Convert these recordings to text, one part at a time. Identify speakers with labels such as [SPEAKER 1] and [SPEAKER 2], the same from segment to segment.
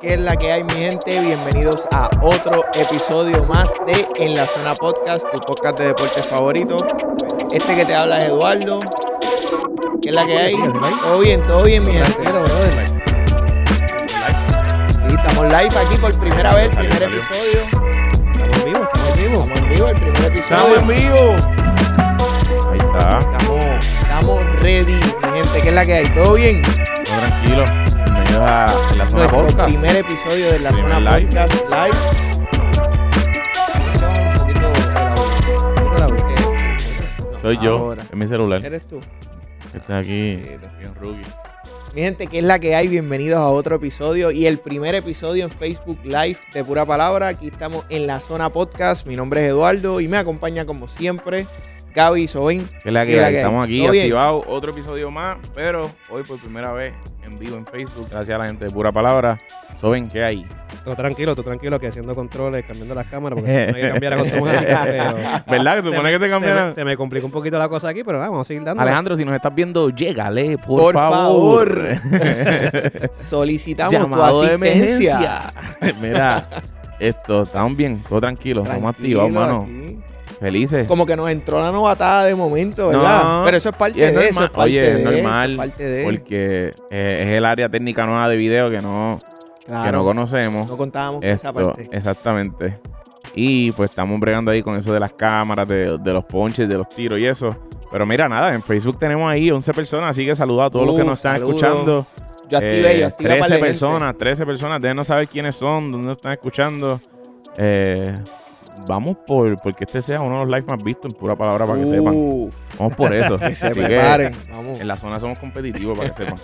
[SPEAKER 1] ¿Qué es la que hay, mi gente? Bienvenidos a otro episodio más de En la Zona Podcast, tu podcast de deportes favorito. Este que te habla es Eduardo. ¿Qué es la que hay? Todo bien, todo bien, mi gente.
[SPEAKER 2] Tranquilo, brother. like,
[SPEAKER 1] Sí, estamos live aquí por primera vez,
[SPEAKER 3] Salió,
[SPEAKER 1] primer
[SPEAKER 3] salió.
[SPEAKER 1] episodio.
[SPEAKER 2] Estamos vivos, estamos vivos.
[SPEAKER 1] Estamos en vivo, el primer episodio.
[SPEAKER 2] vivo!
[SPEAKER 3] Ahí está,
[SPEAKER 1] Estamos, estamos ready, mi gente. ¿Qué es la que hay? ¿Todo bien?
[SPEAKER 3] todo tranquilo. Bienvenidos a la zona
[SPEAKER 1] Nuestro
[SPEAKER 3] podcast.
[SPEAKER 1] primer episodio de la
[SPEAKER 3] Primer
[SPEAKER 1] Zona
[SPEAKER 3] live.
[SPEAKER 1] Podcast live. Un poquito de la voz. No,
[SPEAKER 3] Soy yo,
[SPEAKER 1] ahora.
[SPEAKER 3] es mi celular.
[SPEAKER 1] ¿Eres tú?
[SPEAKER 3] Está aquí, bien rookie.
[SPEAKER 1] Mi gente, ¿qué es la que hay? Bienvenidos a otro episodio y el primer episodio en Facebook Live de Pura Palabra. Aquí estamos en la Zona Podcast. Mi nombre es Eduardo y me acompaña como siempre Gaby Soben.
[SPEAKER 3] ¿Qué es la
[SPEAKER 1] ¿Qué
[SPEAKER 3] que
[SPEAKER 1] es la
[SPEAKER 3] hay?
[SPEAKER 1] que hay?
[SPEAKER 3] Estamos aquí
[SPEAKER 1] ¿Todo bien?
[SPEAKER 3] activados, otro episodio más, pero hoy por primera vez en vivo en Facebook, gracias a la gente de Pura Palabra. ¿Saben qué hay?
[SPEAKER 2] Tú tranquilo, tú tranquilo, que haciendo controles, cambiando las cámaras, porque si no hay que cambiar a controles.
[SPEAKER 3] ¿Verdad? Que se supone que se
[SPEAKER 2] Ah, Se
[SPEAKER 3] cambiaron.
[SPEAKER 2] me, se me complicó un poquito la cosa aquí, pero nada, vamos a seguir dando.
[SPEAKER 3] Alejandro, si nos estás viendo, llégale, por,
[SPEAKER 1] Por
[SPEAKER 3] favor.
[SPEAKER 1] Solicitamos
[SPEAKER 3] Llamado
[SPEAKER 1] tu
[SPEAKER 3] de
[SPEAKER 1] asistencia.
[SPEAKER 3] emergencia. Mira, esto, estamos bien, todo tranquilo, estamos
[SPEAKER 1] Tranquilo,
[SPEAKER 3] activados, mano.
[SPEAKER 1] aquí.
[SPEAKER 3] Felices.
[SPEAKER 1] Como que nos entró la novatada de momento, ¿verdad?
[SPEAKER 3] No.
[SPEAKER 1] Pero eso es parte
[SPEAKER 3] Y es
[SPEAKER 1] de eso.
[SPEAKER 3] normal.
[SPEAKER 1] es parte
[SPEAKER 3] Oye, es
[SPEAKER 1] de eso,
[SPEAKER 3] normal,
[SPEAKER 1] es parte de
[SPEAKER 3] porque eh, es el área técnica nueva de video que no, que
[SPEAKER 1] Claro,
[SPEAKER 3] no conocemos.
[SPEAKER 1] no contábamos con esa
[SPEAKER 3] Esto,
[SPEAKER 1] parte.
[SPEAKER 3] exactamente. Y pues estamos bregando ahí con eso de las cámaras, de, de los ponches, de los tiros y eso. Pero mira, nada, en Facebook tenemos ahí 11 personas, así que saluda a todos los que
[SPEAKER 1] Uh,
[SPEAKER 3] nos están
[SPEAKER 1] saludos.
[SPEAKER 3] escuchando.
[SPEAKER 1] Yo activé,
[SPEAKER 3] Eh,
[SPEAKER 1] yo activé para
[SPEAKER 3] 13 personas, 13 personas, déjenos saber quiénes son, dónde nos están escuchando. Eh, vamos por porque este sea uno de los live más vistos en pura palabra para que sepan. Vamos por eso.
[SPEAKER 1] Uh. Que se
[SPEAKER 3] Así que-
[SPEAKER 1] preparen. Vamos.
[SPEAKER 3] en la zona somos competitivos, para que sepan.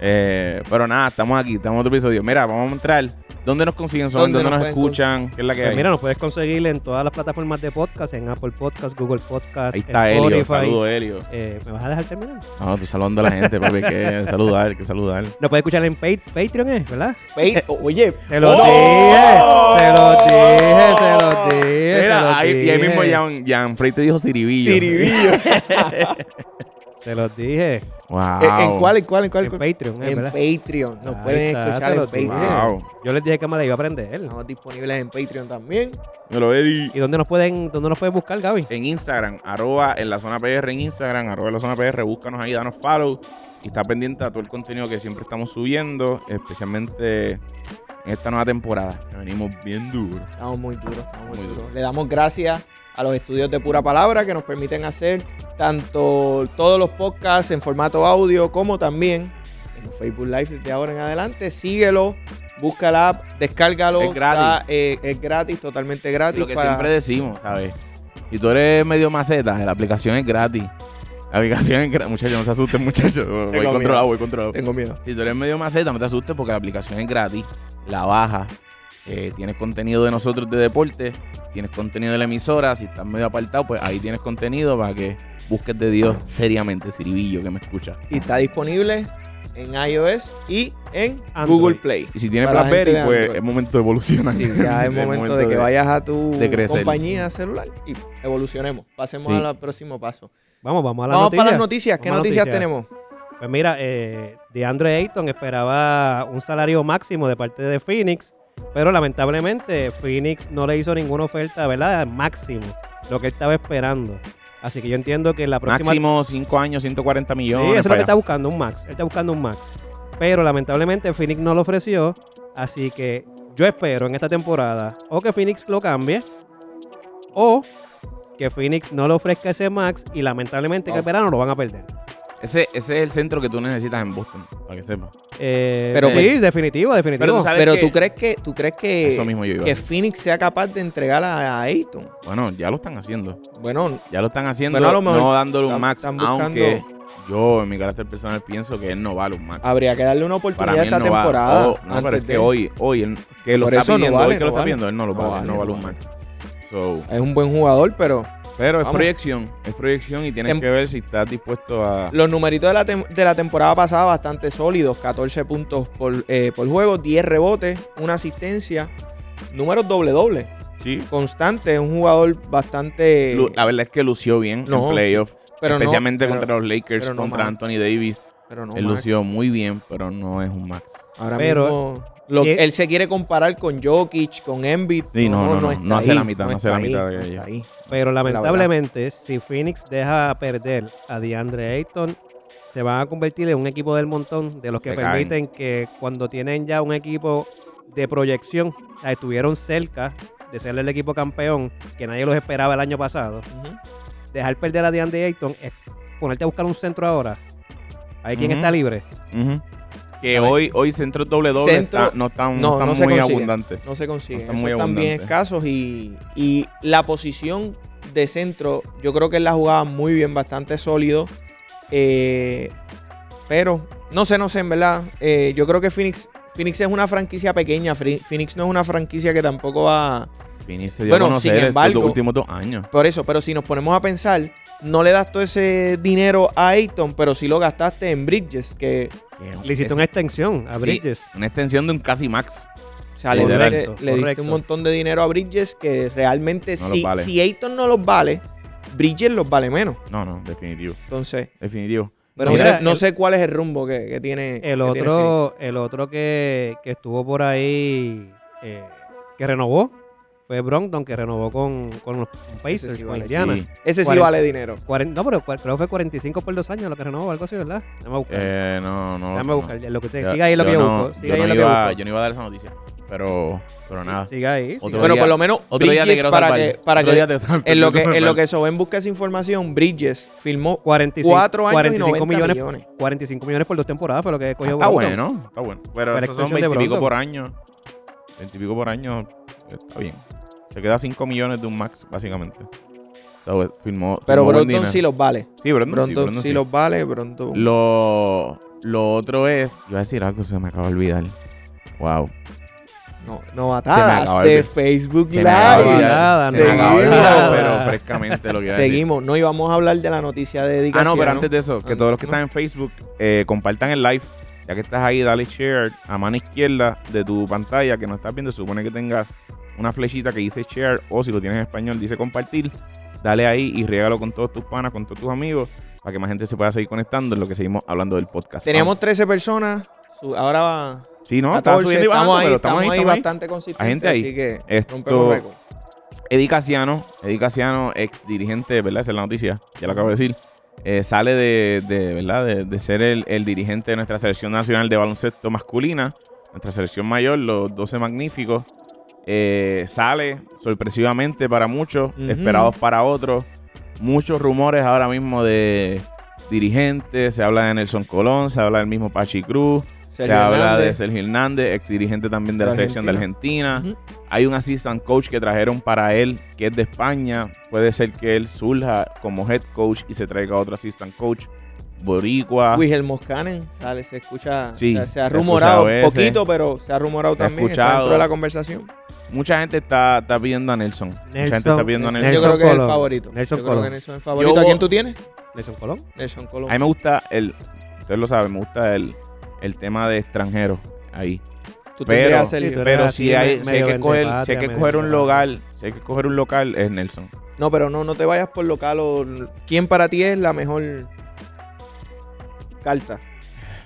[SPEAKER 3] Eh, pero nada, estamos aquí, estamos en otro episodio. Mira, vamos a entrar. ¿Dónde nos consiguen? Son?
[SPEAKER 1] ¿Dónde
[SPEAKER 3] ¿Dónde,
[SPEAKER 1] nos
[SPEAKER 3] nos
[SPEAKER 1] pueden
[SPEAKER 3] escuchan? ¿Qué es la que
[SPEAKER 2] Pues
[SPEAKER 3] hay?
[SPEAKER 2] mira, nos puedes conseguir en todas las plataformas de podcast, en Apple Podcast, Google Podcast,
[SPEAKER 3] Ahí está Elio. Saludo, Elio.
[SPEAKER 2] Eh, ¿Me vas a dejar terminar?
[SPEAKER 3] No, estoy saludando a la gente, papi. Que saludar, que saludar.
[SPEAKER 2] Nos puedes escuchar en Pa- Patreon, ¿eh? ¿verdad?
[SPEAKER 1] Pey- Oye,
[SPEAKER 2] Te lo
[SPEAKER 1] ¡Oh!
[SPEAKER 2] dije, te lo dije, se lo dije. se lo
[SPEAKER 3] Mira, ahí, y ahí
[SPEAKER 2] dije.
[SPEAKER 3] mismo Jan, Jan Frey te dijo Siribillo.
[SPEAKER 1] Siribillo.
[SPEAKER 2] Se los dije.
[SPEAKER 3] Wow.
[SPEAKER 1] ¿En cuál, en cuál, en cuál?
[SPEAKER 2] En Patreon, ¿eh?
[SPEAKER 1] En
[SPEAKER 2] ¿verdad?
[SPEAKER 1] Patreon. Nos
[SPEAKER 2] Ahí
[SPEAKER 1] pueden
[SPEAKER 2] está,
[SPEAKER 1] escuchar
[SPEAKER 2] se
[SPEAKER 1] en
[SPEAKER 2] lo digo.
[SPEAKER 1] Patreon.
[SPEAKER 3] Wow.
[SPEAKER 2] Yo les dije que me la iba a aprender.
[SPEAKER 1] Estamos disponibles en Patreon también.
[SPEAKER 3] Me lo di.
[SPEAKER 2] ¿Y dónde nos pueden, dónde nos pueden buscar, Gaby?
[SPEAKER 3] En Instagram, arroba en la zona PR en Instagram, arroba en la zona PR, búscanos ahí, danos follow y está pendiente a todo el contenido que siempre estamos subiendo, especialmente en esta nueva temporada. que venimos bien duro.
[SPEAKER 1] Estamos muy duros, estamos muy,
[SPEAKER 3] Muy
[SPEAKER 1] duros.
[SPEAKER 3] duro.
[SPEAKER 1] Le damos gracias a los estudios de Pura Palabra que nos permiten hacer tanto todos los podcasts en formato audio como también en los Facebook Live de ahora en adelante. Síguelo, busca la app, descárgalo.
[SPEAKER 3] Es gratis.
[SPEAKER 1] está, eh, es gratis, totalmente gratis.
[SPEAKER 3] Lo que
[SPEAKER 1] para-
[SPEAKER 3] siempre decimos, ¿sabes? Si tú eres medio maceta, la aplicación es gratis. La aplicación es gratis. Muchachos, no se asusten, muchachos. Voy
[SPEAKER 1] miedo.
[SPEAKER 3] controlado, voy controlado.
[SPEAKER 1] Tengo miedo.
[SPEAKER 3] Si tú eres medio maceta, no te asustes porque la aplicación es gratis, la baja, Eh, tienes contenido de nosotros de deporte, tienes contenido de la emisora, si estás medio apartado, pues ahí tienes contenido para que busques de Dios seriamente, Siribillo, que me escucha.
[SPEAKER 1] y está disponible en iOS y en
[SPEAKER 2] Android.
[SPEAKER 1] Google Play.
[SPEAKER 3] Y si tienes
[SPEAKER 1] Para la gente
[SPEAKER 3] BlackBerry,
[SPEAKER 1] de
[SPEAKER 3] pues
[SPEAKER 1] Android.
[SPEAKER 3] es momento de evolucionar.
[SPEAKER 1] Sí, ya es momento de que vayas a tu
[SPEAKER 3] de crecer.
[SPEAKER 1] compañía celular y evolucionemos. Pasemos
[SPEAKER 3] Sí.
[SPEAKER 1] al próximo paso.
[SPEAKER 2] Vamos, vamos a la
[SPEAKER 1] Vamos
[SPEAKER 2] noticia.
[SPEAKER 1] para las noticias. ¿Qué
[SPEAKER 2] Vamos a
[SPEAKER 1] noticias,
[SPEAKER 2] noticias.
[SPEAKER 1] tenemos?
[SPEAKER 2] Pues mira, eh, DeAndre Ayton esperaba un salario máximo de parte de Phoenix, pero lamentablemente Phoenix no le hizo ninguna oferta, ¿verdad? Máximo, lo que él estaba esperando. Así que yo entiendo que la próxima...
[SPEAKER 3] Máximo 5 años, 140
[SPEAKER 2] Sí,
[SPEAKER 3] millones.
[SPEAKER 2] eso es lo
[SPEAKER 3] para
[SPEAKER 2] que está
[SPEAKER 3] allá.
[SPEAKER 2] buscando, un max. Él está buscando un max. Pero lamentablemente Phoenix no lo ofreció, así que yo espero en esta temporada o que Phoenix lo cambie o que Phoenix no le ofrezca ese max y lamentablemente que el
[SPEAKER 1] Oh.
[SPEAKER 2] verano lo van a perder.
[SPEAKER 3] ese, ese es el centro que tú necesitas en Boston, para que sepas.
[SPEAKER 2] Eh,
[SPEAKER 1] Pero-
[SPEAKER 2] sí, definitivo,
[SPEAKER 3] pues-
[SPEAKER 2] definitivo.
[SPEAKER 3] Pero tú sabes
[SPEAKER 1] Pero
[SPEAKER 3] que-
[SPEAKER 1] tú crees que tú crees que,
[SPEAKER 3] Eso mismo yo iba a
[SPEAKER 1] Eh, que
[SPEAKER 3] decir.
[SPEAKER 1] Phoenix sea capaz de entregar a, a Ayton.
[SPEAKER 3] Bueno, ya lo están haciendo.
[SPEAKER 1] Bueno,
[SPEAKER 3] Ya lo están haciendo,
[SPEAKER 1] Bueno, a lo mejor
[SPEAKER 3] no dándole un
[SPEAKER 1] están-
[SPEAKER 3] max,
[SPEAKER 1] están buscando-
[SPEAKER 3] aunque yo en mi carácter personal pienso que él no vale un max.
[SPEAKER 1] habría que darle una
[SPEAKER 3] Para
[SPEAKER 1] oportunidad
[SPEAKER 3] mí él
[SPEAKER 1] esta
[SPEAKER 3] no va-
[SPEAKER 1] temporada.
[SPEAKER 3] oh, no, pero
[SPEAKER 1] antes
[SPEAKER 3] es que
[SPEAKER 1] de-
[SPEAKER 3] hoy, hoy, él- que lo
[SPEAKER 1] Por
[SPEAKER 3] está
[SPEAKER 1] eso no
[SPEAKER 3] pidiendo,
[SPEAKER 1] vale,
[SPEAKER 3] hoy que
[SPEAKER 1] no
[SPEAKER 3] lo está
[SPEAKER 1] vale.
[SPEAKER 3] pidiendo, él no lo
[SPEAKER 1] No
[SPEAKER 3] vale,
[SPEAKER 1] vale,
[SPEAKER 3] no
[SPEAKER 1] no
[SPEAKER 3] vale un
[SPEAKER 1] vale.
[SPEAKER 3] max. So,
[SPEAKER 1] Es un buen jugador, pero
[SPEAKER 3] pero es
[SPEAKER 1] vamos.
[SPEAKER 3] proyección, es proyección y tienes
[SPEAKER 1] Tem-
[SPEAKER 3] que ver si estás dispuesto a...
[SPEAKER 1] Los numeritos de la, tem- de la temporada pasada bastante sólidos, 14 puntos por, eh, por juego, 10 rebotes, una asistencia, números doble-doble,
[SPEAKER 3] Sí,
[SPEAKER 1] constante, es un jugador bastante...
[SPEAKER 3] Lu- la verdad es que lució bien
[SPEAKER 1] No,
[SPEAKER 3] en playoffs,
[SPEAKER 1] pero no,
[SPEAKER 3] especialmente
[SPEAKER 1] pero-
[SPEAKER 3] contra los Lakers,
[SPEAKER 1] pero no
[SPEAKER 3] contra
[SPEAKER 1] más.
[SPEAKER 3] Anthony Davis.
[SPEAKER 1] Pero no
[SPEAKER 3] Él
[SPEAKER 1] Max.
[SPEAKER 3] lució muy bien, pero no es un Max.
[SPEAKER 1] Ahora
[SPEAKER 2] Pero-
[SPEAKER 1] mismo, lo-
[SPEAKER 2] Sí.
[SPEAKER 1] él se quiere comparar con Jokic, con Embiid.
[SPEAKER 3] Sí, no, no, no,
[SPEAKER 1] está
[SPEAKER 3] no hace la
[SPEAKER 1] ahí,
[SPEAKER 3] mitad, no hace
[SPEAKER 1] está
[SPEAKER 3] la mitad
[SPEAKER 1] ahí,
[SPEAKER 3] de
[SPEAKER 1] no
[SPEAKER 3] ella.
[SPEAKER 1] está ahí.
[SPEAKER 2] Pero
[SPEAKER 1] verdad.
[SPEAKER 2] lamentablemente, si Phoenix deja perder a DeAndre Ayton, se van a convertir en un equipo del montón de los que
[SPEAKER 3] Se caen.
[SPEAKER 2] permiten que cuando tienen ya un equipo de proyección, o sea, estuvieron cerca de ser el equipo campeón, que nadie los esperaba el año pasado. Dejar perder a DeAndre Ayton es ponerte a buscar un centro ahora. Hay quien
[SPEAKER 3] Ujú.
[SPEAKER 2] está libre.
[SPEAKER 3] Que hoy, hoy centro doble doble
[SPEAKER 1] Centro-
[SPEAKER 3] no están,
[SPEAKER 1] no,
[SPEAKER 3] están
[SPEAKER 1] no se
[SPEAKER 3] muy
[SPEAKER 1] consigue.
[SPEAKER 3] abundantes.
[SPEAKER 1] No se consigue.
[SPEAKER 3] Están
[SPEAKER 1] Esos
[SPEAKER 3] muy
[SPEAKER 1] están bien
[SPEAKER 3] abundantes.
[SPEAKER 1] escasos y, y la posición de centro, yo creo que él la jugaba muy bien, bastante sólido. Eh, pero, no sé, no sé, en verdad. eh, yo creo que Phoenix, Phoenix es una franquicia pequeña. Fri- Phoenix no es una franquicia que tampoco va...
[SPEAKER 3] Phoenix se dio
[SPEAKER 1] Bueno,
[SPEAKER 3] a conocer
[SPEAKER 1] sin
[SPEAKER 3] estos
[SPEAKER 1] embargo-
[SPEAKER 3] últimos dos años.
[SPEAKER 1] Por eso, pero si nos ponemos a pensar, no le das todo ese dinero a Ayton, pero sí lo gastaste en Bridges, que
[SPEAKER 3] Que
[SPEAKER 2] Le hiciste
[SPEAKER 3] es
[SPEAKER 2] una extensión a
[SPEAKER 3] Sí.
[SPEAKER 2] Bridges.
[SPEAKER 3] una extensión de un casi Max.
[SPEAKER 1] O sea, le,
[SPEAKER 3] Correcto,
[SPEAKER 1] le- le diste
[SPEAKER 2] correcto.
[SPEAKER 1] un montón de dinero a Bridges que realmente
[SPEAKER 3] No
[SPEAKER 1] si,
[SPEAKER 3] los vale.
[SPEAKER 1] si Ayton no los vale, Bridges los vale menos.
[SPEAKER 3] No, no, definitivo.
[SPEAKER 1] Entonces,
[SPEAKER 3] Definitivo.
[SPEAKER 2] Pero
[SPEAKER 1] no,
[SPEAKER 2] mira,
[SPEAKER 1] sé, no
[SPEAKER 2] el-
[SPEAKER 1] sé cuál es el rumbo que, que tiene. que
[SPEAKER 2] El
[SPEAKER 1] tiene
[SPEAKER 2] otro, el otro que, que estuvo por ahí, eh, que renovó, fue Brogdon, que renovó con, con los
[SPEAKER 1] Ese
[SPEAKER 2] Pacers,
[SPEAKER 1] sí
[SPEAKER 2] con
[SPEAKER 1] vale.
[SPEAKER 2] Indiana.
[SPEAKER 3] Sí.
[SPEAKER 1] Phoenix. Ese sí
[SPEAKER 2] ¿Cuál es?
[SPEAKER 1] vale dinero.
[SPEAKER 2] Cuaren- no, pero cua- creo que fue 45 por dos años lo que renovó, algo así, ¿verdad? Dame a buscar.
[SPEAKER 3] Eh, no, no.
[SPEAKER 2] Dame a
[SPEAKER 3] no.
[SPEAKER 2] buscar. Lo que usted,
[SPEAKER 3] Ya-
[SPEAKER 2] siga ahí lo que yo,
[SPEAKER 3] no-
[SPEAKER 2] busco. Siga
[SPEAKER 3] yo
[SPEAKER 2] ahí
[SPEAKER 3] no
[SPEAKER 2] lo
[SPEAKER 3] iba,
[SPEAKER 2] que
[SPEAKER 3] Yo no iba a dar esa noticia. Pero, pero
[SPEAKER 2] busco.
[SPEAKER 3] nada.
[SPEAKER 2] Siga ahí.
[SPEAKER 3] Otro
[SPEAKER 2] siga
[SPEAKER 1] Bueno,
[SPEAKER 3] día-
[SPEAKER 1] por lo menos
[SPEAKER 3] Otro día te
[SPEAKER 1] Bridges
[SPEAKER 3] quiero
[SPEAKER 1] para
[SPEAKER 3] salvar.
[SPEAKER 1] que, para
[SPEAKER 3] Otro
[SPEAKER 1] que-
[SPEAKER 3] día te salvo.
[SPEAKER 1] en lo que en lo que Soben busca esa información, Bridges firmó
[SPEAKER 2] 45,
[SPEAKER 1] 4 años
[SPEAKER 2] 45
[SPEAKER 1] y 90 millones.
[SPEAKER 2] millones, 45 millones por dos temporadas fue lo que cogió
[SPEAKER 3] Está
[SPEAKER 2] Brogdon.
[SPEAKER 3] Ah, bueno, está bueno. Pero,
[SPEAKER 2] Para
[SPEAKER 3] esos son
[SPEAKER 2] extensión de
[SPEAKER 3] 20 y pico
[SPEAKER 2] Brogdon.
[SPEAKER 3] por año. 20 y pico por año está bien. Se queda 5 millones de un max, básicamente. O sea, pues, firmó,
[SPEAKER 1] Pero
[SPEAKER 3] firmó buen
[SPEAKER 1] Brondon
[SPEAKER 3] dinero.
[SPEAKER 1] sí los vale.
[SPEAKER 3] Sí, Brogdon sí,
[SPEAKER 1] Brondon
[SPEAKER 3] Brogdon
[SPEAKER 1] sí
[SPEAKER 3] sí.
[SPEAKER 1] los vale. Brondon.
[SPEAKER 3] Lo, lo otro es. Iba a decir algo, se me acaba de olvidar. Wow.
[SPEAKER 1] No, no atadas
[SPEAKER 3] acaba
[SPEAKER 1] de
[SPEAKER 3] el-
[SPEAKER 1] Facebook
[SPEAKER 3] Se me acaba de
[SPEAKER 1] Live.
[SPEAKER 2] Nada,
[SPEAKER 3] olvidar. Se me acaba de
[SPEAKER 1] seguimos.
[SPEAKER 3] olvidar, pero frescamente lo que iba a decir.
[SPEAKER 1] Seguimos. No íbamos a hablar de la noticia de
[SPEAKER 3] Ah,
[SPEAKER 1] dedicación.
[SPEAKER 3] no, pero antes de eso, que
[SPEAKER 1] Ah,
[SPEAKER 3] todos los que
[SPEAKER 1] no.
[SPEAKER 3] están en Facebook eh, compartan el live. Ya que estás ahí, dale share a mano izquierda de tu pantalla que no estás viendo. Supone que tengas una flechita que dice share o si lo tienes en español dice compartir. Dale ahí y regalo con todos tus panas, con todos tus amigos, para que más gente se pueda seguir conectando en lo que seguimos hablando del podcast.
[SPEAKER 1] Teníamos 13 personas. su- Ahora va.
[SPEAKER 3] Vamos. sí, no, estaba
[SPEAKER 1] 14,
[SPEAKER 3] subiendo y
[SPEAKER 1] estamos,
[SPEAKER 3] bajando,
[SPEAKER 1] ahí,
[SPEAKER 3] pero
[SPEAKER 1] estamos, ahí
[SPEAKER 3] estamos ahí.
[SPEAKER 1] bastante consistentes.
[SPEAKER 3] Hay gente ahí.
[SPEAKER 1] Así que
[SPEAKER 3] Esto-
[SPEAKER 1] rompemos récord.
[SPEAKER 3] Eddie Casiano, Eddie Casiano, ex dirigente, ¿verdad? Esa es la noticia, ya lo acabo de decir. Eh, sale de, de, ¿verdad? De, de ser el, el dirigente de nuestra selección nacional de baloncesto masculina, nuestra selección mayor, los 12 magníficos. Eh, sale sorpresivamente para muchos,
[SPEAKER 1] Ujú.
[SPEAKER 3] esperados para otros. Muchos rumores ahora mismo de dirigentes, se habla de Nelson Colón, se habla del mismo Pachi Cruz, se
[SPEAKER 1] Sergio
[SPEAKER 3] habla de
[SPEAKER 1] Hernández.
[SPEAKER 3] Sergio Hernández, ex dirigente también de,
[SPEAKER 1] De
[SPEAKER 3] la selección de Argentina.
[SPEAKER 1] Ujú.
[SPEAKER 3] Hay un assistant coach que trajeron para él, que es de España. Puede ser que él surja como head coach y se traiga otro assistant coach boricua.
[SPEAKER 1] Wigel Moscanen, sale, se escucha,
[SPEAKER 3] Sí,
[SPEAKER 1] se, se
[SPEAKER 3] se ha
[SPEAKER 1] ha rumorado un
[SPEAKER 3] escuchado ese.
[SPEAKER 1] poquito, pero se ha rumorado
[SPEAKER 3] Se ha
[SPEAKER 1] también, está
[SPEAKER 3] escuchado.
[SPEAKER 1] dentro de la conversación.
[SPEAKER 3] Mucha gente está, está pidiendo a Nelson. Mucha
[SPEAKER 2] Nelson,
[SPEAKER 3] gente está pidiendo a
[SPEAKER 2] Nelson.
[SPEAKER 3] Nelson.
[SPEAKER 1] Yo creo que es el
[SPEAKER 2] Colón.
[SPEAKER 1] favorito.
[SPEAKER 2] Nelson
[SPEAKER 1] Yo creo
[SPEAKER 2] Colón.
[SPEAKER 1] que Nelson es el favorito.
[SPEAKER 3] Yo-
[SPEAKER 1] ¿A quién tú tienes?
[SPEAKER 2] Nelson Colón.
[SPEAKER 1] Nelson
[SPEAKER 3] A mí
[SPEAKER 1] Colón.
[SPEAKER 3] me gusta el. Ustedes lo saben, me gusta el, el tema de extranjeros ahí.
[SPEAKER 1] Tú
[SPEAKER 3] pero-
[SPEAKER 1] tendrías a
[SPEAKER 2] Sí,
[SPEAKER 1] Sergio.
[SPEAKER 2] tú eres-
[SPEAKER 3] Pero
[SPEAKER 2] así,
[SPEAKER 3] si hay,
[SPEAKER 2] me-
[SPEAKER 3] si hay que coger,
[SPEAKER 2] medio
[SPEAKER 3] si hay
[SPEAKER 2] vendepatria,
[SPEAKER 3] que
[SPEAKER 2] medio
[SPEAKER 3] coger un
[SPEAKER 2] vendepatria.
[SPEAKER 3] local, si hay que coger un local, es Nelson.
[SPEAKER 1] No, pero no, no te vayas por local o quién para ti es la mejor carta.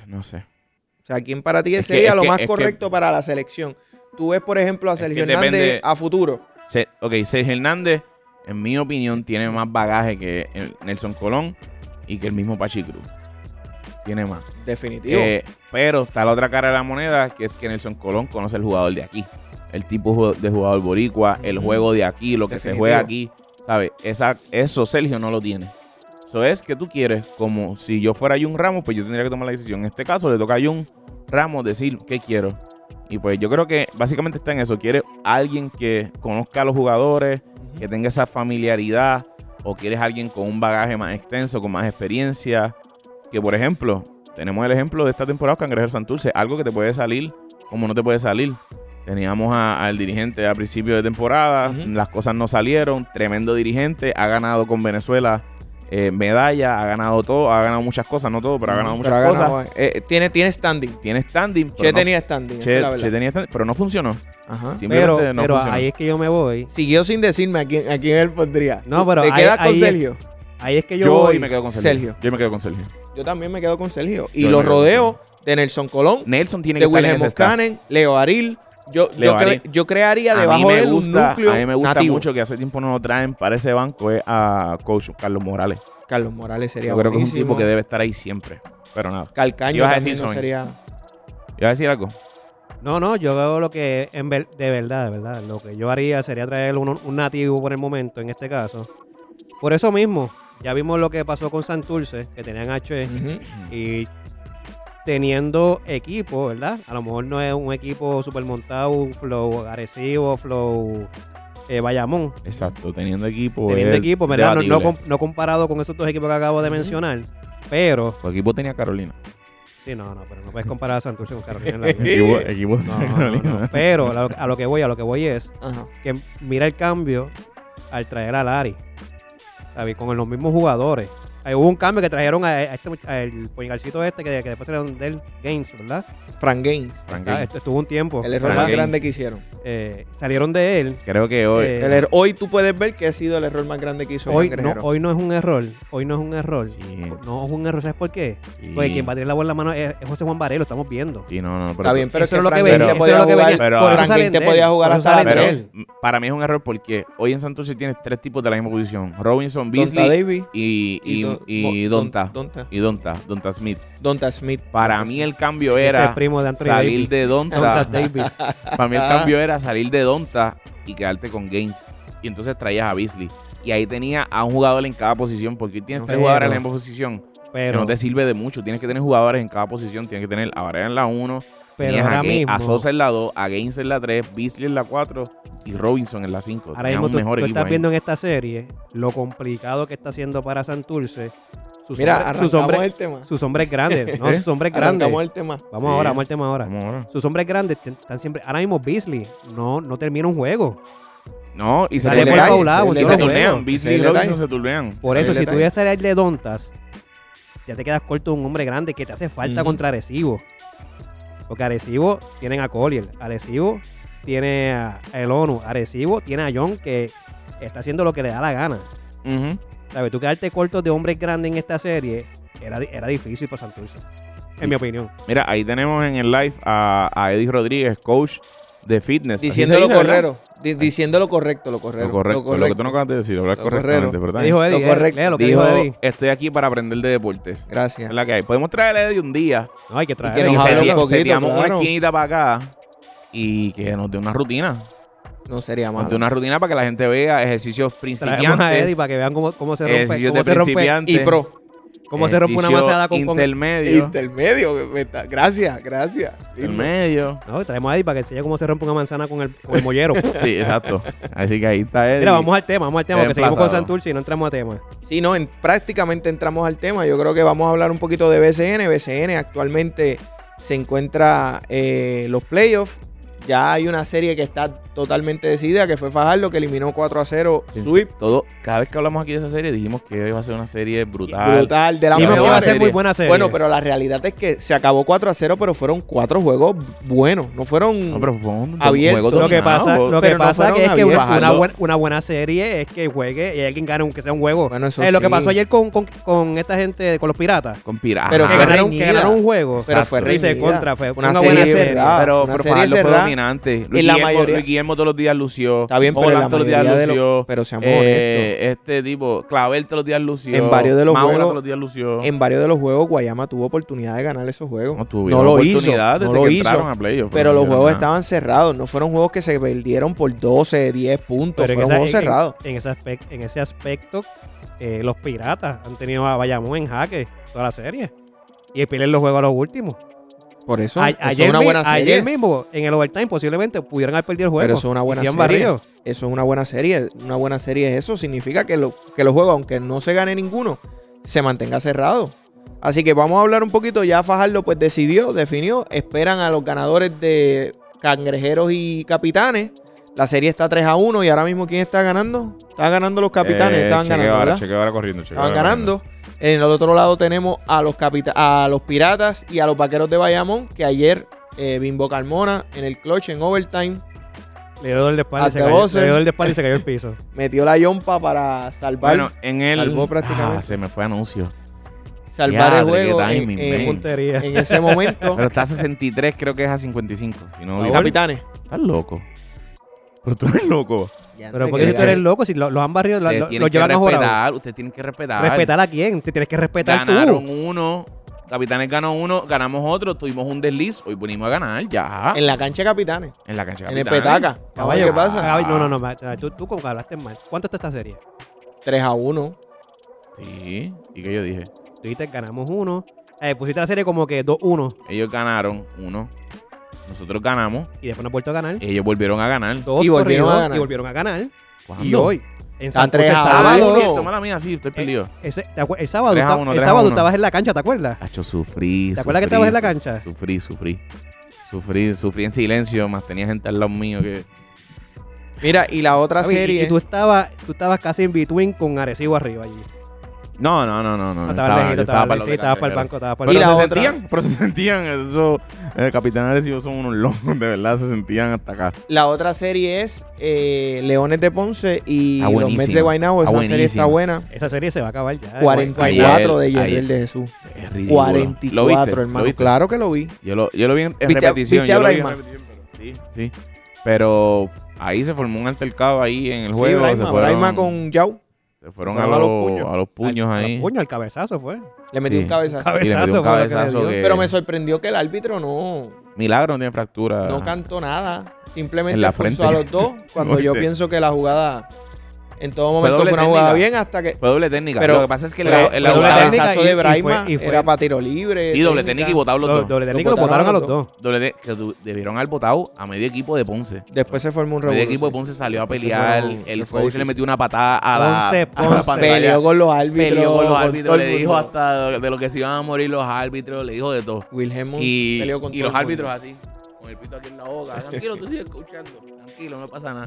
[SPEAKER 3] No sé.
[SPEAKER 1] O sea, quién para ti
[SPEAKER 3] Es que-
[SPEAKER 1] sería
[SPEAKER 3] es
[SPEAKER 1] lo
[SPEAKER 3] que-
[SPEAKER 1] más
[SPEAKER 3] es que-
[SPEAKER 1] correcto para la selección. Tú ves, por ejemplo, a
[SPEAKER 3] Es que
[SPEAKER 1] Sergio Hernández
[SPEAKER 3] depende-
[SPEAKER 1] a futuro.
[SPEAKER 3] Se- ok, Sergio Hernández, en mi opinión, tiene más bagaje que el Nelson Colón y que el mismo Pachi Cruz. Tiene más.
[SPEAKER 1] Definitivo.
[SPEAKER 3] Eh, pero está la otra cara de la moneda, que es que Nelson Colón conoce el jugador de aquí. El tipo ju- de jugador boricua, el
[SPEAKER 1] Ujú.
[SPEAKER 3] juego de aquí, lo que se
[SPEAKER 1] Definitivo.
[SPEAKER 3] juega aquí. ¿Sabes? Esa- Eso Sergio no lo tiene. Eso es que tú quieres, como si yo fuera Jun Ramos, pues yo tendría que tomar la decisión. En este caso le toca a Jun Ramos decir qué quiero. Y pues yo creo que básicamente está en eso. Quiere alguien que conozca a los jugadores,
[SPEAKER 1] Ujú.
[SPEAKER 3] que tenga esa familiaridad o quieres alguien con un bagaje más extenso, con más experiencia. Que por ejemplo, tenemos el ejemplo de esta temporada Cangrejero Santurce, algo que te puede salir como no te puede salir. Teníamos a- al dirigente a principio de temporada,
[SPEAKER 1] Ujú.
[SPEAKER 3] las cosas no salieron, tremendo dirigente, ha ganado con Venezuela eh, medalla, ha ganado todo, ha ganado muchas cosas, no todo, pero ha ganado
[SPEAKER 1] Pero
[SPEAKER 3] muchas
[SPEAKER 1] ha
[SPEAKER 3] cosas.
[SPEAKER 1] ganado, eh, tiene, tiene standing.
[SPEAKER 3] Tiene standing, pero,
[SPEAKER 1] Che
[SPEAKER 3] no,
[SPEAKER 1] tenía standing, esa
[SPEAKER 3] Che-
[SPEAKER 1] es la verdad.
[SPEAKER 3] Che tenía standing, pero no funcionó.
[SPEAKER 1] Ajá.
[SPEAKER 3] Simplemente
[SPEAKER 2] Pero,
[SPEAKER 3] no
[SPEAKER 2] pero
[SPEAKER 3] funcionó.
[SPEAKER 2] ahí es que yo me voy.
[SPEAKER 1] Siguió sin decirme a quién, a quién él pondría.
[SPEAKER 2] No, pero
[SPEAKER 1] ¿Te
[SPEAKER 2] ahí-
[SPEAKER 1] quedas con
[SPEAKER 2] ahí-
[SPEAKER 1] Sergio?
[SPEAKER 2] Ahí es que yo,
[SPEAKER 3] yo
[SPEAKER 2] voy.
[SPEAKER 3] hoy me quedo con Sergio.
[SPEAKER 1] Sergio.
[SPEAKER 3] Yo me quedo con Sergio.
[SPEAKER 1] yo también me quedo con Sergio. Y
[SPEAKER 3] Yo
[SPEAKER 1] lo
[SPEAKER 3] me quedo con
[SPEAKER 1] rodeo de Nelson Colón,
[SPEAKER 3] Nelson tiene
[SPEAKER 1] de
[SPEAKER 3] que estar en
[SPEAKER 1] William
[SPEAKER 3] ese staff.
[SPEAKER 1] Buchanan, Leo Aril. Yo, yo
[SPEAKER 3] Leo
[SPEAKER 1] cre-
[SPEAKER 3] Aril.
[SPEAKER 1] yo crearía
[SPEAKER 3] A mí
[SPEAKER 1] debajo de
[SPEAKER 3] me
[SPEAKER 1] él un
[SPEAKER 3] gusta,
[SPEAKER 1] núcleo
[SPEAKER 3] a mí me gusta
[SPEAKER 1] nativo.
[SPEAKER 3] mucho que hace tiempo no lo traen para ese banco es a coach Carlos Morales.
[SPEAKER 1] Carlos Morales sería
[SPEAKER 3] Yo creo que es un
[SPEAKER 1] buenísimo.
[SPEAKER 3] tipo que debe estar ahí siempre. Pero nada.
[SPEAKER 1] Calcaño
[SPEAKER 3] Ibas a
[SPEAKER 1] también
[SPEAKER 3] decir,
[SPEAKER 1] no
[SPEAKER 3] Sony.
[SPEAKER 1] sería...
[SPEAKER 3] ¿Ibas a decir algo?
[SPEAKER 2] No, no, yo hago lo que en ver- de verdad, de verdad, lo que yo haría sería traer un, un nativo por el momento, en este caso. Por eso mismo, ya vimos lo que pasó con Santurce, que tenían a Che,
[SPEAKER 1] Ujú.
[SPEAKER 2] y teniendo equipo, ¿verdad? A lo mejor no es un equipo supermontado, flow agresivo, flow eh, Bayamón,
[SPEAKER 3] Exacto, teniendo equipo.
[SPEAKER 1] Pues
[SPEAKER 2] teniendo
[SPEAKER 3] es
[SPEAKER 2] equipo, ¿verdad? No, no
[SPEAKER 3] debatible.
[SPEAKER 2] com- no comparado con esos dos equipos que acabo de
[SPEAKER 1] Ujú.
[SPEAKER 2] mencionar, pero...
[SPEAKER 3] Tu equipo tenía a Carolina.
[SPEAKER 2] Sí, no, no, pero no puedes comparar a Santurce con Carolina. en la vida.
[SPEAKER 3] Equipo, equipo
[SPEAKER 2] No,
[SPEAKER 3] tenía a
[SPEAKER 2] no,
[SPEAKER 3] Carolina.
[SPEAKER 2] no, no. Pero a lo- a lo que voy, a lo que voy es
[SPEAKER 1] Ajá.
[SPEAKER 2] que mira el cambio al traer a Lari. ¿sabes? Con los mismos jugadores. Ahí hubo un cambio que trajeron a, a este much- al poñalcito este que, que después trajeron del Gaines, ¿verdad?
[SPEAKER 1] Frank Gaines.
[SPEAKER 3] Frank
[SPEAKER 2] Ah,
[SPEAKER 3] Gaines.
[SPEAKER 2] esto estuvo un tiempo.
[SPEAKER 1] El error
[SPEAKER 3] Frank
[SPEAKER 1] más
[SPEAKER 3] Gaines.
[SPEAKER 1] grande que hicieron.
[SPEAKER 2] Eh, salieron de él.
[SPEAKER 3] Creo que hoy.
[SPEAKER 2] Eh,
[SPEAKER 1] El er- hoy tú puedes ver que ha sido el error más grande que hizo
[SPEAKER 2] hoy,
[SPEAKER 1] Juan
[SPEAKER 2] no,
[SPEAKER 1] Grejero.
[SPEAKER 2] hoy no es un error. Hoy no es un error.
[SPEAKER 3] sí,
[SPEAKER 2] No es un error. ¿Sabes por qué?
[SPEAKER 3] sí.
[SPEAKER 2] Porque quien va a tener la bola en la mano es, es José Juan Varela, lo estamos viendo.
[SPEAKER 3] Sí, no, no, pero-
[SPEAKER 1] Está bien, pero
[SPEAKER 2] eso
[SPEAKER 1] es
[SPEAKER 2] era
[SPEAKER 1] que
[SPEAKER 2] lo que
[SPEAKER 1] Frank
[SPEAKER 2] venía.
[SPEAKER 1] Gaines te
[SPEAKER 3] Pero-
[SPEAKER 2] Eso
[SPEAKER 1] podía
[SPEAKER 2] era lo que
[SPEAKER 1] jugar-
[SPEAKER 2] venía.
[SPEAKER 3] pero-
[SPEAKER 2] por eso
[SPEAKER 1] Frank
[SPEAKER 2] salen
[SPEAKER 1] Gaines
[SPEAKER 2] de
[SPEAKER 1] te podía
[SPEAKER 2] él,
[SPEAKER 1] jugar
[SPEAKER 2] por eso
[SPEAKER 1] hasta la
[SPEAKER 2] salen de
[SPEAKER 3] Pero
[SPEAKER 2] él.
[SPEAKER 3] para mí es un error porque hoy en Santurce tienes tres tipos de la misma posición: Robinson,
[SPEAKER 1] Donta
[SPEAKER 3] Beasley
[SPEAKER 1] Davis
[SPEAKER 3] y, y,
[SPEAKER 1] Do-
[SPEAKER 3] y
[SPEAKER 1] Don-
[SPEAKER 3] Donta.
[SPEAKER 1] Donta.
[SPEAKER 3] Y Donta, Donta Smith.
[SPEAKER 1] Donta Smith.
[SPEAKER 3] Para
[SPEAKER 1] Donta
[SPEAKER 3] mí
[SPEAKER 1] Smith.
[SPEAKER 3] el cambio
[SPEAKER 2] Ese
[SPEAKER 3] era
[SPEAKER 2] es primo de Anthony
[SPEAKER 3] salir
[SPEAKER 2] Davis.
[SPEAKER 3] de
[SPEAKER 2] Jonathan
[SPEAKER 3] Donta.
[SPEAKER 2] Davis.
[SPEAKER 3] Para mí el cambio era salir de Donta y quedarte con Gaines. Y entonces traías a Beasley. Y ahí tenía a un jugador en cada posición. Porque tienes
[SPEAKER 2] No
[SPEAKER 3] tres
[SPEAKER 2] sé,
[SPEAKER 3] jugadores en la
[SPEAKER 2] pero-
[SPEAKER 3] misma posición. que
[SPEAKER 2] Pero,
[SPEAKER 3] no te sirve de mucho. Tienes que tener jugadores en cada posición. Tienes que tener a Varela en la 1.
[SPEAKER 2] pero
[SPEAKER 3] a,
[SPEAKER 2] ahora
[SPEAKER 3] Ga- a
[SPEAKER 2] mismo.
[SPEAKER 3] Sosa en la 2. A Gaines en la 3. Beasley en la 4. Y Robinson en la 5.
[SPEAKER 2] Ahora mismo
[SPEAKER 3] un
[SPEAKER 2] tú,
[SPEAKER 3] Pues mejor
[SPEAKER 2] tú
[SPEAKER 3] equipo
[SPEAKER 2] estás
[SPEAKER 3] ahí.
[SPEAKER 2] viendo en esta serie lo complicado que está haciendo para Santurce. Sus,
[SPEAKER 1] Mira,
[SPEAKER 2] hombres, sus,
[SPEAKER 1] arrancamos
[SPEAKER 2] hombres,
[SPEAKER 1] el tema.
[SPEAKER 2] sus hombres grandes. No,
[SPEAKER 3] ¿Eh?
[SPEAKER 2] sus hombres grandes.
[SPEAKER 1] Arrancamos
[SPEAKER 2] Vamos
[SPEAKER 1] el tema.
[SPEAKER 3] Sí.
[SPEAKER 2] ahora, vamos al tema ahora.
[SPEAKER 3] Vamos ahora.
[SPEAKER 2] Sus hombres grandes te- están siempre. Ahora mismo Beasley no, no termina un juego.
[SPEAKER 3] No, y se,
[SPEAKER 1] Sale detalle,
[SPEAKER 2] Sale por
[SPEAKER 3] turbean.
[SPEAKER 2] faulado en
[SPEAKER 1] se
[SPEAKER 3] Y
[SPEAKER 2] todos
[SPEAKER 3] se
[SPEAKER 2] los
[SPEAKER 3] turbean.
[SPEAKER 2] juegos.
[SPEAKER 3] Beasley y
[SPEAKER 1] Ese detalle.
[SPEAKER 3] Robinson se turbean.
[SPEAKER 2] Por
[SPEAKER 1] Sí,
[SPEAKER 2] eso,
[SPEAKER 1] el
[SPEAKER 2] si tú
[SPEAKER 1] detalle.
[SPEAKER 2] ibas a salir de Dontas, ya te quedas corto de un hombre grande que te hace falta
[SPEAKER 1] Ujú.
[SPEAKER 2] contra Arecibo. Porque Arecibo tienen a Collier, Arecibo tiene a Elonu, Arecibo tiene a John que está haciendo lo que le da la gana.
[SPEAKER 3] Ujú.
[SPEAKER 2] ¿Sabes? Tú quedarte corto de hombres grandes en esta serie era, era difícil para Santurce.
[SPEAKER 3] Sí.
[SPEAKER 2] En mi opinión.
[SPEAKER 3] Mira, ahí tenemos en el live a, a Eddie Rodríguez, coach de fitness. Así
[SPEAKER 1] Diciendo
[SPEAKER 3] se
[SPEAKER 1] lo
[SPEAKER 3] dice, ¿verdad?
[SPEAKER 1] correro. Di- diciendo lo correcto, lo correro.
[SPEAKER 3] Lo correcto, lo que tú no acabas de decir, hablar
[SPEAKER 1] Lo
[SPEAKER 3] correctamente,
[SPEAKER 1] correro.
[SPEAKER 3] ¿verdad?
[SPEAKER 2] ¿Qué dijo Eddie?
[SPEAKER 1] Lo
[SPEAKER 2] eh?
[SPEAKER 1] correcto.
[SPEAKER 2] Lee lo que
[SPEAKER 3] Dijo,
[SPEAKER 2] dijo Eddie.
[SPEAKER 3] estoy aquí para aprender de deportes.
[SPEAKER 1] Gracias.
[SPEAKER 3] Es la que hay. Podemos traerle a Eddie un día.
[SPEAKER 2] No, hay que traer.
[SPEAKER 1] que nos
[SPEAKER 3] y
[SPEAKER 1] hable un
[SPEAKER 3] sería-
[SPEAKER 1] poquito,
[SPEAKER 3] seríamos una
[SPEAKER 1] claro.
[SPEAKER 3] esquinita para acá y que nos dé una rutina.
[SPEAKER 1] No sería
[SPEAKER 3] Nos dé
[SPEAKER 1] malo.
[SPEAKER 3] una rutina para que la gente vea ejercicios
[SPEAKER 2] Traemos a Eddie
[SPEAKER 3] principiantes.
[SPEAKER 2] para que vean cómo, cómo se rompe,
[SPEAKER 3] Ejercicios
[SPEAKER 2] cómo
[SPEAKER 3] de
[SPEAKER 2] se rompe,
[SPEAKER 3] principiantes.
[SPEAKER 1] Y pro.
[SPEAKER 2] cómo se rompe una
[SPEAKER 3] ejercicio
[SPEAKER 2] maceada con, con-
[SPEAKER 3] intermedio.
[SPEAKER 1] Intermedio. me está- Gracias, gracias. Lindo.
[SPEAKER 3] Intermedio.
[SPEAKER 2] No, traemos a Eddie para que enseñe cómo se rompe una manzana con el, con el mollero.
[SPEAKER 3] Sí, exacto. Así que ahí está Eddie.
[SPEAKER 2] Mira, vamos al tema, vamos al tema, porque seguimos con
[SPEAKER 3] Reemplazado.
[SPEAKER 2] Santurce y no entramos a tema.
[SPEAKER 1] Sí, no, en- prácticamente entramos al tema. Yo creo que vamos a hablar un poquito de BCN. BCN actualmente se encuentra eh, los playoffs. Ya hay una serie que está totalmente decidida, que fue Fajardo, que eliminó 4 a 0
[SPEAKER 3] Sens-
[SPEAKER 1] Sweep.
[SPEAKER 3] Todo, cada vez que hablamos aquí de esa serie, dijimos que iba a ser una serie brutal.
[SPEAKER 1] Brutal, de la
[SPEAKER 2] Dijimos que
[SPEAKER 1] mejor
[SPEAKER 2] iba a
[SPEAKER 3] serie.
[SPEAKER 2] ser muy buena serie.
[SPEAKER 1] Bueno, pero la realidad es que se acabó 4 a 0, pero fueron cuatro juegos buenos. No fueron.
[SPEAKER 3] No, pero fue un
[SPEAKER 1] Abierto.
[SPEAKER 3] juego
[SPEAKER 2] lo que
[SPEAKER 3] dominado,
[SPEAKER 2] pasa,
[SPEAKER 3] juego-
[SPEAKER 2] lo que
[SPEAKER 1] pero no
[SPEAKER 2] pasa
[SPEAKER 1] fueron
[SPEAKER 2] que es que
[SPEAKER 1] abiertos.
[SPEAKER 2] una, una
[SPEAKER 3] Fajardo-
[SPEAKER 2] buena, una buena serie es que juegue y alguien gane aunque sea un juego.
[SPEAKER 1] Bueno, eso
[SPEAKER 2] Eh, Lo que
[SPEAKER 1] sí.
[SPEAKER 2] pasó ayer con, con, con esta gente, con los piratas.
[SPEAKER 3] con piratas.
[SPEAKER 1] Pero
[SPEAKER 2] que,
[SPEAKER 1] fue
[SPEAKER 2] ganaron, que
[SPEAKER 1] reñida.
[SPEAKER 2] ganaron un juego.
[SPEAKER 1] pero fue
[SPEAKER 2] Dice,
[SPEAKER 1] reñida.
[SPEAKER 2] contra, fue
[SPEAKER 1] una,
[SPEAKER 2] una
[SPEAKER 1] serie
[SPEAKER 2] buena serie.
[SPEAKER 1] cerrada,
[SPEAKER 3] pero
[SPEAKER 1] una
[SPEAKER 3] pero
[SPEAKER 1] serie
[SPEAKER 3] Fajardo fue
[SPEAKER 1] cerrada.
[SPEAKER 3] dominante. Luis,
[SPEAKER 1] la
[SPEAKER 3] Guillermo,
[SPEAKER 1] mayoría-
[SPEAKER 3] Luis Guillermo todos los días lució.
[SPEAKER 1] Está bien, pero
[SPEAKER 3] Oblak
[SPEAKER 1] la
[SPEAKER 3] todos los días
[SPEAKER 1] mayoría de los-
[SPEAKER 3] lució.
[SPEAKER 1] pero seamos
[SPEAKER 3] eh, este tipo, Clavel todos los días lució.
[SPEAKER 1] En varios de los
[SPEAKER 3] Maura
[SPEAKER 1] juegos-
[SPEAKER 3] todos los días lució.
[SPEAKER 1] En varios de los juegos Guayama tuvo oportunidad de ganar esos juegos.
[SPEAKER 3] no,
[SPEAKER 1] No,
[SPEAKER 3] tuvieron
[SPEAKER 1] lo hizo,
[SPEAKER 3] oportunidad
[SPEAKER 1] no
[SPEAKER 3] desde
[SPEAKER 1] lo
[SPEAKER 3] que
[SPEAKER 1] hizo.
[SPEAKER 3] entraron a playoff,
[SPEAKER 1] Pero
[SPEAKER 3] no
[SPEAKER 1] los
[SPEAKER 3] hicieron
[SPEAKER 1] juegos
[SPEAKER 3] nada.
[SPEAKER 1] estaban cerrados, no fueron juegos que se perdieron por 12, 10 puntos,
[SPEAKER 2] Pero en
[SPEAKER 1] fueron
[SPEAKER 2] esa-
[SPEAKER 1] juegos
[SPEAKER 2] en- en-
[SPEAKER 1] cerrados.
[SPEAKER 2] En, ese aspecto, en ese aspecto eh, los piratas han tenido a Bayamón en jaque toda la serie. Y pierden los juegos a los últimos.
[SPEAKER 1] Por eso,
[SPEAKER 2] A-
[SPEAKER 1] eso es una
[SPEAKER 2] mi-
[SPEAKER 1] buena serie.
[SPEAKER 2] ayer mismo, en el overtime, posiblemente pudieran haber perdido el juego.
[SPEAKER 1] Pero eso es una
[SPEAKER 2] Y
[SPEAKER 1] buena
[SPEAKER 2] se han
[SPEAKER 1] serie.
[SPEAKER 2] barrido.
[SPEAKER 1] Eso es una buena serie. Una buena serie es eso. Significa que, lo- que los juegos, aunque no se gane ninguno, se mantenga cerrado. Así que vamos a hablar un poquito. Ya Fajardo pues decidió, definió. Esperan a los ganadores de Cangrejeros y Capitanes. La serie está 3 a 1 y ahora mismo ¿quién está ganando? Está ganando los Capitanes.
[SPEAKER 3] Eh,
[SPEAKER 1] Estaban
[SPEAKER 3] chequeo
[SPEAKER 1] ganando,
[SPEAKER 3] ahora,
[SPEAKER 1] ¿verdad?
[SPEAKER 3] chequeo ahora corriendo. chequeo
[SPEAKER 1] Estaban
[SPEAKER 3] ahora corriendo.
[SPEAKER 1] ganando. En el otro lado tenemos a los, capita- a los Piratas y a los Vaqueros de Bayamón que ayer eh, Bimbo Carmona en el clutch en overtime
[SPEAKER 2] Le dio el de espalda y se
[SPEAKER 1] Hasta
[SPEAKER 2] cayó-
[SPEAKER 1] Bowser.
[SPEAKER 2] le dio el de espalda y se cayó el piso.
[SPEAKER 1] metió la yompa para salvar
[SPEAKER 3] Bueno, en el.
[SPEAKER 1] Salvó prácticamente.
[SPEAKER 3] Ah, se me fue anuncio.
[SPEAKER 1] salvar el
[SPEAKER 3] Diadre, qué
[SPEAKER 1] juego en,
[SPEAKER 3] timing,
[SPEAKER 2] Qué
[SPEAKER 1] en-
[SPEAKER 3] man.
[SPEAKER 2] puntería.
[SPEAKER 1] en ese momento.
[SPEAKER 3] Pero está a 63, creo que es a 55. Si no,
[SPEAKER 1] Los
[SPEAKER 3] digo,
[SPEAKER 1] capitanes.
[SPEAKER 3] estás loco. Pero tú eres loco.
[SPEAKER 2] Pero
[SPEAKER 1] por
[SPEAKER 2] porque
[SPEAKER 3] que-
[SPEAKER 2] si tú eres loco, si lo- los han barrido, lo-
[SPEAKER 3] Ustedes
[SPEAKER 2] lo-
[SPEAKER 3] tienen
[SPEAKER 2] los
[SPEAKER 3] que
[SPEAKER 2] llevan a jugar.
[SPEAKER 3] respetar. Ustedes tienen que respetar.
[SPEAKER 2] ¿Respetar a quién? Te tienes que respetar
[SPEAKER 3] Ganaron
[SPEAKER 2] tú.
[SPEAKER 3] uno. Capitanes ganó uno. Ganamos otro. Tuvimos un desliz. Hoy venimos a ganar. Ya. En,
[SPEAKER 1] En la cancha de capitanes.
[SPEAKER 3] la cancha. de
[SPEAKER 1] En el
[SPEAKER 3] Capitanes.
[SPEAKER 1] petaca.
[SPEAKER 2] Caballo,
[SPEAKER 1] ¿Qué pasa?
[SPEAKER 2] caballo, no, no, no. macho, Tú, tú como que hablaste mal. ¿Cuánto está esta serie?
[SPEAKER 1] 3 a 1.
[SPEAKER 3] Sí. ¿Y qué yo dije?
[SPEAKER 2] Tú dijiste ganamos uno. Eh, pusiste la serie como que 2-1
[SPEAKER 3] Ellos ganaron uno. Nosotros ganamos.
[SPEAKER 2] y después no han vuelto a ganar.
[SPEAKER 3] Ellos volvieron a ganar. Ah,
[SPEAKER 2] Dos
[SPEAKER 1] Y volvieron
[SPEAKER 2] corridos,
[SPEAKER 1] a ganar.
[SPEAKER 2] Y volvieron a ganar. Y
[SPEAKER 3] ¿Cuándo?
[SPEAKER 2] hoy. En
[SPEAKER 1] Está
[SPEAKER 2] San José,
[SPEAKER 1] tres a
[SPEAKER 3] Ah,
[SPEAKER 1] uno.
[SPEAKER 3] es
[SPEAKER 2] sábado.
[SPEAKER 3] cierto, mala mía, sí, estoy perdido.
[SPEAKER 2] Ese- ¿te acuer- el sábado,
[SPEAKER 3] Tres a
[SPEAKER 2] ta-
[SPEAKER 3] uno,
[SPEAKER 2] el
[SPEAKER 3] tres a
[SPEAKER 2] sábado
[SPEAKER 3] uno.
[SPEAKER 2] estabas en la cancha, ¿te acuerdas?
[SPEAKER 3] Hacho, sufrí.
[SPEAKER 2] ¿Te acuerdas que
[SPEAKER 3] sufrí,
[SPEAKER 2] estabas en la
[SPEAKER 3] sufrí,
[SPEAKER 2] cancha?
[SPEAKER 3] Sufrí, sufrí. Sufrí, sufrí en silencio, más tenía gente al lado mío que.
[SPEAKER 1] Mira, y la otra
[SPEAKER 2] Javi, y-
[SPEAKER 1] serie.
[SPEAKER 2] Y, tú estabas tú estabas casi en between con Arecibo arriba allí.
[SPEAKER 3] No, no, no, no, no.
[SPEAKER 2] Ah, estabas
[SPEAKER 3] yo
[SPEAKER 2] lejito, estabas
[SPEAKER 3] para
[SPEAKER 2] lejito,
[SPEAKER 3] los
[SPEAKER 2] sí,
[SPEAKER 3] de
[SPEAKER 2] estabas
[SPEAKER 3] cancha,
[SPEAKER 2] para el
[SPEAKER 3] claro.
[SPEAKER 2] banco, estabas para
[SPEAKER 3] Pero
[SPEAKER 2] el
[SPEAKER 1] Y la
[SPEAKER 3] se
[SPEAKER 1] otra-
[SPEAKER 3] sentían, pero se sentían, eso, eh, Capitán Arecibo son unos locos, de verdad, se sentían hasta acá.
[SPEAKER 1] La otra serie es eh, Leones de Ponce y
[SPEAKER 3] Está
[SPEAKER 1] los
[SPEAKER 3] buenísima.
[SPEAKER 1] Mets de Guaynabo. Esa
[SPEAKER 3] Está
[SPEAKER 1] serie está buena.
[SPEAKER 2] Esa serie se va a acabar ya. eh,
[SPEAKER 1] 44 de
[SPEAKER 3] Ayer,
[SPEAKER 1] Yerriel de Jesús.
[SPEAKER 3] Es ridículo. ¿Lo
[SPEAKER 1] 44,
[SPEAKER 3] viste? ¿Lo
[SPEAKER 1] hermano.
[SPEAKER 3] viste?
[SPEAKER 1] Claro que lo vi.
[SPEAKER 3] Yo lo, yo lo vi en, en
[SPEAKER 1] ¿Viste a-
[SPEAKER 3] repetición.
[SPEAKER 1] viste a
[SPEAKER 3] yo lo vi en
[SPEAKER 1] Brayman?
[SPEAKER 3] repetición, pero sí, sí. Pero ahí se formó un altercado ahí en el juego.
[SPEAKER 1] sí,
[SPEAKER 3] se
[SPEAKER 1] Braima,
[SPEAKER 3] fueron,
[SPEAKER 1] Braima con Yau.
[SPEAKER 3] se fueron
[SPEAKER 1] se
[SPEAKER 3] a,
[SPEAKER 1] fueron a los
[SPEAKER 3] los-
[SPEAKER 1] puños.
[SPEAKER 3] a los puños
[SPEAKER 2] Al-
[SPEAKER 3] ahí.
[SPEAKER 2] al Puño, al cabezazo fue.
[SPEAKER 1] Le metí
[SPEAKER 3] Sí.
[SPEAKER 1] un cabezazo.
[SPEAKER 2] Cabe-
[SPEAKER 3] Y le metió
[SPEAKER 2] Cabezazo
[SPEAKER 3] un
[SPEAKER 2] fue lo que le
[SPEAKER 3] cabezazo
[SPEAKER 2] dio.
[SPEAKER 3] que-
[SPEAKER 1] Pero me sorprendió que el árbitro no,
[SPEAKER 3] Milagro no tiene fractura.
[SPEAKER 1] no cantó nada. Simplemente
[SPEAKER 3] Ah. En la
[SPEAKER 1] expulsó
[SPEAKER 3] frente.
[SPEAKER 1] a los dos. Cuando yo
[SPEAKER 3] Oíste.
[SPEAKER 1] pienso que la jugada en todo momento fue
[SPEAKER 3] doble
[SPEAKER 1] una jugada
[SPEAKER 3] técnica.
[SPEAKER 1] bien hasta que.
[SPEAKER 3] Fue doble técnica.
[SPEAKER 1] Pero-
[SPEAKER 3] Lo que pasa es que
[SPEAKER 1] El,
[SPEAKER 3] la-
[SPEAKER 2] pero-
[SPEAKER 3] en la
[SPEAKER 2] pero doble
[SPEAKER 3] jugada-
[SPEAKER 2] técnica
[SPEAKER 1] cabezazo
[SPEAKER 2] y- y
[SPEAKER 1] de
[SPEAKER 2] fue-
[SPEAKER 1] Braima
[SPEAKER 2] y fue-
[SPEAKER 1] era para tiro libre.
[SPEAKER 3] Sí, doble técnica y botaron los
[SPEAKER 2] Do-
[SPEAKER 3] dos.
[SPEAKER 2] Doble técnico lo
[SPEAKER 1] botaron
[SPEAKER 2] botaron a
[SPEAKER 1] a
[SPEAKER 2] los
[SPEAKER 1] los
[SPEAKER 2] dos.
[SPEAKER 3] Doble te- que du- debieron haber votado a medio equipo de Ponce.
[SPEAKER 1] Después se formó un
[SPEAKER 3] Medio
[SPEAKER 1] rebote.
[SPEAKER 3] equipo de
[SPEAKER 1] sí.
[SPEAKER 3] Ponce salió a
[SPEAKER 1] Después se
[SPEAKER 3] pelear.
[SPEAKER 1] fueron-
[SPEAKER 3] El
[SPEAKER 1] se fue
[SPEAKER 3] coach le
[SPEAKER 1] difícil.
[SPEAKER 3] metió una patada a la,
[SPEAKER 2] Ponce,
[SPEAKER 3] a la
[SPEAKER 2] Ponce.
[SPEAKER 3] pantalla.
[SPEAKER 1] Peleó con los árbitros.
[SPEAKER 3] Peleó con los
[SPEAKER 1] con
[SPEAKER 3] árbitros.
[SPEAKER 1] todo el
[SPEAKER 3] le dijo
[SPEAKER 1] mundo.
[SPEAKER 3] hasta de lo que se iban a morir los árbitros. Le dijo de todo.
[SPEAKER 1] Wilhelm
[SPEAKER 3] Y,
[SPEAKER 1] peleó con
[SPEAKER 3] y
[SPEAKER 1] todo
[SPEAKER 3] los
[SPEAKER 1] el
[SPEAKER 3] árbitros
[SPEAKER 1] mundo.
[SPEAKER 3] así, con el pito aquí en la boca. Tranquilo, tú sigues escuchando. Tranquilo, no pasa nada.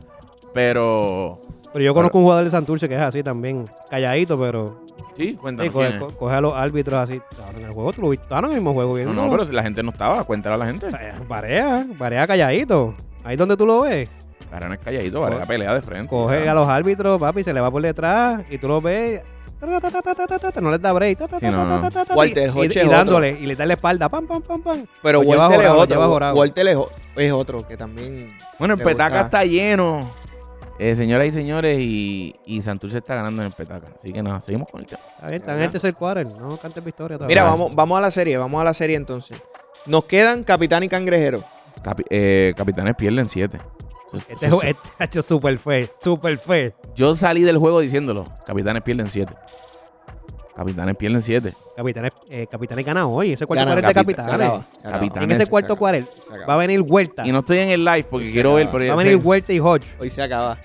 [SPEAKER 3] Pero.
[SPEAKER 2] Pero yo conozco un jugador de Santurce que es así también. Calladito, pero.
[SPEAKER 3] Sí,
[SPEAKER 2] sí,
[SPEAKER 3] cuéntanos. quién
[SPEAKER 2] coge,
[SPEAKER 3] es.
[SPEAKER 2] co- coge a los árbitros así. Estaban en el juego, tú lo viste, estaban en el mismo juego
[SPEAKER 3] no,
[SPEAKER 2] viendo.
[SPEAKER 3] no, pero si la gente no estaba, cuéntale a la gente.
[SPEAKER 2] O sea, Varea, varea calladito. Ahí donde tú lo ves.
[SPEAKER 3] Ahora no es calladito, ahora es pelea de frente.
[SPEAKER 2] Coge a los árbitros, papi, se le va por detrás y tú lo ves. ta, ta, ta, ta, ta, ta, ta, ta, No les da break. ta, ta,
[SPEAKER 3] Sí,
[SPEAKER 2] ta,
[SPEAKER 3] no,
[SPEAKER 2] ta,
[SPEAKER 3] no.
[SPEAKER 2] ta, ta, ta,
[SPEAKER 1] Walter
[SPEAKER 2] y-
[SPEAKER 1] Hodge
[SPEAKER 2] y-
[SPEAKER 1] es
[SPEAKER 2] Y
[SPEAKER 1] otro.
[SPEAKER 2] dándole, y le da la espalda. Pam, pam, pam, pam.
[SPEAKER 1] Pero
[SPEAKER 2] Lo Pues lleva
[SPEAKER 1] Walter es
[SPEAKER 2] jorado, lo lleva
[SPEAKER 1] otro.
[SPEAKER 2] jorado.
[SPEAKER 1] Walter es, es otro que también.
[SPEAKER 3] Bueno, el
[SPEAKER 1] Le
[SPEAKER 3] petaca
[SPEAKER 1] gusta.
[SPEAKER 3] está lleno. Eh, señoras y señores, y, y Santurce está ganando en el petaca. Así que nada, seguimos con el tema.
[SPEAKER 2] Está bien, está en el tercer quarter. No cantes victoria todavía.
[SPEAKER 1] Mira,
[SPEAKER 3] Ajá.
[SPEAKER 1] vamos, vamos a la serie, vamos a la serie entonces. Nos quedan Capitán y Cangrejero.
[SPEAKER 3] Capi- eh, Capitanes pierden 7.
[SPEAKER 2] Este jue- este ha hecho super fe, super fe.
[SPEAKER 3] Yo salí del juego diciéndolo. Capitanes pierden 7. Capitanes pierden 7.
[SPEAKER 2] Capitanes, eh, Capitanes gana hoy. Ese cuarto
[SPEAKER 1] Gana,
[SPEAKER 2] cuarenta de
[SPEAKER 3] capita-
[SPEAKER 1] Se
[SPEAKER 2] Capitanes.
[SPEAKER 1] acaba, se acaba.
[SPEAKER 3] Capitán.
[SPEAKER 2] En ese
[SPEAKER 3] Ganes,
[SPEAKER 2] cuarto
[SPEAKER 1] se
[SPEAKER 2] cuartel
[SPEAKER 1] Se acaba.
[SPEAKER 2] va a venir Huerta.
[SPEAKER 3] Y no estoy en el live porque
[SPEAKER 1] Se
[SPEAKER 3] quiero ver.
[SPEAKER 1] acaba.
[SPEAKER 3] Pero
[SPEAKER 2] Va a
[SPEAKER 3] ya
[SPEAKER 2] venir
[SPEAKER 3] sé-
[SPEAKER 2] Huerta y Hodge
[SPEAKER 1] Hoy se acaba.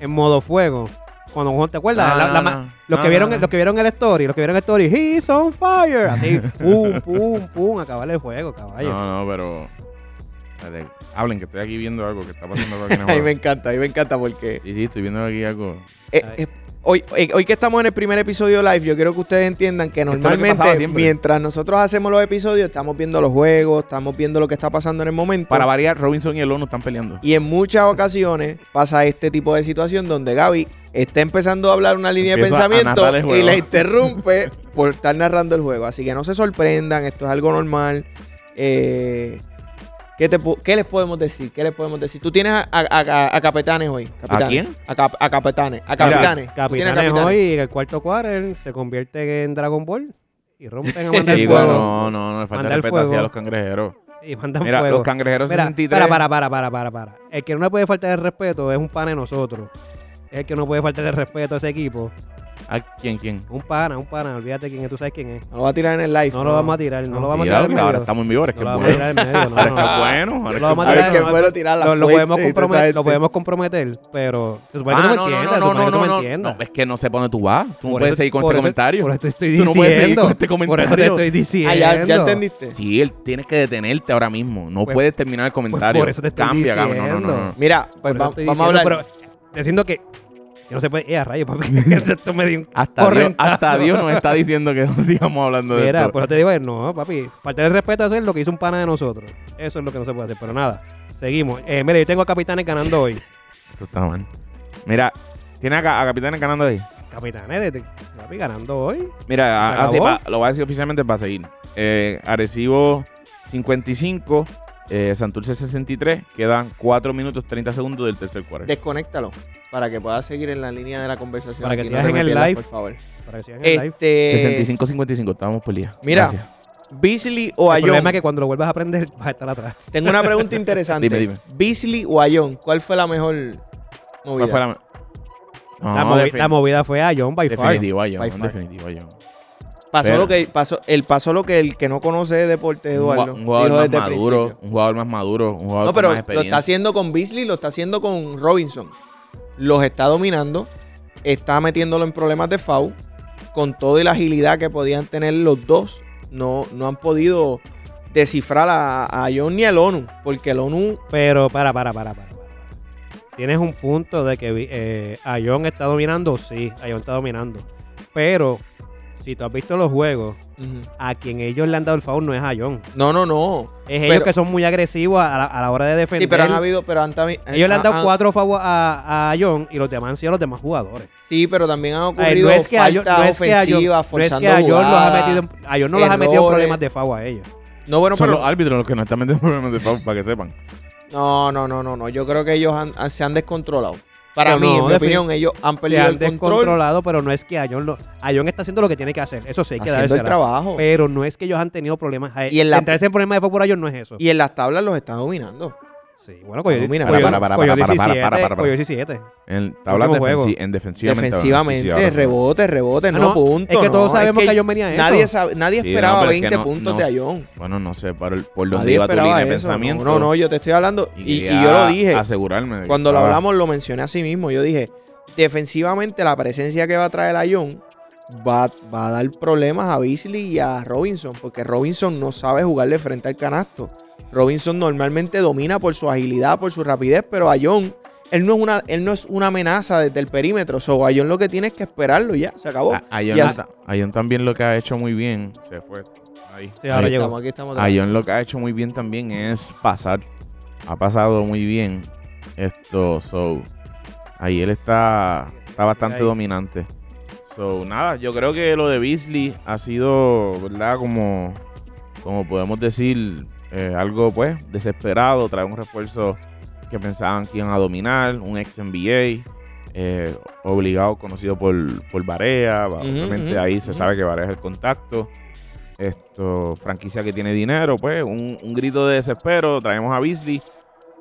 [SPEAKER 2] en modo fuego. Cuando ¿te acuerdas?
[SPEAKER 3] No,
[SPEAKER 2] La-
[SPEAKER 3] no,
[SPEAKER 2] la
[SPEAKER 3] no.
[SPEAKER 2] ma- los,
[SPEAKER 3] No,
[SPEAKER 2] que
[SPEAKER 3] no,
[SPEAKER 2] vieron,
[SPEAKER 3] no.
[SPEAKER 2] los que vieron el story, los que vieron el story, he's on fire. Así, pum, pum, pum, acabar el juego, caballo.
[SPEAKER 3] No, no, pero. Espérate, hablen, que estoy aquí viendo algo que está pasando por aquí en el
[SPEAKER 1] Ahí
[SPEAKER 3] juego.
[SPEAKER 1] me encanta, ahí me encanta porque
[SPEAKER 3] Sí, sí, estoy viendo aquí algo.
[SPEAKER 1] eh, eh, hoy, hoy- hoy que estamos en el primer episodio live, yo quiero que ustedes entiendan que
[SPEAKER 3] es lo que pasaba
[SPEAKER 1] normalmente
[SPEAKER 3] siempre.
[SPEAKER 1] mientras nosotros hacemos los episodios estamos viendo los juegos, estamos viendo lo que está pasando en el momento.
[SPEAKER 3] Para variar, Robinson y el ONU están peleando.
[SPEAKER 1] Y en muchas ocasiones pasa este tipo de situación donde Gaby está empezando a hablar una línea
[SPEAKER 3] Empieza
[SPEAKER 1] de
[SPEAKER 3] a narrar el
[SPEAKER 1] pensamiento
[SPEAKER 3] juego.
[SPEAKER 1] y la interrumpe por estar narrando el juego. Así que no se sorprendan, esto es algo normal. Eh, ¿qué, te pu- qué les podemos decir? ¿Qué les podemos decir? Tú tienes a, a- a- a capitanes hoy. Capitanes.
[SPEAKER 3] quién?
[SPEAKER 1] A, cap- a capitanes. A capitanes. Tú tienes a
[SPEAKER 2] Capitanes, hoy en el cuarto quarter se convierte en Dragon Ball y rompen a mandar
[SPEAKER 3] Chico,
[SPEAKER 2] fuego.
[SPEAKER 3] no, no, no, le falta
[SPEAKER 2] Mandar
[SPEAKER 3] respeto
[SPEAKER 2] fuego.
[SPEAKER 3] así a los cangrejeros.
[SPEAKER 2] Y mandan
[SPEAKER 3] Mira,
[SPEAKER 2] fuego.
[SPEAKER 3] los cangrejeros
[SPEAKER 2] Mira,
[SPEAKER 3] 63.
[SPEAKER 2] Para, para, para, para, para, para. El que no le puede faltar el respeto es un pana de nosotros. Es el que no puede faltar el respeto a ese equipo.
[SPEAKER 3] ¿A quién, quién?
[SPEAKER 2] Un pana, un pana. Olvídate quién es, tú sabes quién es.
[SPEAKER 1] No lo va a tirar en el live.
[SPEAKER 2] No lo vamos a tirar, no, lo vamos a
[SPEAKER 3] Tíralo,
[SPEAKER 2] tirar.
[SPEAKER 3] que
[SPEAKER 2] en medio.
[SPEAKER 3] ahora estamos en vigor, es
[SPEAKER 2] No
[SPEAKER 3] que
[SPEAKER 2] lo
[SPEAKER 3] es
[SPEAKER 2] vamos a
[SPEAKER 3] bueno.
[SPEAKER 2] tirar en medio. No,
[SPEAKER 3] Ahora
[SPEAKER 2] no,
[SPEAKER 3] es que es
[SPEAKER 2] no.
[SPEAKER 3] bueno. ahora es que
[SPEAKER 2] lo
[SPEAKER 3] es
[SPEAKER 2] vamos
[SPEAKER 1] a
[SPEAKER 3] bueno.
[SPEAKER 2] a
[SPEAKER 1] ver
[SPEAKER 2] tirar.
[SPEAKER 1] que
[SPEAKER 2] no,
[SPEAKER 1] puedo tirar la
[SPEAKER 2] Lo, lo
[SPEAKER 1] fuente
[SPEAKER 2] podemos
[SPEAKER 1] y toda esa
[SPEAKER 2] comprometer, lo
[SPEAKER 1] gente.
[SPEAKER 2] podemos comprometer, pero se supone
[SPEAKER 3] Ah,
[SPEAKER 2] que tú
[SPEAKER 3] no,
[SPEAKER 2] me
[SPEAKER 3] no,
[SPEAKER 2] entiendas, se
[SPEAKER 3] no,
[SPEAKER 2] supone
[SPEAKER 3] no,
[SPEAKER 2] que tú
[SPEAKER 3] no,
[SPEAKER 2] me
[SPEAKER 3] no.
[SPEAKER 2] entiendas.
[SPEAKER 3] No, es que no sé por dónde tú vas. Tú no
[SPEAKER 2] Por
[SPEAKER 3] puedes
[SPEAKER 2] eso-
[SPEAKER 3] seguir con
[SPEAKER 2] por
[SPEAKER 3] este
[SPEAKER 2] eso-
[SPEAKER 3] comentario.
[SPEAKER 2] Por eso te estoy
[SPEAKER 3] Tú no puedes seguir
[SPEAKER 2] diciendo.
[SPEAKER 3] con este
[SPEAKER 2] Por eso te
[SPEAKER 3] comentario.
[SPEAKER 2] estoy diciendo.
[SPEAKER 1] Ah, ya, ya entendiste.
[SPEAKER 3] Sí, él tienes que detenerte ahora mismo. No
[SPEAKER 2] Pues-
[SPEAKER 3] puedes terminar el comentario.
[SPEAKER 2] por eso te estoy
[SPEAKER 3] Cambia, Gaby. No, no,
[SPEAKER 2] diciendo.
[SPEAKER 3] no, no.
[SPEAKER 1] Mira, pues va-
[SPEAKER 2] Por eso
[SPEAKER 1] vamos
[SPEAKER 2] estoy
[SPEAKER 1] a
[SPEAKER 2] diciendo,
[SPEAKER 1] hablar.
[SPEAKER 2] Pero, diciendo que, que no se puede. Eh, a rayos, papi. Esto me dio un
[SPEAKER 3] Hasta Dios,
[SPEAKER 2] correntazo.
[SPEAKER 3] hasta Dios nos está diciendo que no sigamos hablando de
[SPEAKER 2] Mira,
[SPEAKER 3] esto.
[SPEAKER 2] por eso te digo, eh, no, papi. Faltar el respeto a hacer lo que hizo un pana de nosotros. Eso es lo que no se puede hacer, pero nada. Seguimos. Eh, mira, yo tengo a Capitanes ganando hoy.
[SPEAKER 3] Esto está mal. Mira, tiene acá a Capitanes ganando ahí.
[SPEAKER 2] Capitanes, de- papi, ganando hoy.
[SPEAKER 3] Mira,
[SPEAKER 2] Se
[SPEAKER 3] a- así
[SPEAKER 2] acabó.
[SPEAKER 3] pa- lo voy a decir oficialmente para seguir. Eh, Arecibo 55, eh, Santurce 63. Quedan 4 minutos 30 segundos del tercer cuarto.
[SPEAKER 1] Desconéctalo para que puedas seguir en la línea de la conversación.
[SPEAKER 2] Para que
[SPEAKER 1] aquí,
[SPEAKER 2] sigas
[SPEAKER 1] te
[SPEAKER 2] en
[SPEAKER 1] me
[SPEAKER 2] el
[SPEAKER 1] pierdas,
[SPEAKER 2] live.
[SPEAKER 1] Por favor.
[SPEAKER 2] Para que sigan el live.
[SPEAKER 1] Este,
[SPEAKER 3] 65-55, estábamos por día.
[SPEAKER 1] Mira,
[SPEAKER 3] Gracias.
[SPEAKER 1] Beasley o
[SPEAKER 2] El
[SPEAKER 1] Ayón.
[SPEAKER 2] problema es que cuando lo vuelvas a aprender vas a estar atrás.
[SPEAKER 1] Tengo una pregunta interesante.
[SPEAKER 3] Dime, dime.
[SPEAKER 1] Beasley o Ayón, ¿cuál fue la mejor movida?
[SPEAKER 3] ¿Cuál fue la me- No,
[SPEAKER 2] la, movi-
[SPEAKER 3] defin-
[SPEAKER 2] la movida fue a John by far.
[SPEAKER 3] Definitivo, Ayón,
[SPEAKER 1] By far.
[SPEAKER 3] definitivo, Ayón.
[SPEAKER 1] Pasó
[SPEAKER 3] Pero-
[SPEAKER 1] lo que pasó, el pasó lo que el que no conoce de deporte
[SPEAKER 3] Un
[SPEAKER 1] Eduardo.
[SPEAKER 3] ju- un jugador
[SPEAKER 1] dijo
[SPEAKER 3] más
[SPEAKER 1] desde el
[SPEAKER 3] maduro,
[SPEAKER 1] principio.
[SPEAKER 3] un jugador más maduro, un jugador
[SPEAKER 1] No,
[SPEAKER 3] con
[SPEAKER 1] pero
[SPEAKER 3] más
[SPEAKER 1] lo está
[SPEAKER 3] experiencia.
[SPEAKER 1] haciendo con Beasley, lo está haciendo con Robinson. Los está dominando, está metiéndolo en problemas de foul. Con toda la agilidad que podían tener los dos, no, no han podido descifrar a, a John ni al ONU, porque el ONU
[SPEAKER 2] Pero para, para, para, para. para. Tienes un punto de que vi- eh, Ayón está dominando, sí, Ayón está dominando. Pero si tú has visto los juegos, a quien ellos le han dado el favor no es Ayón.
[SPEAKER 1] no, no, no.
[SPEAKER 2] Es
[SPEAKER 1] Pero-
[SPEAKER 2] ellos que son muy agresivos a la, a la hora de defender.
[SPEAKER 1] Sí, pero han habido, pero han también.
[SPEAKER 2] ellos le han dado
[SPEAKER 1] han-
[SPEAKER 2] cuatro favos a, a Ayón y los demás han sido los demás jugadores.
[SPEAKER 1] Sí, pero también han
[SPEAKER 2] A él
[SPEAKER 1] ocurrido
[SPEAKER 2] Ayón-
[SPEAKER 1] faltas ofensivas,
[SPEAKER 2] Ayón- no es
[SPEAKER 1] forzando
[SPEAKER 2] que Ayón los ha
[SPEAKER 1] jugadas.
[SPEAKER 2] metido en- Ayón no los ha metido en
[SPEAKER 1] errores.
[SPEAKER 2] problemas de favor a ellos.
[SPEAKER 1] No, bueno,
[SPEAKER 3] Son
[SPEAKER 1] pero
[SPEAKER 3] los árbitros los que nos están metiendo problemas de foul, para que sepan.
[SPEAKER 1] No, no, no, no, no. Yo creo que ellos han- han- se han descontrolado. Para
[SPEAKER 2] No,
[SPEAKER 1] mí,
[SPEAKER 2] no,
[SPEAKER 1] en mi
[SPEAKER 2] defin-
[SPEAKER 1] opinión, ellos han
[SPEAKER 2] Se
[SPEAKER 1] perdido
[SPEAKER 2] han
[SPEAKER 1] el control
[SPEAKER 2] descontrolado, pero no es que Ayón lo. Ayón está haciendo lo que tiene que hacer. Eso sí, hay que
[SPEAKER 1] haciendo el
[SPEAKER 2] dársela.
[SPEAKER 1] trabajo.
[SPEAKER 2] Pero no es que ellos han tenido problemas.
[SPEAKER 1] Y
[SPEAKER 2] Y
[SPEAKER 1] en
[SPEAKER 2] en
[SPEAKER 1] la-
[SPEAKER 2] Entrarse en problemas de favor por Ayón no es eso.
[SPEAKER 1] Y en las tablas los están dominando.
[SPEAKER 2] Sí, bueno, Coyo
[SPEAKER 1] Domina.
[SPEAKER 2] Coyo-
[SPEAKER 3] Para, para, para,
[SPEAKER 2] Coyo
[SPEAKER 3] para, para,
[SPEAKER 2] 17,
[SPEAKER 3] para, para, para.
[SPEAKER 2] Coyo 17.
[SPEAKER 3] En tablas
[SPEAKER 2] Último juego.
[SPEAKER 3] defensi- en defensivamente. ahora, sí,
[SPEAKER 1] Defensivamente,
[SPEAKER 3] sí, ahora sí.
[SPEAKER 1] rebote, rebote,
[SPEAKER 2] Ah,
[SPEAKER 1] no,
[SPEAKER 2] no,
[SPEAKER 1] punto.
[SPEAKER 2] es que todos
[SPEAKER 1] no,
[SPEAKER 2] sabemos que Ayón venía de eso.
[SPEAKER 1] Nadie, sab- nadie
[SPEAKER 3] Sí, no,
[SPEAKER 1] esperaba
[SPEAKER 3] pero es que
[SPEAKER 1] 20
[SPEAKER 3] no-
[SPEAKER 1] puntos
[SPEAKER 3] no
[SPEAKER 1] de
[SPEAKER 3] sé.
[SPEAKER 1] Ayón.
[SPEAKER 3] Bueno, no sé por, el- por dónde
[SPEAKER 1] Nadie
[SPEAKER 3] iba tu línea
[SPEAKER 1] esperaba
[SPEAKER 3] de
[SPEAKER 1] eso. No,
[SPEAKER 3] pensamiento.
[SPEAKER 1] no, no, yo te estoy hablando. Y, y
[SPEAKER 3] quería
[SPEAKER 1] yo lo dije.
[SPEAKER 3] Asegurarme. de que
[SPEAKER 1] Cuando lo
[SPEAKER 3] estaba-
[SPEAKER 1] hablamos, lo mencioné a sí mismo. Yo dije, defensivamente, la presencia que va a traer Ayón va, va a dar problemas a Beasley y a Robinson, porque Robinson no sabe jugarle frente al canasto. Robinson normalmente domina por su agilidad, por su rapidez, pero Ayón, él no es una, él no es una amenaza desde el perímetro. So, Ayón lo que tiene es que esperarlo y ya, se acabó.
[SPEAKER 3] A- Ayón,
[SPEAKER 1] Ya
[SPEAKER 3] no
[SPEAKER 1] se-
[SPEAKER 3] ta- Ayón también lo que ha hecho muy bien. Se fue. Ahí.
[SPEAKER 2] Sí, ahora
[SPEAKER 3] Ahí.
[SPEAKER 2] llegó.
[SPEAKER 1] Estamos aquí, estamos otra vez.
[SPEAKER 3] Ayón lo que ha hecho muy bien también es pasar. Ha pasado muy bien esto. So, ahí él está, está bastante
[SPEAKER 2] Ahí.
[SPEAKER 3] dominante. So, nada, yo creo que lo de Beasley ha sido, ¿verdad? Como, como podemos decir, eh, algo pues desesperado. Trae un refuerzo que pensaban que iban a dominar, un ex NBA. eh, obligado, conocido por, por Barea, obviamente
[SPEAKER 1] ujú,
[SPEAKER 3] ahí se
[SPEAKER 1] ujú.
[SPEAKER 3] sabe que Barea es el contacto esto, franquicia que tiene dinero, pues un, un grito de desespero, traemos a Beasley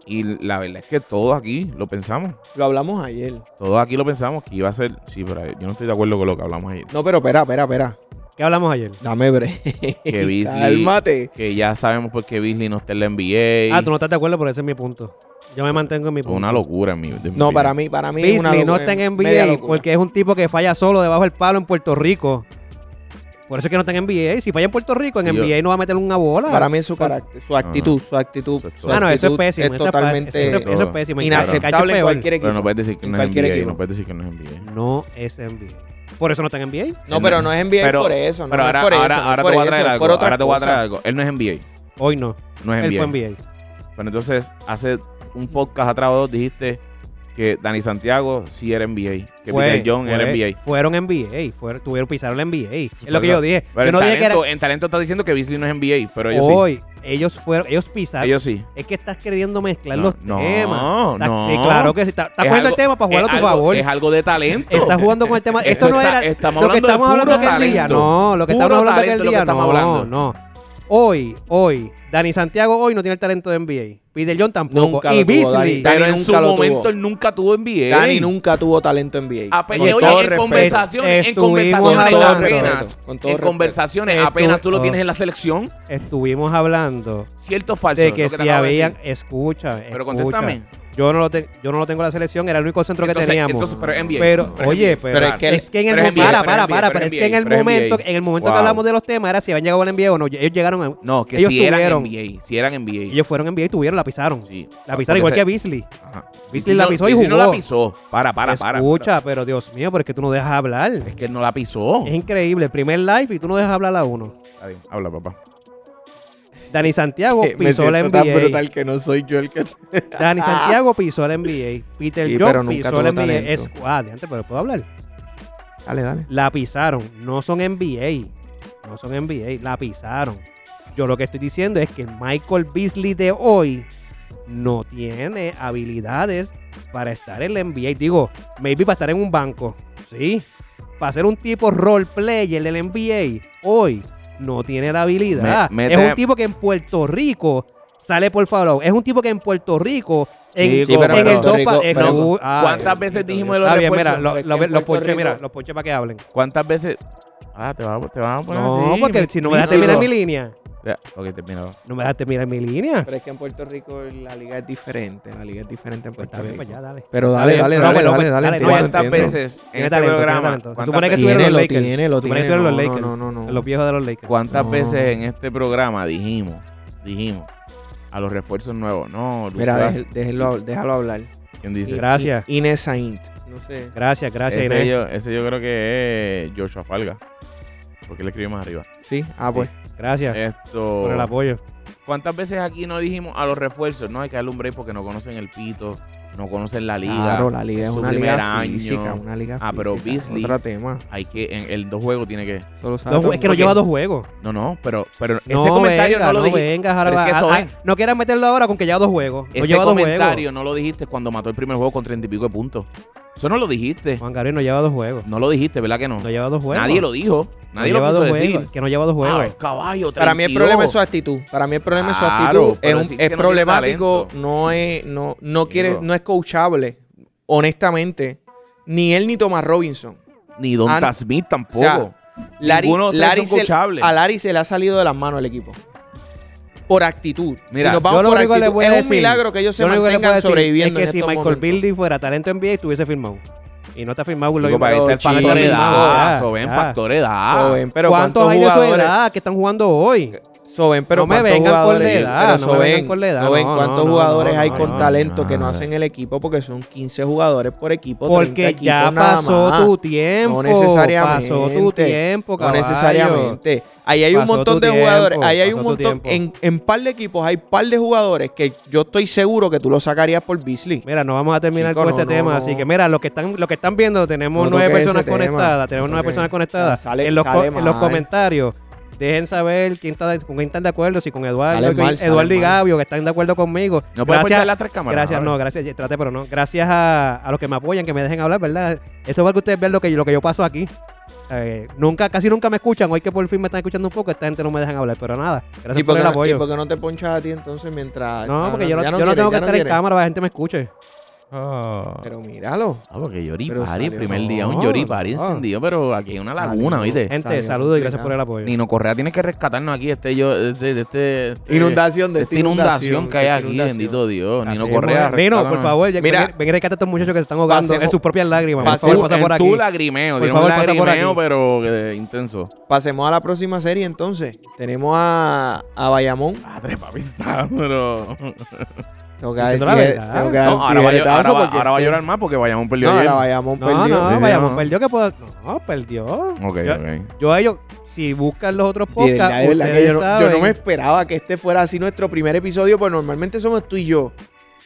[SPEAKER 3] y la verdad es que todos aquí lo pensamos,
[SPEAKER 1] Lo hablamos ayer.
[SPEAKER 3] todos aquí lo pensamos que iba a ser, sí, pero yo no estoy de acuerdo con lo que hablamos ayer,
[SPEAKER 1] No, pero espera, espera, espera.
[SPEAKER 2] ¿Qué hablamos ayer?
[SPEAKER 1] Dame break.
[SPEAKER 3] Que Beasley-
[SPEAKER 1] Cálmate.
[SPEAKER 3] que ya sabemos por qué Beasley no está en la NBA,
[SPEAKER 2] Ah, tú no estás de acuerdo, pero ese es mi punto. Yo me mantengo en mi
[SPEAKER 3] Es
[SPEAKER 2] punto.
[SPEAKER 3] una locura en mi, de mi
[SPEAKER 1] No,
[SPEAKER 3] opinión.
[SPEAKER 1] para mí, para mí. es una
[SPEAKER 2] Beasley no
[SPEAKER 1] locura,
[SPEAKER 2] está en
[SPEAKER 1] media
[SPEAKER 2] NBA
[SPEAKER 1] locura.
[SPEAKER 2] porque es un tipo que falla solo debajo del palo en Puerto Rico. Por eso es que no está en NBA. Si falla en Puerto Rico, en
[SPEAKER 3] Yo-
[SPEAKER 2] NBA no va a meter una bola.
[SPEAKER 1] Para mí es su carácter, su actitud, su actitud.
[SPEAKER 3] Eso es
[SPEAKER 1] su
[SPEAKER 3] todo.
[SPEAKER 2] ah, no, eso es
[SPEAKER 1] actitud
[SPEAKER 2] pésimo.
[SPEAKER 1] Es
[SPEAKER 2] eso
[SPEAKER 1] totalmente
[SPEAKER 2] eso, es- eso es pésimo. En Cacho- Cacho
[SPEAKER 1] inaceptable en
[SPEAKER 2] es peor.
[SPEAKER 1] cualquier equipo.
[SPEAKER 3] Pero no puedes decir que
[SPEAKER 1] En
[SPEAKER 3] no es
[SPEAKER 1] cualquier
[SPEAKER 3] NBA,
[SPEAKER 1] equipo.
[SPEAKER 3] no puedes decir que no es NBA.
[SPEAKER 2] No es NBA. Por eso no está en NBA.
[SPEAKER 1] No, pero no es NBA
[SPEAKER 3] Pero-
[SPEAKER 1] por eso. No
[SPEAKER 3] Pero ahora,
[SPEAKER 1] es por eso,
[SPEAKER 3] ahora,
[SPEAKER 1] no
[SPEAKER 3] ahora
[SPEAKER 1] es por
[SPEAKER 3] te voy a
[SPEAKER 1] eso,
[SPEAKER 3] traer
[SPEAKER 1] es
[SPEAKER 3] algo,
[SPEAKER 1] por otras
[SPEAKER 3] ahora te voy a traer
[SPEAKER 1] cosas.
[SPEAKER 3] algo, él no es NBA,
[SPEAKER 2] Hoy no.
[SPEAKER 3] no es
[SPEAKER 2] Él
[SPEAKER 3] NBA.
[SPEAKER 2] fue NBA.
[SPEAKER 3] Pero entonces, hace un podcast atrás o dos dijiste que Dani Santiago sí era NBA, que
[SPEAKER 2] Fue,
[SPEAKER 3] Peter John era
[SPEAKER 2] fue-
[SPEAKER 3] NBA.
[SPEAKER 2] Fueron NBA. Fueron, tuvieron, pisaron la NBA. Es lo
[SPEAKER 3] verdad.
[SPEAKER 2] que yo dije.
[SPEAKER 3] Pero
[SPEAKER 2] yo
[SPEAKER 3] en,
[SPEAKER 2] no dije que era.
[SPEAKER 3] talento, en talento está diciendo que Beasley no es NBA, pero ellos
[SPEAKER 2] Hoy, ellos fueron, ellos
[SPEAKER 3] sí.
[SPEAKER 2] pisaron.
[SPEAKER 3] Ellos sí.
[SPEAKER 2] Es que estás queriendo mezclar
[SPEAKER 3] No,
[SPEAKER 2] los
[SPEAKER 3] no,
[SPEAKER 2] temas. Estás-
[SPEAKER 3] no.
[SPEAKER 2] sí, claro que sí. Estás estás
[SPEAKER 3] Es
[SPEAKER 2] poniendo el
[SPEAKER 3] algo-
[SPEAKER 2] tema para jugarlo
[SPEAKER 3] es
[SPEAKER 2] a tu
[SPEAKER 3] algo-
[SPEAKER 2] favor.
[SPEAKER 3] Es algo de talento.
[SPEAKER 2] Estás jugando con el tema. Esto,
[SPEAKER 3] Esto
[SPEAKER 2] no
[SPEAKER 3] está-
[SPEAKER 2] era.
[SPEAKER 3] estamos
[SPEAKER 2] lo que
[SPEAKER 3] hablando de
[SPEAKER 2] estamos hablando
[SPEAKER 3] puro
[SPEAKER 2] aquel día.
[SPEAKER 3] talento.
[SPEAKER 2] No, lo que
[SPEAKER 3] Puro
[SPEAKER 2] estamos hablando
[SPEAKER 3] talento
[SPEAKER 2] aquel
[SPEAKER 3] es lo que
[SPEAKER 2] día.
[SPEAKER 3] estamos
[SPEAKER 2] No,
[SPEAKER 3] hablando.
[SPEAKER 2] no. Hoy, hoy, Dani Santiago hoy no tiene el talento de NBA. Peter John tampoco.
[SPEAKER 1] Nunca
[SPEAKER 2] y
[SPEAKER 1] lo tuvo,
[SPEAKER 2] Beasley.
[SPEAKER 1] Dani
[SPEAKER 3] Pero en
[SPEAKER 1] nunca
[SPEAKER 3] su
[SPEAKER 1] lo tuvo.
[SPEAKER 3] momento él nunca tuvo NBA.
[SPEAKER 1] Dani nunca tuvo talento en NBA.
[SPEAKER 3] Ah, pues,
[SPEAKER 1] Con
[SPEAKER 3] oye,
[SPEAKER 1] todo
[SPEAKER 3] en
[SPEAKER 1] respeto.
[SPEAKER 3] conversaciones, en
[SPEAKER 2] Estuvimos
[SPEAKER 3] conversaciones
[SPEAKER 2] hablando.
[SPEAKER 3] apenas.
[SPEAKER 1] Con todo
[SPEAKER 3] En
[SPEAKER 1] respeto.
[SPEAKER 3] conversaciones
[SPEAKER 2] Estu-
[SPEAKER 3] apenas tú lo
[SPEAKER 2] oh.
[SPEAKER 3] tienes en la selección.
[SPEAKER 2] Estuvimos hablando
[SPEAKER 3] Cierto o falso.
[SPEAKER 2] de
[SPEAKER 3] es
[SPEAKER 2] que
[SPEAKER 3] lo te
[SPEAKER 2] si
[SPEAKER 3] acabo de
[SPEAKER 2] habían.
[SPEAKER 3] decir.
[SPEAKER 2] Escucha.
[SPEAKER 3] Pero
[SPEAKER 2] escucha.
[SPEAKER 3] contéstame.
[SPEAKER 2] Yo no, lo te- yo no lo tengo en la selección, era el único centro
[SPEAKER 3] Entonces-
[SPEAKER 2] que teníamos.
[SPEAKER 3] entonces, pero es NBA.
[SPEAKER 2] Pero,
[SPEAKER 3] Pero es
[SPEAKER 2] oye,
[SPEAKER 3] NBA.
[SPEAKER 2] pero,
[SPEAKER 1] Pero
[SPEAKER 2] es, que en el
[SPEAKER 3] pero es NBA, pero es
[SPEAKER 2] momento. Para, para,
[SPEAKER 3] NBA,
[SPEAKER 2] para,
[SPEAKER 3] pero
[SPEAKER 2] pero
[SPEAKER 3] es
[SPEAKER 2] es que en el
[SPEAKER 3] NBA, pero es
[SPEAKER 2] momento,
[SPEAKER 3] NBA.
[SPEAKER 2] en el momento que
[SPEAKER 3] Wow.
[SPEAKER 2] hablamos de los temas era si habían llegado al NBA o no. Ellos llegaron a-
[SPEAKER 3] No, que
[SPEAKER 2] Ellos
[SPEAKER 3] si eran
[SPEAKER 2] tuvieron-
[SPEAKER 3] NBA. Si eran NBA.
[SPEAKER 2] Ellos fueron NBA y tuvieron, la pisaron.
[SPEAKER 3] Sí.
[SPEAKER 2] La pisaron
[SPEAKER 3] Porque
[SPEAKER 2] igual
[SPEAKER 3] se-
[SPEAKER 2] que a Beasley.
[SPEAKER 3] Ajá.
[SPEAKER 2] Beasley la
[SPEAKER 3] no-
[SPEAKER 2] pisó y
[SPEAKER 3] Beasley no
[SPEAKER 2] jugó.
[SPEAKER 3] la pisó. Para, para, para.
[SPEAKER 2] Escucha, pero Dios mío, pero es que tú no dejas hablar.
[SPEAKER 3] Es que él no la pisó.
[SPEAKER 2] Es increíble. El primer live y tú no dejas hablar a uno.
[SPEAKER 3] Está bien, Habla, papá.
[SPEAKER 2] Dani Santiago
[SPEAKER 1] Eh, Me
[SPEAKER 2] pisó la
[SPEAKER 1] siento tan
[SPEAKER 2] NBA.
[SPEAKER 1] brutal que no soy yo el que...
[SPEAKER 2] Dani Santiago pisó la NBA. Peter
[SPEAKER 1] Sí, pero
[SPEAKER 2] John
[SPEAKER 1] nunca
[SPEAKER 2] pisó
[SPEAKER 1] tuvo
[SPEAKER 2] la NBA.
[SPEAKER 1] talento.
[SPEAKER 2] Es, ah, de antes, pero puedo hablar.
[SPEAKER 1] Dale, dale.
[SPEAKER 2] La pisaron. No son NBA. No son NBA. La pisaron. Yo lo que estoy diciendo es que el Michael Beasley de hoy no tiene habilidades para estar en la NBA. Digo, maybe para estar en un banco. Sí. Para ser un tipo role player del NBA hoy no tiene la habilidad.
[SPEAKER 3] Me-
[SPEAKER 2] es
[SPEAKER 3] mete-
[SPEAKER 2] un tipo que en Puerto Rico sale por favor. Es un tipo en Puerto Rico en,
[SPEAKER 3] Sí, pero
[SPEAKER 2] en
[SPEAKER 3] Puerto
[SPEAKER 2] el dos
[SPEAKER 1] Rico-
[SPEAKER 2] pa- eh,
[SPEAKER 1] pero-
[SPEAKER 2] no, ah,
[SPEAKER 3] ¿Cuántas veces dijimos de los
[SPEAKER 2] Está bien, mira,
[SPEAKER 3] refuerzos?
[SPEAKER 2] lo,
[SPEAKER 1] Es que
[SPEAKER 2] lo,
[SPEAKER 1] en
[SPEAKER 2] lo
[SPEAKER 1] Puerto
[SPEAKER 2] ponché,
[SPEAKER 1] Rico-
[SPEAKER 2] mira, los ponché para que hablen.
[SPEAKER 3] ¿Cuántas veces? Ah, te vas a, te vas a poner así.
[SPEAKER 2] No, porque si no me dejaste
[SPEAKER 3] nítido.
[SPEAKER 2] mirar mi línea.
[SPEAKER 3] Ya, Ok, terminado.
[SPEAKER 2] No me dejaste mirar mi línea.
[SPEAKER 1] Pero es que en Puerto Rico la liga es diferente. La liga es diferente en
[SPEAKER 2] Pues
[SPEAKER 1] Puerto
[SPEAKER 2] está bien,
[SPEAKER 1] Rico.
[SPEAKER 2] pues ya, dale.
[SPEAKER 1] Pero dale,
[SPEAKER 2] Está
[SPEAKER 1] dale,
[SPEAKER 2] bien,
[SPEAKER 1] dale,
[SPEAKER 2] pero
[SPEAKER 1] dale,
[SPEAKER 2] bueno,
[SPEAKER 1] dale,
[SPEAKER 2] pues,
[SPEAKER 1] entiendo,
[SPEAKER 2] dale,
[SPEAKER 3] ¿Cuántas
[SPEAKER 1] entiendo.
[SPEAKER 3] veces en
[SPEAKER 2] Tiene
[SPEAKER 3] este
[SPEAKER 2] talento, tiene
[SPEAKER 3] programa?
[SPEAKER 2] talento. Se
[SPEAKER 3] cuántas
[SPEAKER 2] supone que
[SPEAKER 3] veces-
[SPEAKER 2] tú eres
[SPEAKER 1] Tiene, lo
[SPEAKER 2] los Lakers.
[SPEAKER 1] tiene, lo
[SPEAKER 2] Supone que
[SPEAKER 1] tiene.
[SPEAKER 2] tú eres los
[SPEAKER 1] No,
[SPEAKER 2] Lakers.
[SPEAKER 1] No, no, no.
[SPEAKER 2] Los viejos de los Lakers.
[SPEAKER 3] ¿Cuántas
[SPEAKER 1] No.
[SPEAKER 3] veces en este programa dijimos, dijimos, a los refuerzos nuevos? No, Luis
[SPEAKER 1] Mira,
[SPEAKER 3] Suárez,
[SPEAKER 1] déjel- déjelo- déjalo hablar.
[SPEAKER 3] ¿quién dice?
[SPEAKER 2] Gracias.
[SPEAKER 1] I- Inés Saint. No sé.
[SPEAKER 2] Gracias, gracias,
[SPEAKER 3] ese,
[SPEAKER 2] Inés.
[SPEAKER 3] yo, ese yo creo que es Joshua Falga. Porque le escribí más arriba.
[SPEAKER 1] Sí, ah, pues.
[SPEAKER 2] Gracias
[SPEAKER 3] Eh, Esto.
[SPEAKER 2] por el apoyo.
[SPEAKER 3] ¿Cuántas veces aquí no dijimos a los refuerzos? No, hay que darle un break porque no conocen el pito, no conocen la liga.
[SPEAKER 1] Claro, la liga es
[SPEAKER 3] su
[SPEAKER 1] una
[SPEAKER 3] primer
[SPEAKER 1] liga
[SPEAKER 3] año.
[SPEAKER 1] física, una liga
[SPEAKER 3] Ah, pero
[SPEAKER 1] física,
[SPEAKER 3] Beasley-
[SPEAKER 1] Otro tema.
[SPEAKER 3] Hay que, en el dos juegos tiene que.
[SPEAKER 1] Solo sabe
[SPEAKER 2] Dos
[SPEAKER 1] todo
[SPEAKER 2] jue- es que no
[SPEAKER 1] el
[SPEAKER 2] lleva
[SPEAKER 1] mundo
[SPEAKER 2] dos juegos.
[SPEAKER 3] No, no, pero, pero
[SPEAKER 2] No
[SPEAKER 3] ese comentario
[SPEAKER 2] venga,
[SPEAKER 3] no lo dijiste.
[SPEAKER 2] vengas ahora.
[SPEAKER 3] Pero es que eso
[SPEAKER 2] ah,
[SPEAKER 3] es.
[SPEAKER 2] ah, No quieras meterlo ahora con que lleva dos juegos. No
[SPEAKER 3] Ese
[SPEAKER 2] lleva dos
[SPEAKER 3] comentario
[SPEAKER 2] juegos.
[SPEAKER 3] no lo dijiste cuando mató el primer juego con treinta y pico de puntos. Eso no lo dijiste.
[SPEAKER 2] Juan Gabriel no lleva dos juegos.
[SPEAKER 3] No lo dijiste, ¿verdad que no?
[SPEAKER 2] No lleva dos juegos.
[SPEAKER 3] Nadie lo dijo.
[SPEAKER 2] No
[SPEAKER 3] Nadie
[SPEAKER 2] lleva
[SPEAKER 3] lo quiso
[SPEAKER 2] dos
[SPEAKER 3] decir.
[SPEAKER 2] juegos, Que no lleva dos
[SPEAKER 3] Ah,
[SPEAKER 2] juegos.
[SPEAKER 3] caballo,
[SPEAKER 1] Para mí el
[SPEAKER 3] 32.
[SPEAKER 1] problema es su actitud. Para mí el problema es su
[SPEAKER 3] Claro,
[SPEAKER 1] actitud. Es,
[SPEAKER 3] pero
[SPEAKER 1] un-
[SPEAKER 3] sí
[SPEAKER 1] es
[SPEAKER 3] que no tiene
[SPEAKER 1] problemático,
[SPEAKER 3] talento.
[SPEAKER 1] no es, no, no quiere,
[SPEAKER 3] Digo.
[SPEAKER 1] no es coachable, honestamente. Ni él ni Thomas Robinson.
[SPEAKER 3] Ni Don
[SPEAKER 1] An-
[SPEAKER 3] Tasmith tampoco.
[SPEAKER 1] o sea, Larry,
[SPEAKER 3] Ninguno de los tres
[SPEAKER 1] Larry
[SPEAKER 3] son
[SPEAKER 1] se-
[SPEAKER 3] coachables.
[SPEAKER 1] a Larry se le ha salido de las manos el equipo. Por actitud.
[SPEAKER 3] Mira,
[SPEAKER 1] si nos
[SPEAKER 2] Yo
[SPEAKER 1] vamos
[SPEAKER 2] lo
[SPEAKER 1] por
[SPEAKER 2] único que le
[SPEAKER 1] actitud,
[SPEAKER 2] voy
[SPEAKER 1] es
[SPEAKER 2] a
[SPEAKER 1] un
[SPEAKER 2] decir-
[SPEAKER 1] milagro que ellos se
[SPEAKER 2] yo lo único que le puedo
[SPEAKER 1] mantengan
[SPEAKER 2] decir
[SPEAKER 1] sobreviviendo.
[SPEAKER 2] Es que si
[SPEAKER 1] en estos
[SPEAKER 2] Michael
[SPEAKER 1] momentos.
[SPEAKER 2] Bildy fuera talento NBA, estuviese firmado. Y no está firmado. lo
[SPEAKER 3] Digo,
[SPEAKER 2] mismo.
[SPEAKER 3] para ahí está el
[SPEAKER 1] pero
[SPEAKER 3] factor
[SPEAKER 1] chico,
[SPEAKER 3] edad.
[SPEAKER 2] ya,
[SPEAKER 3] Soben,
[SPEAKER 2] ya.
[SPEAKER 3] factor edad.
[SPEAKER 1] Soben, pero
[SPEAKER 2] Ah, ¿Cuántos,
[SPEAKER 1] ¿cuántos
[SPEAKER 2] hay de su
[SPEAKER 1] jugadores- Eh,
[SPEAKER 2] edad que están jugando hoy?
[SPEAKER 1] Soben, pero
[SPEAKER 2] No me
[SPEAKER 1] ¿cuántos
[SPEAKER 2] vengan con
[SPEAKER 1] jugadores-
[SPEAKER 2] la edad,
[SPEAKER 1] pero
[SPEAKER 2] no me
[SPEAKER 1] Soben,
[SPEAKER 2] vengan con la edad,
[SPEAKER 1] Soben,
[SPEAKER 2] no,
[SPEAKER 1] ¿cuántos
[SPEAKER 2] no, no,
[SPEAKER 1] jugadores
[SPEAKER 2] no,
[SPEAKER 1] hay
[SPEAKER 2] no,
[SPEAKER 1] con
[SPEAKER 2] no,
[SPEAKER 1] talento que no
[SPEAKER 3] madre.
[SPEAKER 1] hacen el equipo? Porque son 15 jugadores por equipo. 30
[SPEAKER 2] Porque
[SPEAKER 1] equipos
[SPEAKER 2] ya
[SPEAKER 1] nada
[SPEAKER 2] pasó
[SPEAKER 1] más.
[SPEAKER 2] tu tiempo.
[SPEAKER 1] No necesariamente.
[SPEAKER 2] Pasó tu tiempo,
[SPEAKER 1] No
[SPEAKER 2] caballo.
[SPEAKER 1] necesariamente. Ahí hay un
[SPEAKER 2] Pasó
[SPEAKER 1] montón
[SPEAKER 2] tu
[SPEAKER 1] de jugadores.
[SPEAKER 2] tiempo,
[SPEAKER 1] Ahí hay un
[SPEAKER 2] pasó tu
[SPEAKER 1] montón.
[SPEAKER 2] tiempo.
[SPEAKER 1] En, en par de equipos hay par de jugadores que yo estoy seguro que tú lo sacarías por Beasley.
[SPEAKER 2] Mira, no vamos a terminar
[SPEAKER 1] Chico,
[SPEAKER 2] con
[SPEAKER 1] no,
[SPEAKER 2] este
[SPEAKER 1] no,
[SPEAKER 2] tema,
[SPEAKER 1] no.
[SPEAKER 2] así que mira, los que están, los que están viendo, tenemos
[SPEAKER 1] No
[SPEAKER 2] nueve
[SPEAKER 1] toques
[SPEAKER 2] personas
[SPEAKER 1] ese tema,
[SPEAKER 2] conectadas, tenemos
[SPEAKER 1] no
[SPEAKER 2] nueve
[SPEAKER 1] toques.
[SPEAKER 2] personas conectadas.
[SPEAKER 1] Sale-
[SPEAKER 2] en, los, co-
[SPEAKER 1] sale
[SPEAKER 2] en los
[SPEAKER 1] mal.
[SPEAKER 2] comentarios, dejen saber quién está de, con quién están de acuerdo, si con Eduardo,
[SPEAKER 1] Sale
[SPEAKER 2] que-
[SPEAKER 1] mal, sale
[SPEAKER 2] Eduardo y
[SPEAKER 1] mal.
[SPEAKER 2] Gabio, que están de acuerdo conmigo.
[SPEAKER 3] No puedes
[SPEAKER 2] gracias,
[SPEAKER 3] ponchar las tres cámaras.
[SPEAKER 2] gracias,
[SPEAKER 3] ahora.
[SPEAKER 2] no, gracias, ya, trate, pero no. Gracias a, a los que me apoyan, que me dejen hablar, ¿verdad? Esto es para que ustedes vean lo que, yo- lo que yo paso aquí. Eh, nunca, casi nunca me escuchan. Hoy que por fin me están escuchando un poco, esta gente no me dejan hablar, pero nada. Gracias
[SPEAKER 1] ¿Y por
[SPEAKER 2] por
[SPEAKER 1] qué
[SPEAKER 2] el
[SPEAKER 1] no-
[SPEAKER 2] apoyo.
[SPEAKER 1] ¿Y por qué no te ponchas a ti entonces mientras.?
[SPEAKER 2] No,
[SPEAKER 1] está
[SPEAKER 2] porque yo no,
[SPEAKER 1] hablando? Ya
[SPEAKER 2] yo no
[SPEAKER 1] quieres,
[SPEAKER 2] tengo que
[SPEAKER 1] ya
[SPEAKER 2] estar en
[SPEAKER 1] quieres.
[SPEAKER 2] cámara para que la gente me escuche.
[SPEAKER 3] Ah,
[SPEAKER 1] Pero míralo.
[SPEAKER 3] porque Yori
[SPEAKER 1] Pero
[SPEAKER 3] Pari, el
[SPEAKER 1] salió.
[SPEAKER 3] primer día, un
[SPEAKER 2] No, eh,
[SPEAKER 3] Yori Pari
[SPEAKER 2] no.
[SPEAKER 3] encendido, pero aquí hay una
[SPEAKER 1] Salió.
[SPEAKER 3] laguna, ¿viste?
[SPEAKER 2] Gente,
[SPEAKER 1] Salió
[SPEAKER 2] saludos y
[SPEAKER 1] complicado.
[SPEAKER 2] gracias por el apoyo.
[SPEAKER 3] Nino Correa tiene que rescatarnos aquí, este yo, este, de este, este-
[SPEAKER 1] Eh, Inundación
[SPEAKER 3] de
[SPEAKER 1] de
[SPEAKER 3] esta inundación que hay aquí, bendito Dios.
[SPEAKER 2] Así
[SPEAKER 3] Nino
[SPEAKER 2] es,
[SPEAKER 3] Correa.
[SPEAKER 2] mujer. Nino, por
[SPEAKER 3] rescátanos.
[SPEAKER 2] favor, ya-
[SPEAKER 1] Mira.
[SPEAKER 2] ven, ven y rescata a estos muchachos que se están ahogando
[SPEAKER 1] Pasemos-
[SPEAKER 2] en sus propias lágrimas. Por
[SPEAKER 1] pasemos-
[SPEAKER 2] favor, pasa
[SPEAKER 3] en
[SPEAKER 2] por aquí.
[SPEAKER 3] tu lagrimeo,
[SPEAKER 2] Por
[SPEAKER 3] tiene un
[SPEAKER 2] favor, pasa por
[SPEAKER 3] lagrimeo,
[SPEAKER 2] aquí.
[SPEAKER 3] pero eh, intenso.
[SPEAKER 1] Pasemos a la próxima serie entonces. Tenemos a, a Bayamón.
[SPEAKER 3] Padre, papi, está, pero...
[SPEAKER 1] Tengo que dar el
[SPEAKER 2] Diciendo la
[SPEAKER 1] tijer-
[SPEAKER 2] verdad.
[SPEAKER 1] tengo que dar el
[SPEAKER 3] No, ahora, va, a llorar-
[SPEAKER 1] tijeretazo
[SPEAKER 3] ahora va-
[SPEAKER 1] porque
[SPEAKER 3] ahora va a
[SPEAKER 1] este-
[SPEAKER 3] llorar más porque Bayamón perdió
[SPEAKER 1] No,
[SPEAKER 3] ayer.
[SPEAKER 1] ahora Bayamón
[SPEAKER 2] No,
[SPEAKER 1] perdió.
[SPEAKER 2] no,
[SPEAKER 3] Sí,
[SPEAKER 2] vayamos,
[SPEAKER 3] no.
[SPEAKER 2] perdió que puedo. No, perdió.
[SPEAKER 3] Ok,
[SPEAKER 2] yo,
[SPEAKER 3] ok.
[SPEAKER 2] yo a ellos, si buscan los otros
[SPEAKER 1] De verdad,
[SPEAKER 2] podcasts,
[SPEAKER 1] de verdad que
[SPEAKER 2] ustedes
[SPEAKER 1] yo, no, yo
[SPEAKER 2] saben.
[SPEAKER 1] no me esperaba que este fuera así nuestro primer episodio, pues normalmente somos tú y yo. O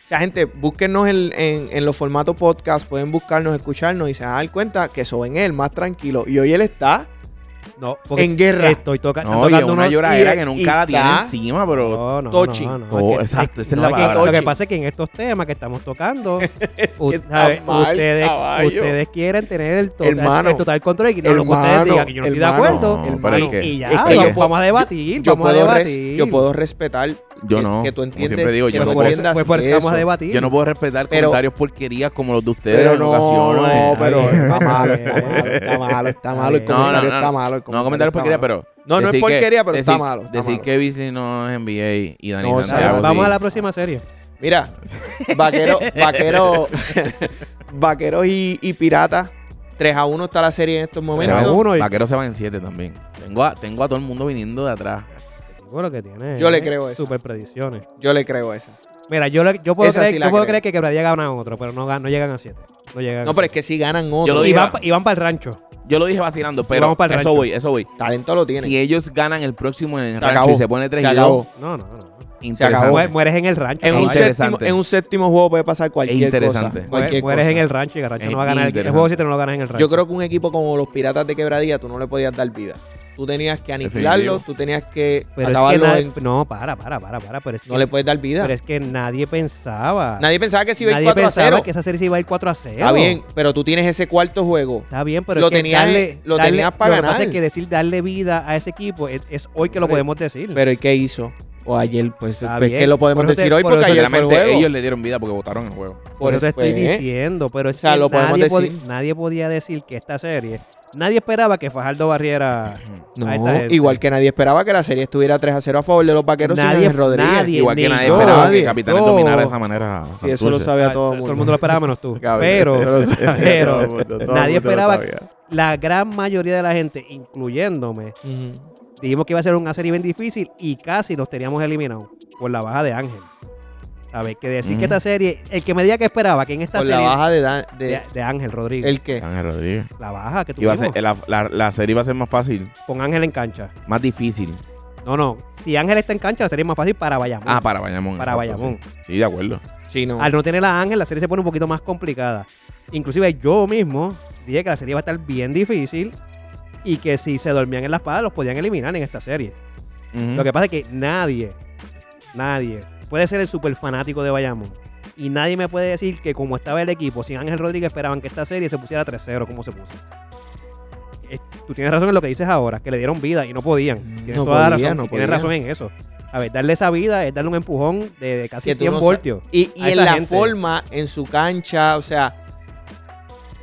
[SPEAKER 1] sea, gente, búsquennos en, en- en los formatos podcast, pueden buscarnos, escucharnos y se van a dar cuenta que soben él más tranquilo. Y hoy él está
[SPEAKER 2] No, porque
[SPEAKER 1] en guerra.
[SPEAKER 2] estoy toca- están
[SPEAKER 3] No, y es
[SPEAKER 2] tocando
[SPEAKER 3] una
[SPEAKER 2] unos-
[SPEAKER 3] lloradera
[SPEAKER 1] y-
[SPEAKER 3] que
[SPEAKER 1] y
[SPEAKER 3] nunca la tiene
[SPEAKER 1] está-
[SPEAKER 3] encima, pero...
[SPEAKER 2] No, no,
[SPEAKER 1] Tochi.
[SPEAKER 2] no, no,
[SPEAKER 3] Oh,
[SPEAKER 2] es que-
[SPEAKER 3] exacto, esa es
[SPEAKER 2] no,
[SPEAKER 3] la
[SPEAKER 2] que-
[SPEAKER 3] palabra.
[SPEAKER 2] Lo que
[SPEAKER 1] Tochi.
[SPEAKER 2] pasa es que en estos temas que estamos tocando, u-
[SPEAKER 1] está
[SPEAKER 2] ¿sabe?
[SPEAKER 1] mal,
[SPEAKER 2] ustedes,
[SPEAKER 1] caballo.
[SPEAKER 2] ustedes quieren tener el total,
[SPEAKER 1] Hermano.
[SPEAKER 2] el total control y no lo que ustedes
[SPEAKER 1] Hermano,
[SPEAKER 2] digan, que yo no estoy de
[SPEAKER 1] hermano,
[SPEAKER 2] acuerdo.
[SPEAKER 3] No,
[SPEAKER 1] hermano.
[SPEAKER 3] pero es
[SPEAKER 2] Y-
[SPEAKER 3] que-
[SPEAKER 2] y ya,
[SPEAKER 1] es que
[SPEAKER 2] vamos,
[SPEAKER 1] yo puedo-
[SPEAKER 2] vamos a debatir,
[SPEAKER 1] yo,
[SPEAKER 2] vamos a
[SPEAKER 1] puedo res-
[SPEAKER 2] debatir.
[SPEAKER 1] yo puedo respetar
[SPEAKER 3] Yo
[SPEAKER 1] que,
[SPEAKER 3] no,
[SPEAKER 1] que tú
[SPEAKER 3] como
[SPEAKER 1] entiendes
[SPEAKER 3] siempre digo,
[SPEAKER 1] que
[SPEAKER 3] yo
[SPEAKER 1] tú
[SPEAKER 3] no puedo-
[SPEAKER 1] entiendas
[SPEAKER 2] Pues por eso vamos a
[SPEAKER 1] eso.
[SPEAKER 2] debatir.
[SPEAKER 3] Yo no puedo respetar
[SPEAKER 1] Pero-
[SPEAKER 3] comentarios porquerías como los de eh. ustedes
[SPEAKER 1] Pero
[SPEAKER 3] en
[SPEAKER 1] no, no,
[SPEAKER 3] ocasiones.
[SPEAKER 1] pero
[SPEAKER 2] Ay,
[SPEAKER 1] está
[SPEAKER 2] ay,
[SPEAKER 1] malo,
[SPEAKER 2] ay,
[SPEAKER 1] está malo, está malo, está malo, el
[SPEAKER 2] No,
[SPEAKER 1] comentario
[SPEAKER 3] no,
[SPEAKER 1] está malo. el
[SPEAKER 3] No comentarios
[SPEAKER 1] está
[SPEAKER 3] porquería,
[SPEAKER 1] malo. No,
[SPEAKER 3] pero.
[SPEAKER 1] no es
[SPEAKER 3] decir que-
[SPEAKER 1] porquería, pero está
[SPEAKER 3] decir-
[SPEAKER 1] malo, está
[SPEAKER 3] decir
[SPEAKER 1] malo.
[SPEAKER 3] que Beasley no es NBA y Dani
[SPEAKER 1] No, o sea,
[SPEAKER 3] Santiago. sí.
[SPEAKER 2] Vamos a la próxima serie.
[SPEAKER 1] Mira, vaquero, vaquero, vaqueros y, y piratas. 3 a 1 está la serie en estos
[SPEAKER 3] Se
[SPEAKER 1] momentos.
[SPEAKER 3] va-
[SPEAKER 2] Pero uno y-
[SPEAKER 3] Vaquero se va en 7 también. Tengo a, tengo a todo el mundo viniendo de atrás.
[SPEAKER 2] Seguro que tiene.
[SPEAKER 1] Yo le
[SPEAKER 2] eh,
[SPEAKER 1] creo esa.
[SPEAKER 2] Super predicciones.
[SPEAKER 1] Yo le creo esa.
[SPEAKER 2] Mira, yo, le- yo, puedo,
[SPEAKER 1] Esa
[SPEAKER 2] creer,
[SPEAKER 1] sí la
[SPEAKER 2] yo puedo
[SPEAKER 1] creo.
[SPEAKER 2] creer que Quebradilla gana otro, pero no, gan- no llegan a siete. No llegan
[SPEAKER 1] No,
[SPEAKER 2] a
[SPEAKER 1] pero es
[SPEAKER 2] siete.
[SPEAKER 1] que si ganan otro.
[SPEAKER 3] Yo lo
[SPEAKER 2] Y
[SPEAKER 3] dije-
[SPEAKER 2] van, pa- y van para el rancho.
[SPEAKER 3] Yo lo dije vacilando, pero
[SPEAKER 2] vamos pa'l
[SPEAKER 3] eso
[SPEAKER 2] rancho.
[SPEAKER 3] voy, eso voy.
[SPEAKER 1] Talento lo tiene.
[SPEAKER 3] Si ellos ganan el próximo en el
[SPEAKER 1] Se
[SPEAKER 3] rancho
[SPEAKER 1] acabó.
[SPEAKER 3] y se pone 3
[SPEAKER 1] Se
[SPEAKER 3] y
[SPEAKER 1] acabó.
[SPEAKER 3] 2,
[SPEAKER 2] No, no, no.
[SPEAKER 3] interesante.
[SPEAKER 1] acabó.
[SPEAKER 2] Muer- Mueres en el rancho.
[SPEAKER 1] En un,
[SPEAKER 2] caballo.
[SPEAKER 1] séptimo,
[SPEAKER 3] interesante.
[SPEAKER 1] en un séptimo juego puede pasar cualquier
[SPEAKER 3] interesante.
[SPEAKER 1] cosa.
[SPEAKER 2] Mueres
[SPEAKER 1] Cualquier
[SPEAKER 2] mueres
[SPEAKER 1] cosa.
[SPEAKER 2] en el rancho y el rancho
[SPEAKER 3] Es
[SPEAKER 2] no va a ganar. El, el
[SPEAKER 3] interesante.
[SPEAKER 2] juego 7 no lo ganas en el rancho.
[SPEAKER 1] Yo creo que un equipo como los Piratas de Quebradilla tú no le podías dar vida. Tú tenías que aniquilarlo,
[SPEAKER 3] Definitivo.
[SPEAKER 1] tú tenías que
[SPEAKER 2] pero es que
[SPEAKER 1] acabarlo.
[SPEAKER 2] nadie-
[SPEAKER 1] en-
[SPEAKER 2] No, para, para, para, para. Pero es que,
[SPEAKER 1] no le puedes dar vida.
[SPEAKER 2] pero es que nadie pensaba.
[SPEAKER 1] Nadie pensaba que si iba a ir
[SPEAKER 2] Nadie
[SPEAKER 1] 4 a
[SPEAKER 2] pensaba
[SPEAKER 1] 0.
[SPEAKER 2] que esa serie se iba a ir 4 a 0.
[SPEAKER 1] Está bien, pero tú tienes ese cuarto juego.
[SPEAKER 2] Está bien, pero
[SPEAKER 1] Lo
[SPEAKER 2] es que
[SPEAKER 1] tenías-
[SPEAKER 2] darle,
[SPEAKER 1] lo
[SPEAKER 2] darle-
[SPEAKER 1] tenías para
[SPEAKER 2] Lo que pasa
[SPEAKER 1] ganar.
[SPEAKER 2] es que decir darle vida a ese equipo es, es hoy que lo
[SPEAKER 1] Hombre,
[SPEAKER 2] podemos decir.
[SPEAKER 1] Pero ¿y qué hizo? O ayer, pues,
[SPEAKER 2] Está
[SPEAKER 1] pues
[SPEAKER 2] bien.
[SPEAKER 1] que lo podemos
[SPEAKER 2] Por eso te-
[SPEAKER 1] decir hoy
[SPEAKER 2] por
[SPEAKER 1] porque
[SPEAKER 2] eso
[SPEAKER 1] ayer fue el
[SPEAKER 3] Realmente
[SPEAKER 1] juego.
[SPEAKER 3] ellos le dieron vida porque votaron el juego.
[SPEAKER 2] Por eso te estoy
[SPEAKER 1] pues,
[SPEAKER 2] diciendo, pero es
[SPEAKER 1] O sea,
[SPEAKER 2] que
[SPEAKER 1] lo podemos
[SPEAKER 2] nadie, podi-
[SPEAKER 1] decir.
[SPEAKER 2] nadie podía decir que esta serie, nadie esperaba que Fajardo barriera a esta
[SPEAKER 1] No,
[SPEAKER 2] gente.
[SPEAKER 1] igual que nadie esperaba que la serie estuviera 3 a 0 a favor de los vaqueros sin
[SPEAKER 2] Nadie-
[SPEAKER 1] Ángel Rodríguez.
[SPEAKER 2] nadie- Y
[SPEAKER 3] Igual
[SPEAKER 2] ni
[SPEAKER 3] que nadie
[SPEAKER 1] yo,
[SPEAKER 3] esperaba
[SPEAKER 1] nadie.
[SPEAKER 3] que Capitanes
[SPEAKER 2] Yo.
[SPEAKER 3] dominara de esa manera. a
[SPEAKER 1] Sí, eso lo
[SPEAKER 3] Santurce.
[SPEAKER 1] sabe
[SPEAKER 2] Ah,
[SPEAKER 1] a todo el
[SPEAKER 2] Todo
[SPEAKER 1] mundo.
[SPEAKER 2] el mundo lo esperaba menos tú.
[SPEAKER 1] Cabrón,
[SPEAKER 2] pero
[SPEAKER 1] lo sabe,
[SPEAKER 2] pero
[SPEAKER 1] todo el mundo, todo el mundo
[SPEAKER 2] nadie
[SPEAKER 1] lo
[SPEAKER 2] esperaba-
[SPEAKER 1] sabía.
[SPEAKER 2] la gran mayoría de la gente, incluyéndome,
[SPEAKER 1] Ujú.
[SPEAKER 2] dijimos que iba a ser una serie bien difícil y casi los teníamos eliminados por la baja de Ángel. A ver, que decir
[SPEAKER 3] Mm.
[SPEAKER 2] que esta serie, el que me diga que esperaba que en esta
[SPEAKER 1] Con la
[SPEAKER 2] serie
[SPEAKER 1] baja de, Dan- de,
[SPEAKER 2] de, de Ángel Rodríguez,
[SPEAKER 1] ¿El qué?
[SPEAKER 3] Ángel Rodríguez.
[SPEAKER 2] la baja que
[SPEAKER 3] Iba a
[SPEAKER 2] tuvimos
[SPEAKER 3] ser- la, la- la serie iba a ser más fácil,
[SPEAKER 2] con Ángel en cancha.
[SPEAKER 3] más difícil.
[SPEAKER 2] No, no, si Ángel está en cancha, la serie es más fácil para Bayamón.
[SPEAKER 3] Ah, para Bayamón.
[SPEAKER 2] Para Bayamón.
[SPEAKER 3] Sí. Sí, de acuerdo.
[SPEAKER 1] Sí, no.
[SPEAKER 2] Al no tener a Ángel, la serie se pone un poquito más complicada. Inclusive yo mismo dije que la serie iba a estar bien difícil y que si se dormían en la espada los podían eliminar en esta serie.
[SPEAKER 3] Ujú.
[SPEAKER 2] Lo que pasa es que nadie, nadie puede ser el super fanático de Bayamón. Y nadie me puede decir que como estaba el equipo, sin Ángel Rodríguez esperaban que esta serie se pusiera 3-0 como se puso. Eh, Tú tienes razón en lo que dices ahora, que le dieron vida y no podían.
[SPEAKER 3] Mm.
[SPEAKER 2] Tienes
[SPEAKER 1] No
[SPEAKER 2] toda la
[SPEAKER 1] podía,
[SPEAKER 2] razón.
[SPEAKER 1] no
[SPEAKER 2] y tienes
[SPEAKER 1] podía.
[SPEAKER 2] razón en eso. A ver, darle esa vida es darle un empujón de, de casi
[SPEAKER 1] Que tú
[SPEAKER 2] 100
[SPEAKER 1] no sa-
[SPEAKER 2] voltios.
[SPEAKER 1] Y, y
[SPEAKER 2] a
[SPEAKER 1] en
[SPEAKER 2] esa
[SPEAKER 1] la
[SPEAKER 2] gente.
[SPEAKER 1] forma, en su cancha, o sea,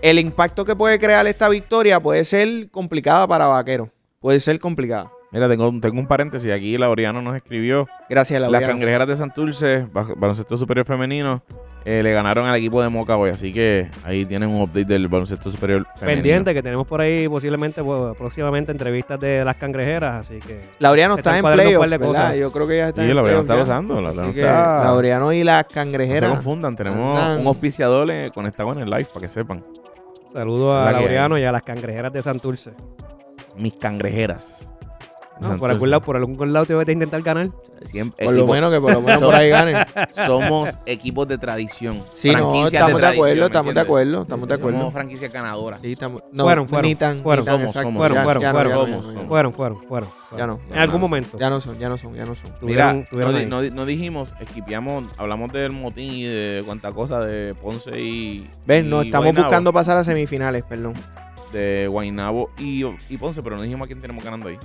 [SPEAKER 1] el impacto que puede crear esta victoria puede ser complicada para Vaquero. Puede ser complicada.
[SPEAKER 3] Mira, tengo, un- tengo un paréntesis. Aquí Laureano nos escribió.
[SPEAKER 1] Gracias,
[SPEAKER 3] Las
[SPEAKER 1] Laureano.
[SPEAKER 3] cangrejeras de Santurce, baj- baloncesto superior femenino, eh, le ganaron al equipo de Moca hoy. Así que ahí tienen un update del baloncesto superior femenino.
[SPEAKER 2] Pendiente, que tenemos por ahí posiblemente pues, próximamente entrevistas de las cangrejeras, así que...
[SPEAKER 1] Laureano
[SPEAKER 2] Se
[SPEAKER 1] está
[SPEAKER 2] están
[SPEAKER 1] en
[SPEAKER 2] cuadrando un
[SPEAKER 1] playoffs,
[SPEAKER 2] par de
[SPEAKER 1] ¿verdad?
[SPEAKER 2] cosas.
[SPEAKER 1] Yo creo que ya está
[SPEAKER 3] Y
[SPEAKER 1] en
[SPEAKER 3] Laureano está
[SPEAKER 1] playoffs ya.
[SPEAKER 3] gozando. Laureano
[SPEAKER 1] Así que
[SPEAKER 3] está-
[SPEAKER 1] Laureano y las
[SPEAKER 3] No se
[SPEAKER 1] cangrejeras.
[SPEAKER 3] confundan, tenemos
[SPEAKER 1] Andan.
[SPEAKER 3] un auspiciador eh, conectado en el live para que sepan.
[SPEAKER 2] Saludo a
[SPEAKER 3] La que
[SPEAKER 2] Laureano y a las cangrejeras de Santurce.
[SPEAKER 3] Mis cangrejeras. de
[SPEAKER 2] No, por,
[SPEAKER 3] Santurce.
[SPEAKER 2] algún lado, por algún lado te vas a intentar ganar.
[SPEAKER 3] Siempre
[SPEAKER 1] por lo
[SPEAKER 3] equipo-
[SPEAKER 1] menos que por lo menos por ahí ganen.
[SPEAKER 3] Somos equipos de tradición.
[SPEAKER 1] Sí, no,
[SPEAKER 3] franquicias
[SPEAKER 1] estamos de,
[SPEAKER 3] tradición,
[SPEAKER 1] acuerdo,
[SPEAKER 3] ¿me
[SPEAKER 1] estamos de
[SPEAKER 3] entiendes?
[SPEAKER 1] acuerdo, estamos de
[SPEAKER 3] Sí, sí,
[SPEAKER 1] acuerdo.
[SPEAKER 3] Somos franquicias ganadoras.
[SPEAKER 1] Sí, estamos- no,
[SPEAKER 2] Fueron, fueron,
[SPEAKER 1] ni tan, ni
[SPEAKER 2] fueron,
[SPEAKER 1] tan
[SPEAKER 3] somos,
[SPEAKER 1] exacto.
[SPEAKER 3] somos,
[SPEAKER 1] Ya- ya
[SPEAKER 2] fueron,
[SPEAKER 1] no,
[SPEAKER 2] fueron,
[SPEAKER 1] ya no,
[SPEAKER 3] somos,
[SPEAKER 1] ya no,
[SPEAKER 3] somos.
[SPEAKER 2] Fueron, fueron, fueron.
[SPEAKER 1] Ya no.
[SPEAKER 2] En algún momento.
[SPEAKER 1] Ya no son, ya no son, ya no son.
[SPEAKER 2] Tuvieron,
[SPEAKER 3] Mira,
[SPEAKER 2] tuvieron
[SPEAKER 3] no,
[SPEAKER 2] ahí.
[SPEAKER 3] di- no di- no dijimos, esquipiamos, hablamos del motín y de cuánta cosa de Ponce y.
[SPEAKER 1] Ves,
[SPEAKER 3] y
[SPEAKER 1] no, estamos
[SPEAKER 3] Guaynabo,
[SPEAKER 1] buscando pasar a semifinales, perdón.
[SPEAKER 3] De Guainabo y, y Ponce, pero no dijimos a quién tenemos ganando ahí.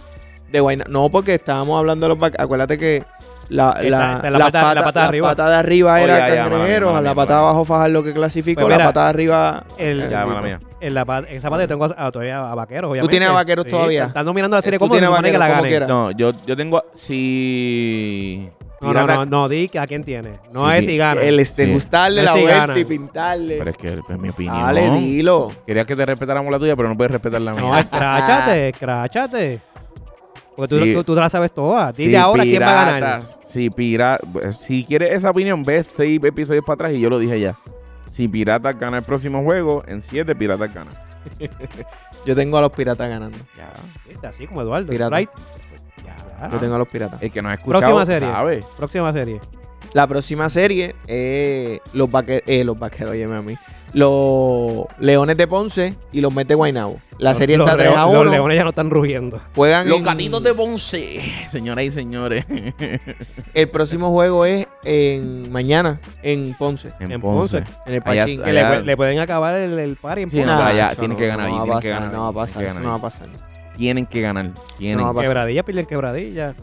[SPEAKER 1] De Guayna. No, porque estábamos hablando de los vaqueros. Acuérdate que la,
[SPEAKER 2] Está-
[SPEAKER 1] la,
[SPEAKER 2] está la pata- la pata de arriba.
[SPEAKER 1] pata de arriba
[SPEAKER 3] Oh,
[SPEAKER 1] era
[SPEAKER 3] ya, ya, mala
[SPEAKER 1] cangrejeros,
[SPEAKER 3] mía, mala
[SPEAKER 1] la pata
[SPEAKER 3] mía, mala
[SPEAKER 1] de
[SPEAKER 3] mía.
[SPEAKER 1] abajo Fajardo que clasificó,
[SPEAKER 2] Pues
[SPEAKER 1] la
[SPEAKER 2] mira,
[SPEAKER 1] pata de arriba.
[SPEAKER 2] El-
[SPEAKER 1] eh,
[SPEAKER 3] Ya,
[SPEAKER 1] bendito.
[SPEAKER 3] mala mía.
[SPEAKER 2] En, la, pa- en esa parte tengo a- a- todavía a vaqueros, obviamente.
[SPEAKER 1] tienes a Vaqueros
[SPEAKER 2] Sí,
[SPEAKER 1] todavía.
[SPEAKER 2] Están dominando la serie
[SPEAKER 1] Tú
[SPEAKER 2] como se
[SPEAKER 1] tienes a
[SPEAKER 2] supone que la
[SPEAKER 1] Vaqueros como
[SPEAKER 2] gane.
[SPEAKER 1] quiera.
[SPEAKER 3] No, yo, yo tengo. a- Si.
[SPEAKER 2] No, no, no, no, di que a quién tiene. No
[SPEAKER 3] Sí,
[SPEAKER 2] es si gana.
[SPEAKER 1] El este,
[SPEAKER 3] Sí.
[SPEAKER 1] gustarle
[SPEAKER 2] No
[SPEAKER 1] la
[SPEAKER 2] sé si
[SPEAKER 1] vuelta
[SPEAKER 2] ganan.
[SPEAKER 1] y pintarle.
[SPEAKER 3] Pero es que es mi opinión.
[SPEAKER 1] Dale, dilo.
[SPEAKER 3] Quería que te respetáramos la tuya, pero no puedes respetar la
[SPEAKER 2] No,
[SPEAKER 3] mía.
[SPEAKER 2] escráchate, escráchate. Porque tú,
[SPEAKER 3] Sí.
[SPEAKER 2] tú, tú te la sabes toda. Dile
[SPEAKER 3] Si
[SPEAKER 2] ahora quién va a ganar.
[SPEAKER 3] Piratas- Si pirata, si quieres esa opinión, ves seis episodios para atrás y yo lo dije ya. Si Piratas gana el próximo juego, en siete Piratas gana.
[SPEAKER 1] Yo tengo a los piratas ganando.
[SPEAKER 3] Ya,
[SPEAKER 2] Viste, Así como Eduardo.
[SPEAKER 1] Pirata.
[SPEAKER 2] Sprite.
[SPEAKER 3] ya.
[SPEAKER 2] Ah.
[SPEAKER 1] Yo tengo a los piratas.
[SPEAKER 3] El que no ha escuchado
[SPEAKER 2] Próxima serie.
[SPEAKER 3] sabe.
[SPEAKER 2] Próxima serie.
[SPEAKER 1] La próxima serie es los, vaque- eh, los vaqueros, óyeme a mí. Los Leones de Ponce y los Mets de Guaynabo. La
[SPEAKER 2] Los-
[SPEAKER 1] serie
[SPEAKER 2] los
[SPEAKER 1] está 3 a
[SPEAKER 2] leones-
[SPEAKER 1] 1.
[SPEAKER 2] Los leones ya no están rugiendo.
[SPEAKER 1] Juegan
[SPEAKER 3] Los
[SPEAKER 1] en-
[SPEAKER 3] gatitos de Ponce, señoras y señores.
[SPEAKER 1] El próximo juego es en mañana en Ponce,
[SPEAKER 2] En Ponce.
[SPEAKER 1] en el
[SPEAKER 3] Allá-
[SPEAKER 1] Pachín.
[SPEAKER 2] Que
[SPEAKER 3] allá-
[SPEAKER 2] le, pue- le pueden acabar el, el party en
[SPEAKER 3] Sí, no,
[SPEAKER 2] Ponce.
[SPEAKER 3] pero allá
[SPEAKER 1] eso
[SPEAKER 3] tienen que ganar,
[SPEAKER 1] No va a
[SPEAKER 3] tienen que
[SPEAKER 1] pasar,
[SPEAKER 3] ganar,
[SPEAKER 1] no va a
[SPEAKER 3] tienen
[SPEAKER 1] pasar,
[SPEAKER 3] que
[SPEAKER 1] eso no va a
[SPEAKER 3] ganar.
[SPEAKER 1] pasar.
[SPEAKER 3] Tienen que ganar. Tienen.
[SPEAKER 1] Eso no va a
[SPEAKER 2] Quebradilla, piden quebradilla.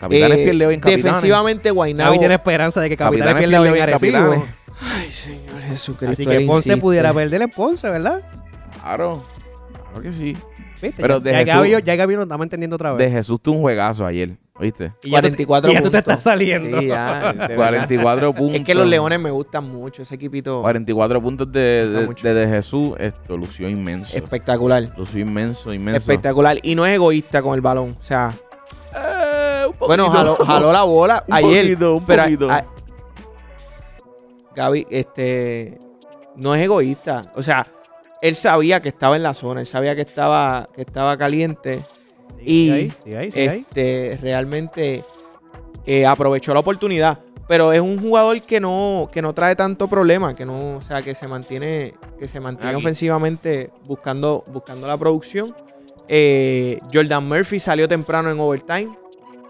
[SPEAKER 3] Capitanes
[SPEAKER 1] Eh,
[SPEAKER 3] pierde hoy en Capitanes.
[SPEAKER 1] defensivamente Guaynabo.
[SPEAKER 2] Navi tiene esperanza de que Capitanes
[SPEAKER 3] Capitanes
[SPEAKER 2] pierda hoy en
[SPEAKER 3] pierde hoy en
[SPEAKER 2] Arecibo.
[SPEAKER 3] Capitanes.
[SPEAKER 1] Ay, Señor Jesucristo.
[SPEAKER 2] Así que
[SPEAKER 1] él
[SPEAKER 2] Ponce
[SPEAKER 1] insiste.
[SPEAKER 2] pudiera perder en Ponce, ¿verdad?
[SPEAKER 3] Claro. Claro que sí.
[SPEAKER 2] Viste,
[SPEAKER 3] Pero
[SPEAKER 2] ya,
[SPEAKER 3] de
[SPEAKER 2] ya
[SPEAKER 3] Jesús-
[SPEAKER 2] Gaby, ya Gaby no estamos entendiendo otra
[SPEAKER 3] De
[SPEAKER 2] vez.
[SPEAKER 3] Jesús tuvo un juegazo ayer. ¿Oíste?
[SPEAKER 2] Y ya tú te-
[SPEAKER 1] 44
[SPEAKER 2] y ya tú te
[SPEAKER 1] puntos.
[SPEAKER 2] estás saliendo.
[SPEAKER 1] Sí, ya, de verdad.
[SPEAKER 3] 44 puntos.
[SPEAKER 1] Es que los Leones me gustan mucho, ese equipito
[SPEAKER 3] 44 puntos de,
[SPEAKER 1] Está
[SPEAKER 3] de,
[SPEAKER 1] mucho.
[SPEAKER 3] de, de Jesús. Esto lució inmenso.
[SPEAKER 1] espectacular.
[SPEAKER 3] Lució inmenso, inmenso.
[SPEAKER 1] Espectacular. Y no es egoísta con el balón. O sea,
[SPEAKER 3] Eh, un
[SPEAKER 1] Bueno, jaló, jaló la bola
[SPEAKER 3] Un
[SPEAKER 1] ayer.
[SPEAKER 3] poquito, un
[SPEAKER 1] pero a-
[SPEAKER 3] poquito.
[SPEAKER 1] a- Gaby, este no es egoísta. O sea, él sabía que estaba en la zona, él sabía que estaba, que estaba caliente. Y-
[SPEAKER 2] Sigue ahí, sigue ahí, sigue ahí.
[SPEAKER 1] Este, realmente eh, aprovechó la oportunidad. Pero es un jugador que no, que no trae tanto problema, que no, o sea, que se mantiene, que se mantiene
[SPEAKER 3] Aquí.
[SPEAKER 1] ofensivamente buscando, buscando la producción. Eh, Jordan Murphy salió temprano en overtime.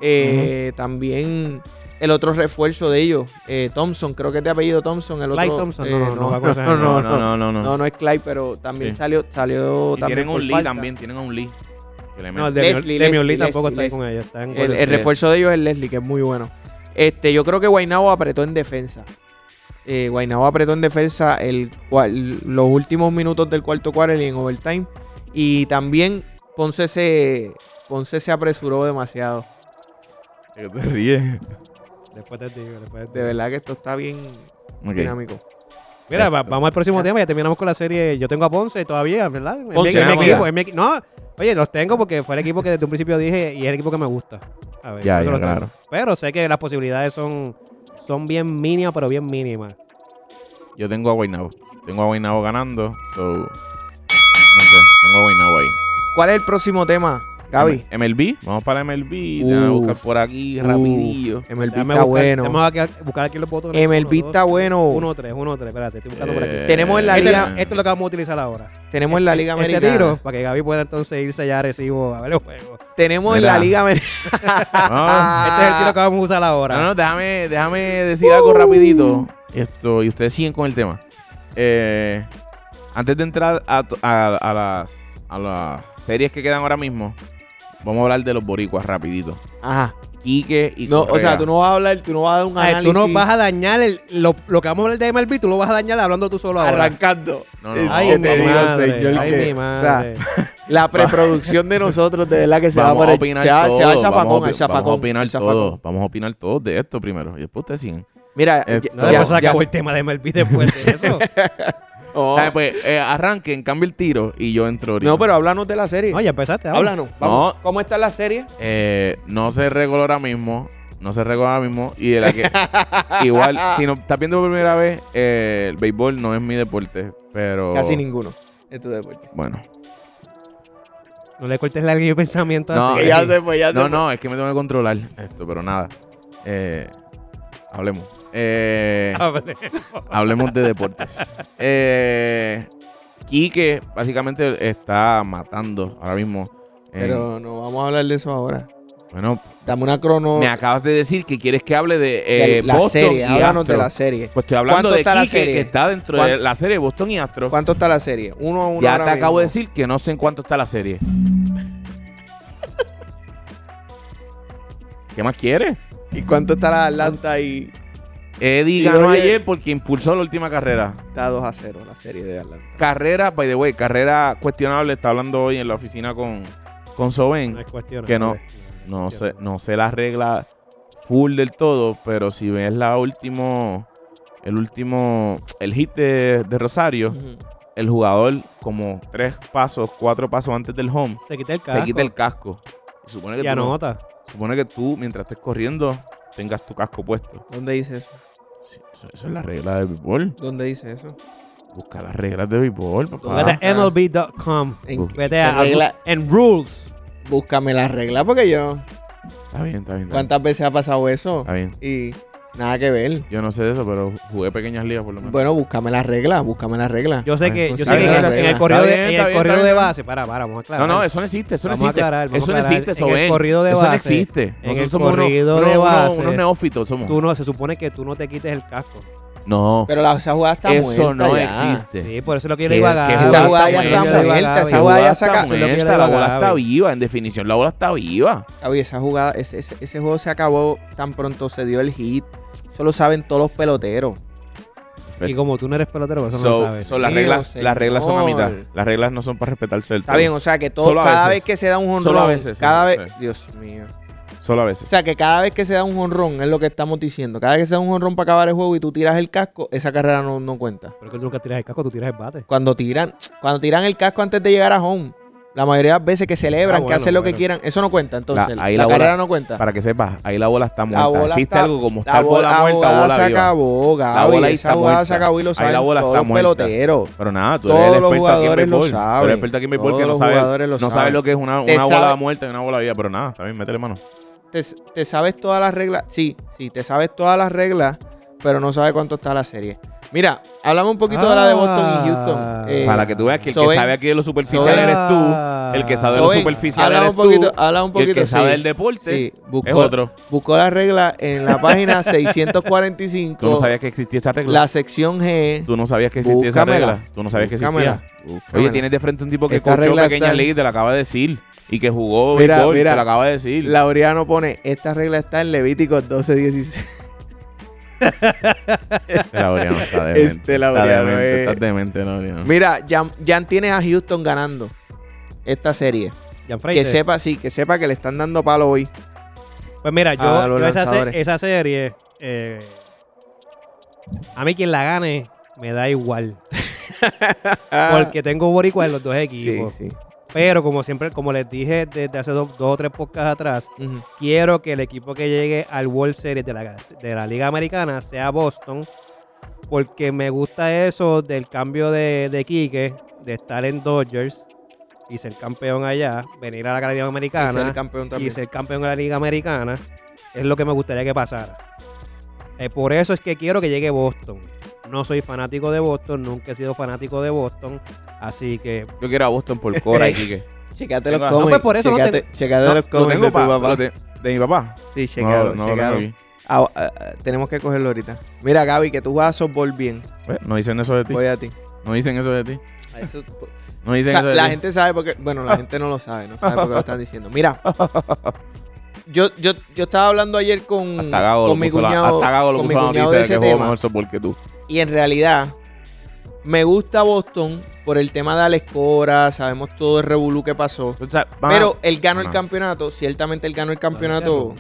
[SPEAKER 1] Eh, También el otro refuerzo de ellos, eh, Thompson, creo que es de apellido Thompson. El otro,
[SPEAKER 2] Clyde Thompson,
[SPEAKER 1] eh,
[SPEAKER 2] no, no, no, me acuerdo ese
[SPEAKER 1] no,
[SPEAKER 2] nombre.
[SPEAKER 1] no,
[SPEAKER 3] no, no, no, no.
[SPEAKER 1] no, no es Clyde, pero también
[SPEAKER 3] Sí.
[SPEAKER 1] salió, salió
[SPEAKER 3] Y
[SPEAKER 1] también.
[SPEAKER 3] tienen
[SPEAKER 1] por
[SPEAKER 3] un Lee
[SPEAKER 1] falta.
[SPEAKER 3] también, tienen a un Lee. que le
[SPEAKER 2] No,
[SPEAKER 3] mete.
[SPEAKER 2] el de,
[SPEAKER 1] Leslie,
[SPEAKER 2] Miol- de
[SPEAKER 1] Leslie,
[SPEAKER 2] Miol tampoco
[SPEAKER 1] Leslie,
[SPEAKER 2] está ahí con ellos. Está en
[SPEAKER 1] El,
[SPEAKER 2] Golden
[SPEAKER 1] el
[SPEAKER 2] State.
[SPEAKER 1] refuerzo de ellos es Leslie, que es muy bueno. Este, yo creo que Guainabo apretó en defensa. Eh, Guaynabo apretó en defensa el cual- los últimos minutos del cuarto quarter y en overtime. Y también Ponce se, Ponce se apresuró demasiado.
[SPEAKER 3] Que te ríes.
[SPEAKER 2] Después te digo, después te
[SPEAKER 1] De
[SPEAKER 2] digo.
[SPEAKER 1] verdad que esto está bien
[SPEAKER 3] Ok.
[SPEAKER 1] dinámico.
[SPEAKER 2] Mira, va- vamos al próximo tema. Ya terminamos con la serie. Yo tengo a Ponce todavía, ¿verdad? Es mi-
[SPEAKER 1] Ponce,
[SPEAKER 2] es mi,
[SPEAKER 3] ¿no?
[SPEAKER 2] equipo. es mi equi- no, oye, los tengo porque fue el equipo que desde un principio dije y es el equipo que me gusta. A ver,
[SPEAKER 3] Ya,
[SPEAKER 2] por eso
[SPEAKER 3] ya,
[SPEAKER 2] los tengo.
[SPEAKER 3] claro.
[SPEAKER 2] Pero sé que las posibilidades son, son bien mínimas, pero bien mínimas.
[SPEAKER 3] Yo tengo a Guaynabo. Tengo a Guaynabo ganando. So, no sé, tengo a Guaynabo ahí.
[SPEAKER 1] ¿Cuál es el próximo tema, Gaby?
[SPEAKER 3] M- MLB. Vamos para MLB. Déjame
[SPEAKER 1] Uf.
[SPEAKER 3] buscar por aquí rapidillo.
[SPEAKER 1] MLB está
[SPEAKER 2] Déjame buscar-
[SPEAKER 1] bueno.
[SPEAKER 2] déjame aquí- buscar aquí los votos.
[SPEAKER 1] MLB está bueno.
[SPEAKER 2] 1-3, 1-3, espérate, estoy buscando por aquí.
[SPEAKER 3] Eh,
[SPEAKER 1] Tenemos en la
[SPEAKER 2] Este-
[SPEAKER 1] liga-
[SPEAKER 2] esto es lo que vamos a utilizar ahora.
[SPEAKER 1] Tenemos en la Liga
[SPEAKER 2] Este
[SPEAKER 1] Americana.
[SPEAKER 2] tiro, para que Gaby pueda entonces irse ya a Arecibo a ver el juego.
[SPEAKER 1] Tenemos en
[SPEAKER 3] Mira.
[SPEAKER 1] la Liga Americana.
[SPEAKER 3] No,
[SPEAKER 2] Este es el tiro que vamos a usar ahora.
[SPEAKER 3] no, no, déjame, déjame decir algo rapidito. Esto, y ustedes siguen con el tema. Eh, antes de entrar a, to- a- a las, a las series que quedan ahora mismo, vamos a hablar de los boricuas rapidito.
[SPEAKER 1] Ajá.
[SPEAKER 3] Quique y
[SPEAKER 1] No, o
[SPEAKER 3] Correa.
[SPEAKER 1] sea, tú no vas a hablar, tú no vas a dar un
[SPEAKER 2] Ay,
[SPEAKER 1] análisis.
[SPEAKER 2] tú no vas a dañar el- lo, lo que vamos a hablar de MLB, tú lo vas a dañar hablando tú solo ahora.
[SPEAKER 1] arrancando.
[SPEAKER 3] No, no.
[SPEAKER 1] Es
[SPEAKER 2] Ay,
[SPEAKER 1] que
[SPEAKER 2] mi
[SPEAKER 1] te digo,
[SPEAKER 2] madre,
[SPEAKER 1] señor,
[SPEAKER 2] ay,
[SPEAKER 1] que-
[SPEAKER 2] mi
[SPEAKER 1] o sea,
[SPEAKER 2] madre.
[SPEAKER 3] Ah.
[SPEAKER 1] La preproducción de nosotros, de verdad que se
[SPEAKER 3] vamos
[SPEAKER 1] va
[SPEAKER 3] a
[SPEAKER 1] por el,
[SPEAKER 3] opinar
[SPEAKER 1] se va,
[SPEAKER 3] todo.
[SPEAKER 1] se va al
[SPEAKER 3] vamos a
[SPEAKER 1] zafacón,
[SPEAKER 3] opi-
[SPEAKER 1] al zafacón,
[SPEAKER 3] Vamos a opinar
[SPEAKER 1] al zafacón.
[SPEAKER 3] todo. Vamos a opinar todo de esto primero. Y después ustedes siguen.
[SPEAKER 1] Mira,
[SPEAKER 3] Esto-
[SPEAKER 1] ya-
[SPEAKER 2] No, después se
[SPEAKER 1] ya-
[SPEAKER 2] acabó el tema de MLB después de eso.
[SPEAKER 1] oh.
[SPEAKER 3] Dale, pues eh, arranquen, cambia el tiro y yo entro ahorita.
[SPEAKER 1] No, pero háblanos de la serie.
[SPEAKER 2] no, ya empezaste. habla.
[SPEAKER 1] háblanos. Vamos. ¿Cómo está la serie?
[SPEAKER 3] Eh, no se regó ahora mismo. No se regó ahora mismo. Y de la que. igual, si no estás viendo por primera vez, eh, el béisbol no es mi deporte. Pero.
[SPEAKER 1] Casi ninguno. Esto es deporte.
[SPEAKER 3] Bueno.
[SPEAKER 2] No le cortes la línea de pensamiento
[SPEAKER 3] No,
[SPEAKER 2] así.
[SPEAKER 3] eh, ya se
[SPEAKER 1] fue, Ah, ya
[SPEAKER 3] No, no, es que me tengo que controlar esto, pero nada. Eh, hablemos. Eh,
[SPEAKER 1] Ah.
[SPEAKER 2] Hable.
[SPEAKER 3] Hablemos de deportes. Eh, Quique básicamente está matando ahora mismo. en-
[SPEAKER 1] Pero no vamos a hablar de eso ahora.
[SPEAKER 3] bueno,
[SPEAKER 1] Dame una crono
[SPEAKER 3] me acabas de decir que quieres que hable de,
[SPEAKER 1] de
[SPEAKER 3] eh,
[SPEAKER 1] la
[SPEAKER 3] Boston y
[SPEAKER 1] serie. Háblanos de
[SPEAKER 3] Astros.
[SPEAKER 1] la serie.
[SPEAKER 3] Pues estoy hablando
[SPEAKER 1] ¿Cuánto
[SPEAKER 3] de
[SPEAKER 1] está la
[SPEAKER 3] Quique
[SPEAKER 1] serie?
[SPEAKER 3] que está dentro de
[SPEAKER 1] ¿Cuán-
[SPEAKER 3] la serie Boston y Astros.
[SPEAKER 1] ¿Cuánto está la serie? Uno a uno.
[SPEAKER 3] Ya te
[SPEAKER 1] ahora
[SPEAKER 3] acabo
[SPEAKER 1] mismo.
[SPEAKER 3] de decir que no sé en cuánto está la serie. ¿Qué más quieres?
[SPEAKER 1] ¿Y cuánto está la Atlanta y
[SPEAKER 3] Eddie
[SPEAKER 1] Y
[SPEAKER 3] ganó
[SPEAKER 1] oye-
[SPEAKER 3] ayer porque impulsó la última carrera.
[SPEAKER 1] está 2 a 0 la serie de Atlanta?
[SPEAKER 3] Carrera, by the way, carrera cuestionable. Está hablando hoy en la oficina con, con Soben.
[SPEAKER 2] No es cuestión.
[SPEAKER 3] Que no.
[SPEAKER 2] hombre.
[SPEAKER 3] No
[SPEAKER 2] es
[SPEAKER 3] sé,
[SPEAKER 2] cuestión.
[SPEAKER 3] no sé la regla full del todo, pero si ves la último, el último, el hit de, de Rosario,
[SPEAKER 1] Ujú.
[SPEAKER 3] el jugador como tres pasos, cuatro pasos antes del home,
[SPEAKER 2] Se quita el casco.
[SPEAKER 3] se quita el casco. Supone que,
[SPEAKER 2] Y
[SPEAKER 3] tú, no-
[SPEAKER 2] anota.
[SPEAKER 3] supone que tú, mientras estés corriendo, tengas tu casco puesto.
[SPEAKER 1] ¿Dónde dice eso?
[SPEAKER 3] Sí, Eso, eso es la regla de béisbol.
[SPEAKER 1] ¿Dónde dice eso?
[SPEAKER 3] Busca las reglas de béisbol,
[SPEAKER 1] Ah,
[SPEAKER 3] papá.
[SPEAKER 2] Vete a MLB.com.
[SPEAKER 1] En-
[SPEAKER 2] Vete a
[SPEAKER 1] Regla-
[SPEAKER 2] en rules.
[SPEAKER 1] Búscame la regla porque yo.
[SPEAKER 3] Está bien, está bien. Está bien.
[SPEAKER 1] ¿Cuántas veces ha pasado eso?
[SPEAKER 3] Está bien.
[SPEAKER 1] Y nada que ver.
[SPEAKER 3] Yo no sé de eso, pero jugué pequeñas ligas por lo menos.
[SPEAKER 1] Bueno, búscame la regla, búscame la regla.
[SPEAKER 2] Yo
[SPEAKER 3] Ah,
[SPEAKER 2] sé que, yo sé
[SPEAKER 1] Está
[SPEAKER 2] que
[SPEAKER 1] bien,
[SPEAKER 2] en, el-
[SPEAKER 1] está
[SPEAKER 2] en
[SPEAKER 1] bien.
[SPEAKER 2] el corrido
[SPEAKER 3] pues Está
[SPEAKER 2] de,
[SPEAKER 3] bien,
[SPEAKER 2] en
[SPEAKER 3] está
[SPEAKER 2] el
[SPEAKER 3] bien,
[SPEAKER 2] corrido
[SPEAKER 3] está
[SPEAKER 2] de
[SPEAKER 3] bien.
[SPEAKER 2] base. Para, para, vamos a aclarar.
[SPEAKER 3] No, no, eso no existe, eso no
[SPEAKER 2] Vamos a
[SPEAKER 3] existe.
[SPEAKER 2] aclarar, vamos
[SPEAKER 3] eso
[SPEAKER 2] a
[SPEAKER 3] no
[SPEAKER 2] aclarar.
[SPEAKER 3] existe,
[SPEAKER 2] En el
[SPEAKER 3] Soben.
[SPEAKER 2] corrido de
[SPEAKER 3] eso no
[SPEAKER 2] base,
[SPEAKER 3] existe.
[SPEAKER 2] en
[SPEAKER 3] Nosotros
[SPEAKER 2] el
[SPEAKER 3] somos unos-
[SPEAKER 2] corrido
[SPEAKER 3] unos-
[SPEAKER 2] de
[SPEAKER 3] unos-
[SPEAKER 2] base,
[SPEAKER 3] unos neófitos somos.
[SPEAKER 2] Tú no, se supone que tú no te quites el casco.
[SPEAKER 3] No,
[SPEAKER 1] Pero la, esa jugada está
[SPEAKER 3] eso
[SPEAKER 1] muerta
[SPEAKER 3] no
[SPEAKER 1] ya.
[SPEAKER 3] existe.
[SPEAKER 2] Sí, por eso es lo que yo
[SPEAKER 3] Que-
[SPEAKER 2] le iba a
[SPEAKER 3] que
[SPEAKER 2] Gaby.
[SPEAKER 3] esa
[SPEAKER 2] Eso es lo
[SPEAKER 3] jugada
[SPEAKER 2] que
[SPEAKER 3] ya
[SPEAKER 2] yo
[SPEAKER 3] está
[SPEAKER 2] le iba a
[SPEAKER 1] muerta,
[SPEAKER 2] Gaby.
[SPEAKER 1] esa jugada ya
[SPEAKER 3] está
[SPEAKER 1] saca-
[SPEAKER 2] Eso es lo que yo
[SPEAKER 3] muerta,
[SPEAKER 2] le iba
[SPEAKER 3] la
[SPEAKER 2] a
[SPEAKER 3] bola está
[SPEAKER 2] Gaby.
[SPEAKER 3] viva, en definición la bola está viva.
[SPEAKER 1] Gaby, esa jugada, ese, ese- ese juego se acabó tan pronto se dio el hit. Eso lo saben todos los peloteros.
[SPEAKER 2] Y como tú no eres pelotero, por eso no lo
[SPEAKER 3] So,
[SPEAKER 2] sabes.
[SPEAKER 3] so las
[SPEAKER 1] Digo,
[SPEAKER 3] reglas, las reglas son a mitad.
[SPEAKER 1] señor.
[SPEAKER 3] Las reglas no son para respetarse el
[SPEAKER 1] Está bien, o sea que todo,
[SPEAKER 3] Solo a
[SPEAKER 1] cada vez
[SPEAKER 3] veces.
[SPEAKER 1] que se da un
[SPEAKER 3] Solo a
[SPEAKER 1] jonrón,
[SPEAKER 3] veces, sí,
[SPEAKER 1] cada vez,
[SPEAKER 3] sí.
[SPEAKER 1] Dios mío.
[SPEAKER 3] Solo a
[SPEAKER 1] O
[SPEAKER 3] veces.
[SPEAKER 1] sea que cada vez que se da un jonrón es lo que estamos diciendo. Cada vez que se da un jonrón para acabar el juego y tú tiras el casco, esa carrera no, no cuenta.
[SPEAKER 2] Pero es que tú nunca tiras el casco, tú tiras el bate.
[SPEAKER 1] Cuando tiran, cuando tiran el casco antes de llegar a home, La mayoría de las veces que celebran,
[SPEAKER 2] Ah, bueno,
[SPEAKER 1] que hacen lo
[SPEAKER 2] bueno.
[SPEAKER 1] que quieran, eso no cuenta. Entonces,
[SPEAKER 3] La-
[SPEAKER 1] la,
[SPEAKER 3] ahí la bola-
[SPEAKER 1] carrera no cuenta.
[SPEAKER 3] Para que sepas, ahí la bola está
[SPEAKER 1] la
[SPEAKER 3] muerta.
[SPEAKER 1] bola
[SPEAKER 3] Existe
[SPEAKER 1] está-
[SPEAKER 3] algo como
[SPEAKER 1] la
[SPEAKER 3] estar bola,
[SPEAKER 1] la
[SPEAKER 3] muerta o
[SPEAKER 1] bola
[SPEAKER 3] bola
[SPEAKER 1] se
[SPEAKER 3] viva.
[SPEAKER 1] acabó, Gaby.
[SPEAKER 3] bola ahí
[SPEAKER 1] esa
[SPEAKER 3] está
[SPEAKER 1] bola
[SPEAKER 3] muerta.
[SPEAKER 1] se acabó y lo
[SPEAKER 3] Ahí
[SPEAKER 1] saben
[SPEAKER 3] la bola
[SPEAKER 1] todos
[SPEAKER 3] está
[SPEAKER 1] los
[SPEAKER 3] muerta.
[SPEAKER 1] peloteros.
[SPEAKER 3] Pero nada, tú
[SPEAKER 1] Todos
[SPEAKER 3] eres el
[SPEAKER 1] los
[SPEAKER 3] experto aquí en
[SPEAKER 1] jugadores lo
[SPEAKER 3] béisbol. Tú eres
[SPEAKER 1] saben.
[SPEAKER 3] experto aquí en béisbol que
[SPEAKER 1] Todos
[SPEAKER 3] no
[SPEAKER 1] los
[SPEAKER 3] sabes,
[SPEAKER 1] jugadores lo
[SPEAKER 3] no sabes
[SPEAKER 1] saben.
[SPEAKER 3] lo que es una,
[SPEAKER 1] Te
[SPEAKER 3] una bola
[SPEAKER 1] sabe-
[SPEAKER 3] muerta y una bola viva. Pero nada, está bien, métele mano.
[SPEAKER 1] Te, te sabes todas las reglas. Sí, sí, te sabes todas las reglas, pero no sabes cuánto está la serie. Mira, hablamos un poquito de la de Boston y Houston. Eh,
[SPEAKER 3] Ah. Para que tú veas que el que
[SPEAKER 1] Soben.
[SPEAKER 3] sabe aquí de lo superficial
[SPEAKER 1] Soben.
[SPEAKER 3] eres tú, el que sabe de lo
[SPEAKER 1] Soben,
[SPEAKER 3] superficial
[SPEAKER 1] habla
[SPEAKER 3] eres
[SPEAKER 1] un poquito,
[SPEAKER 3] tú,
[SPEAKER 1] habla un
[SPEAKER 3] y
[SPEAKER 1] poquito.
[SPEAKER 3] el que
[SPEAKER 1] sí.
[SPEAKER 3] sabe del deporte
[SPEAKER 1] Sí, buscó,
[SPEAKER 3] es otro.
[SPEAKER 1] buscó la regla en la página 645,
[SPEAKER 3] Tú no sabías que existía esa regla.
[SPEAKER 1] la sección G.
[SPEAKER 3] Tú no sabías que existía esa
[SPEAKER 1] Búscamela.
[SPEAKER 3] regla. Tú no sabías que
[SPEAKER 1] Búscamela,
[SPEAKER 3] existía. Oye,
[SPEAKER 1] búscamela.
[SPEAKER 3] tienes de frente un tipo que
[SPEAKER 1] Esta
[SPEAKER 3] escuchó
[SPEAKER 1] regla
[SPEAKER 3] pequeña
[SPEAKER 1] está-
[SPEAKER 3] ley, te la acaba de decir. Y que jugó
[SPEAKER 1] Mira,
[SPEAKER 3] béisbol,
[SPEAKER 1] mira.
[SPEAKER 3] te la acaba de decir.
[SPEAKER 1] Laureano pone, esta regla está en Levíticos 12, 16.
[SPEAKER 3] Este Laureano está demente.
[SPEAKER 1] Este
[SPEAKER 3] Está
[SPEAKER 1] Laureano
[SPEAKER 3] demente,
[SPEAKER 1] es-
[SPEAKER 3] Estás demente, Laureano.
[SPEAKER 1] Mira, Jan, Jan tienes a Houston ganando esta serie. Que
[SPEAKER 2] Jan Freite.
[SPEAKER 1] sepa, sí, que sepa que le están dando palo hoy.
[SPEAKER 2] Pues mira, yo,
[SPEAKER 1] a los
[SPEAKER 2] yo esa, se-
[SPEAKER 1] lanzadores.
[SPEAKER 2] esa serie, eh, a mí quien la gane me da igual.
[SPEAKER 3] Ah,
[SPEAKER 2] Porque tengo boricua en los dos
[SPEAKER 1] Ah. Sí,
[SPEAKER 2] equipos.
[SPEAKER 1] sí.
[SPEAKER 2] Pero como siempre, como les dije desde hace dos, dos o tres podcasts atrás,
[SPEAKER 1] Ujú.
[SPEAKER 2] quiero que el equipo que llegue al World Series de la, de la Liga Americana sea Boston, porque me gusta eso del cambio de, de Quique, de estar en Dodgers y ser campeón allá, venir a la Liga
[SPEAKER 1] Y ser
[SPEAKER 2] Americana
[SPEAKER 1] campeón
[SPEAKER 2] y
[SPEAKER 1] también.
[SPEAKER 2] ser campeón de la Liga Americana, es lo que me gustaría que pasara. Eh, por eso es que quiero que llegue Boston. No soy fanático de Boston, nunca he sido fanático de Boston, así que
[SPEAKER 3] Yo quiero a Boston por Cora y Quique.
[SPEAKER 1] Checate
[SPEAKER 3] Tengo-
[SPEAKER 1] los
[SPEAKER 3] no,
[SPEAKER 1] cómics.
[SPEAKER 2] pues, por eso no
[SPEAKER 1] Checate, checate
[SPEAKER 2] no,
[SPEAKER 1] los
[SPEAKER 3] Lo
[SPEAKER 1] cómics
[SPEAKER 3] tengo
[SPEAKER 1] de tu
[SPEAKER 3] pa-
[SPEAKER 1] papá.
[SPEAKER 3] lo te- de mi papá.
[SPEAKER 1] Sí,
[SPEAKER 3] No,
[SPEAKER 1] checalo,
[SPEAKER 3] no, lo
[SPEAKER 1] checalo.
[SPEAKER 3] tengo aquí.
[SPEAKER 1] Ah, ah, ah, tenemos que cogerlo ahorita. Mira, Gaby, que tú juegas softball bien.
[SPEAKER 3] Eh, No dicen eso de ti.
[SPEAKER 1] Voy a ti.
[SPEAKER 3] No dicen eso de ti.
[SPEAKER 1] Eso-
[SPEAKER 3] No dicen
[SPEAKER 1] Pues- O sea,
[SPEAKER 3] eso de
[SPEAKER 1] la
[SPEAKER 3] ti.
[SPEAKER 1] gente sabe porque. Bueno, la gente no lo sabe, no sabe por qué lo están diciendo. Mira. Yo, yo, yo estaba hablando ayer con,
[SPEAKER 3] Hasta Gago
[SPEAKER 1] con
[SPEAKER 3] lo
[SPEAKER 1] mi
[SPEAKER 3] puso la-
[SPEAKER 1] cuñado,
[SPEAKER 3] hasta Gago lo
[SPEAKER 1] con mi
[SPEAKER 3] puso la
[SPEAKER 1] cuñado
[SPEAKER 3] noticia
[SPEAKER 1] de
[SPEAKER 3] de que
[SPEAKER 1] ese
[SPEAKER 3] jugó
[SPEAKER 1] tema.
[SPEAKER 3] mejor softball que tú.
[SPEAKER 1] Y en realidad, me gusta Boston por el tema de Alex Cora. Sabemos todo el revolú que pasó.
[SPEAKER 3] O sea, van a-
[SPEAKER 1] Pero él ganó el
[SPEAKER 3] Ajá.
[SPEAKER 1] campeonato. Ciertamente él ganó el campeonato.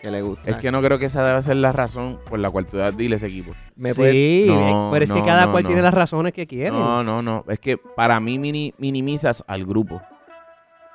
[SPEAKER 1] Que le gusta.
[SPEAKER 3] es que no creo que esa debe ser la razón por la cual tú das deal a ese equipo.
[SPEAKER 1] Me puede-
[SPEAKER 2] sí, eh,
[SPEAKER 3] No,
[SPEAKER 2] pero es que
[SPEAKER 3] no,
[SPEAKER 2] cada
[SPEAKER 3] no,
[SPEAKER 2] cual
[SPEAKER 3] no.
[SPEAKER 2] tiene las razones que quiere.
[SPEAKER 3] No, no, no. Es que para mí mini- minimizas al grupo.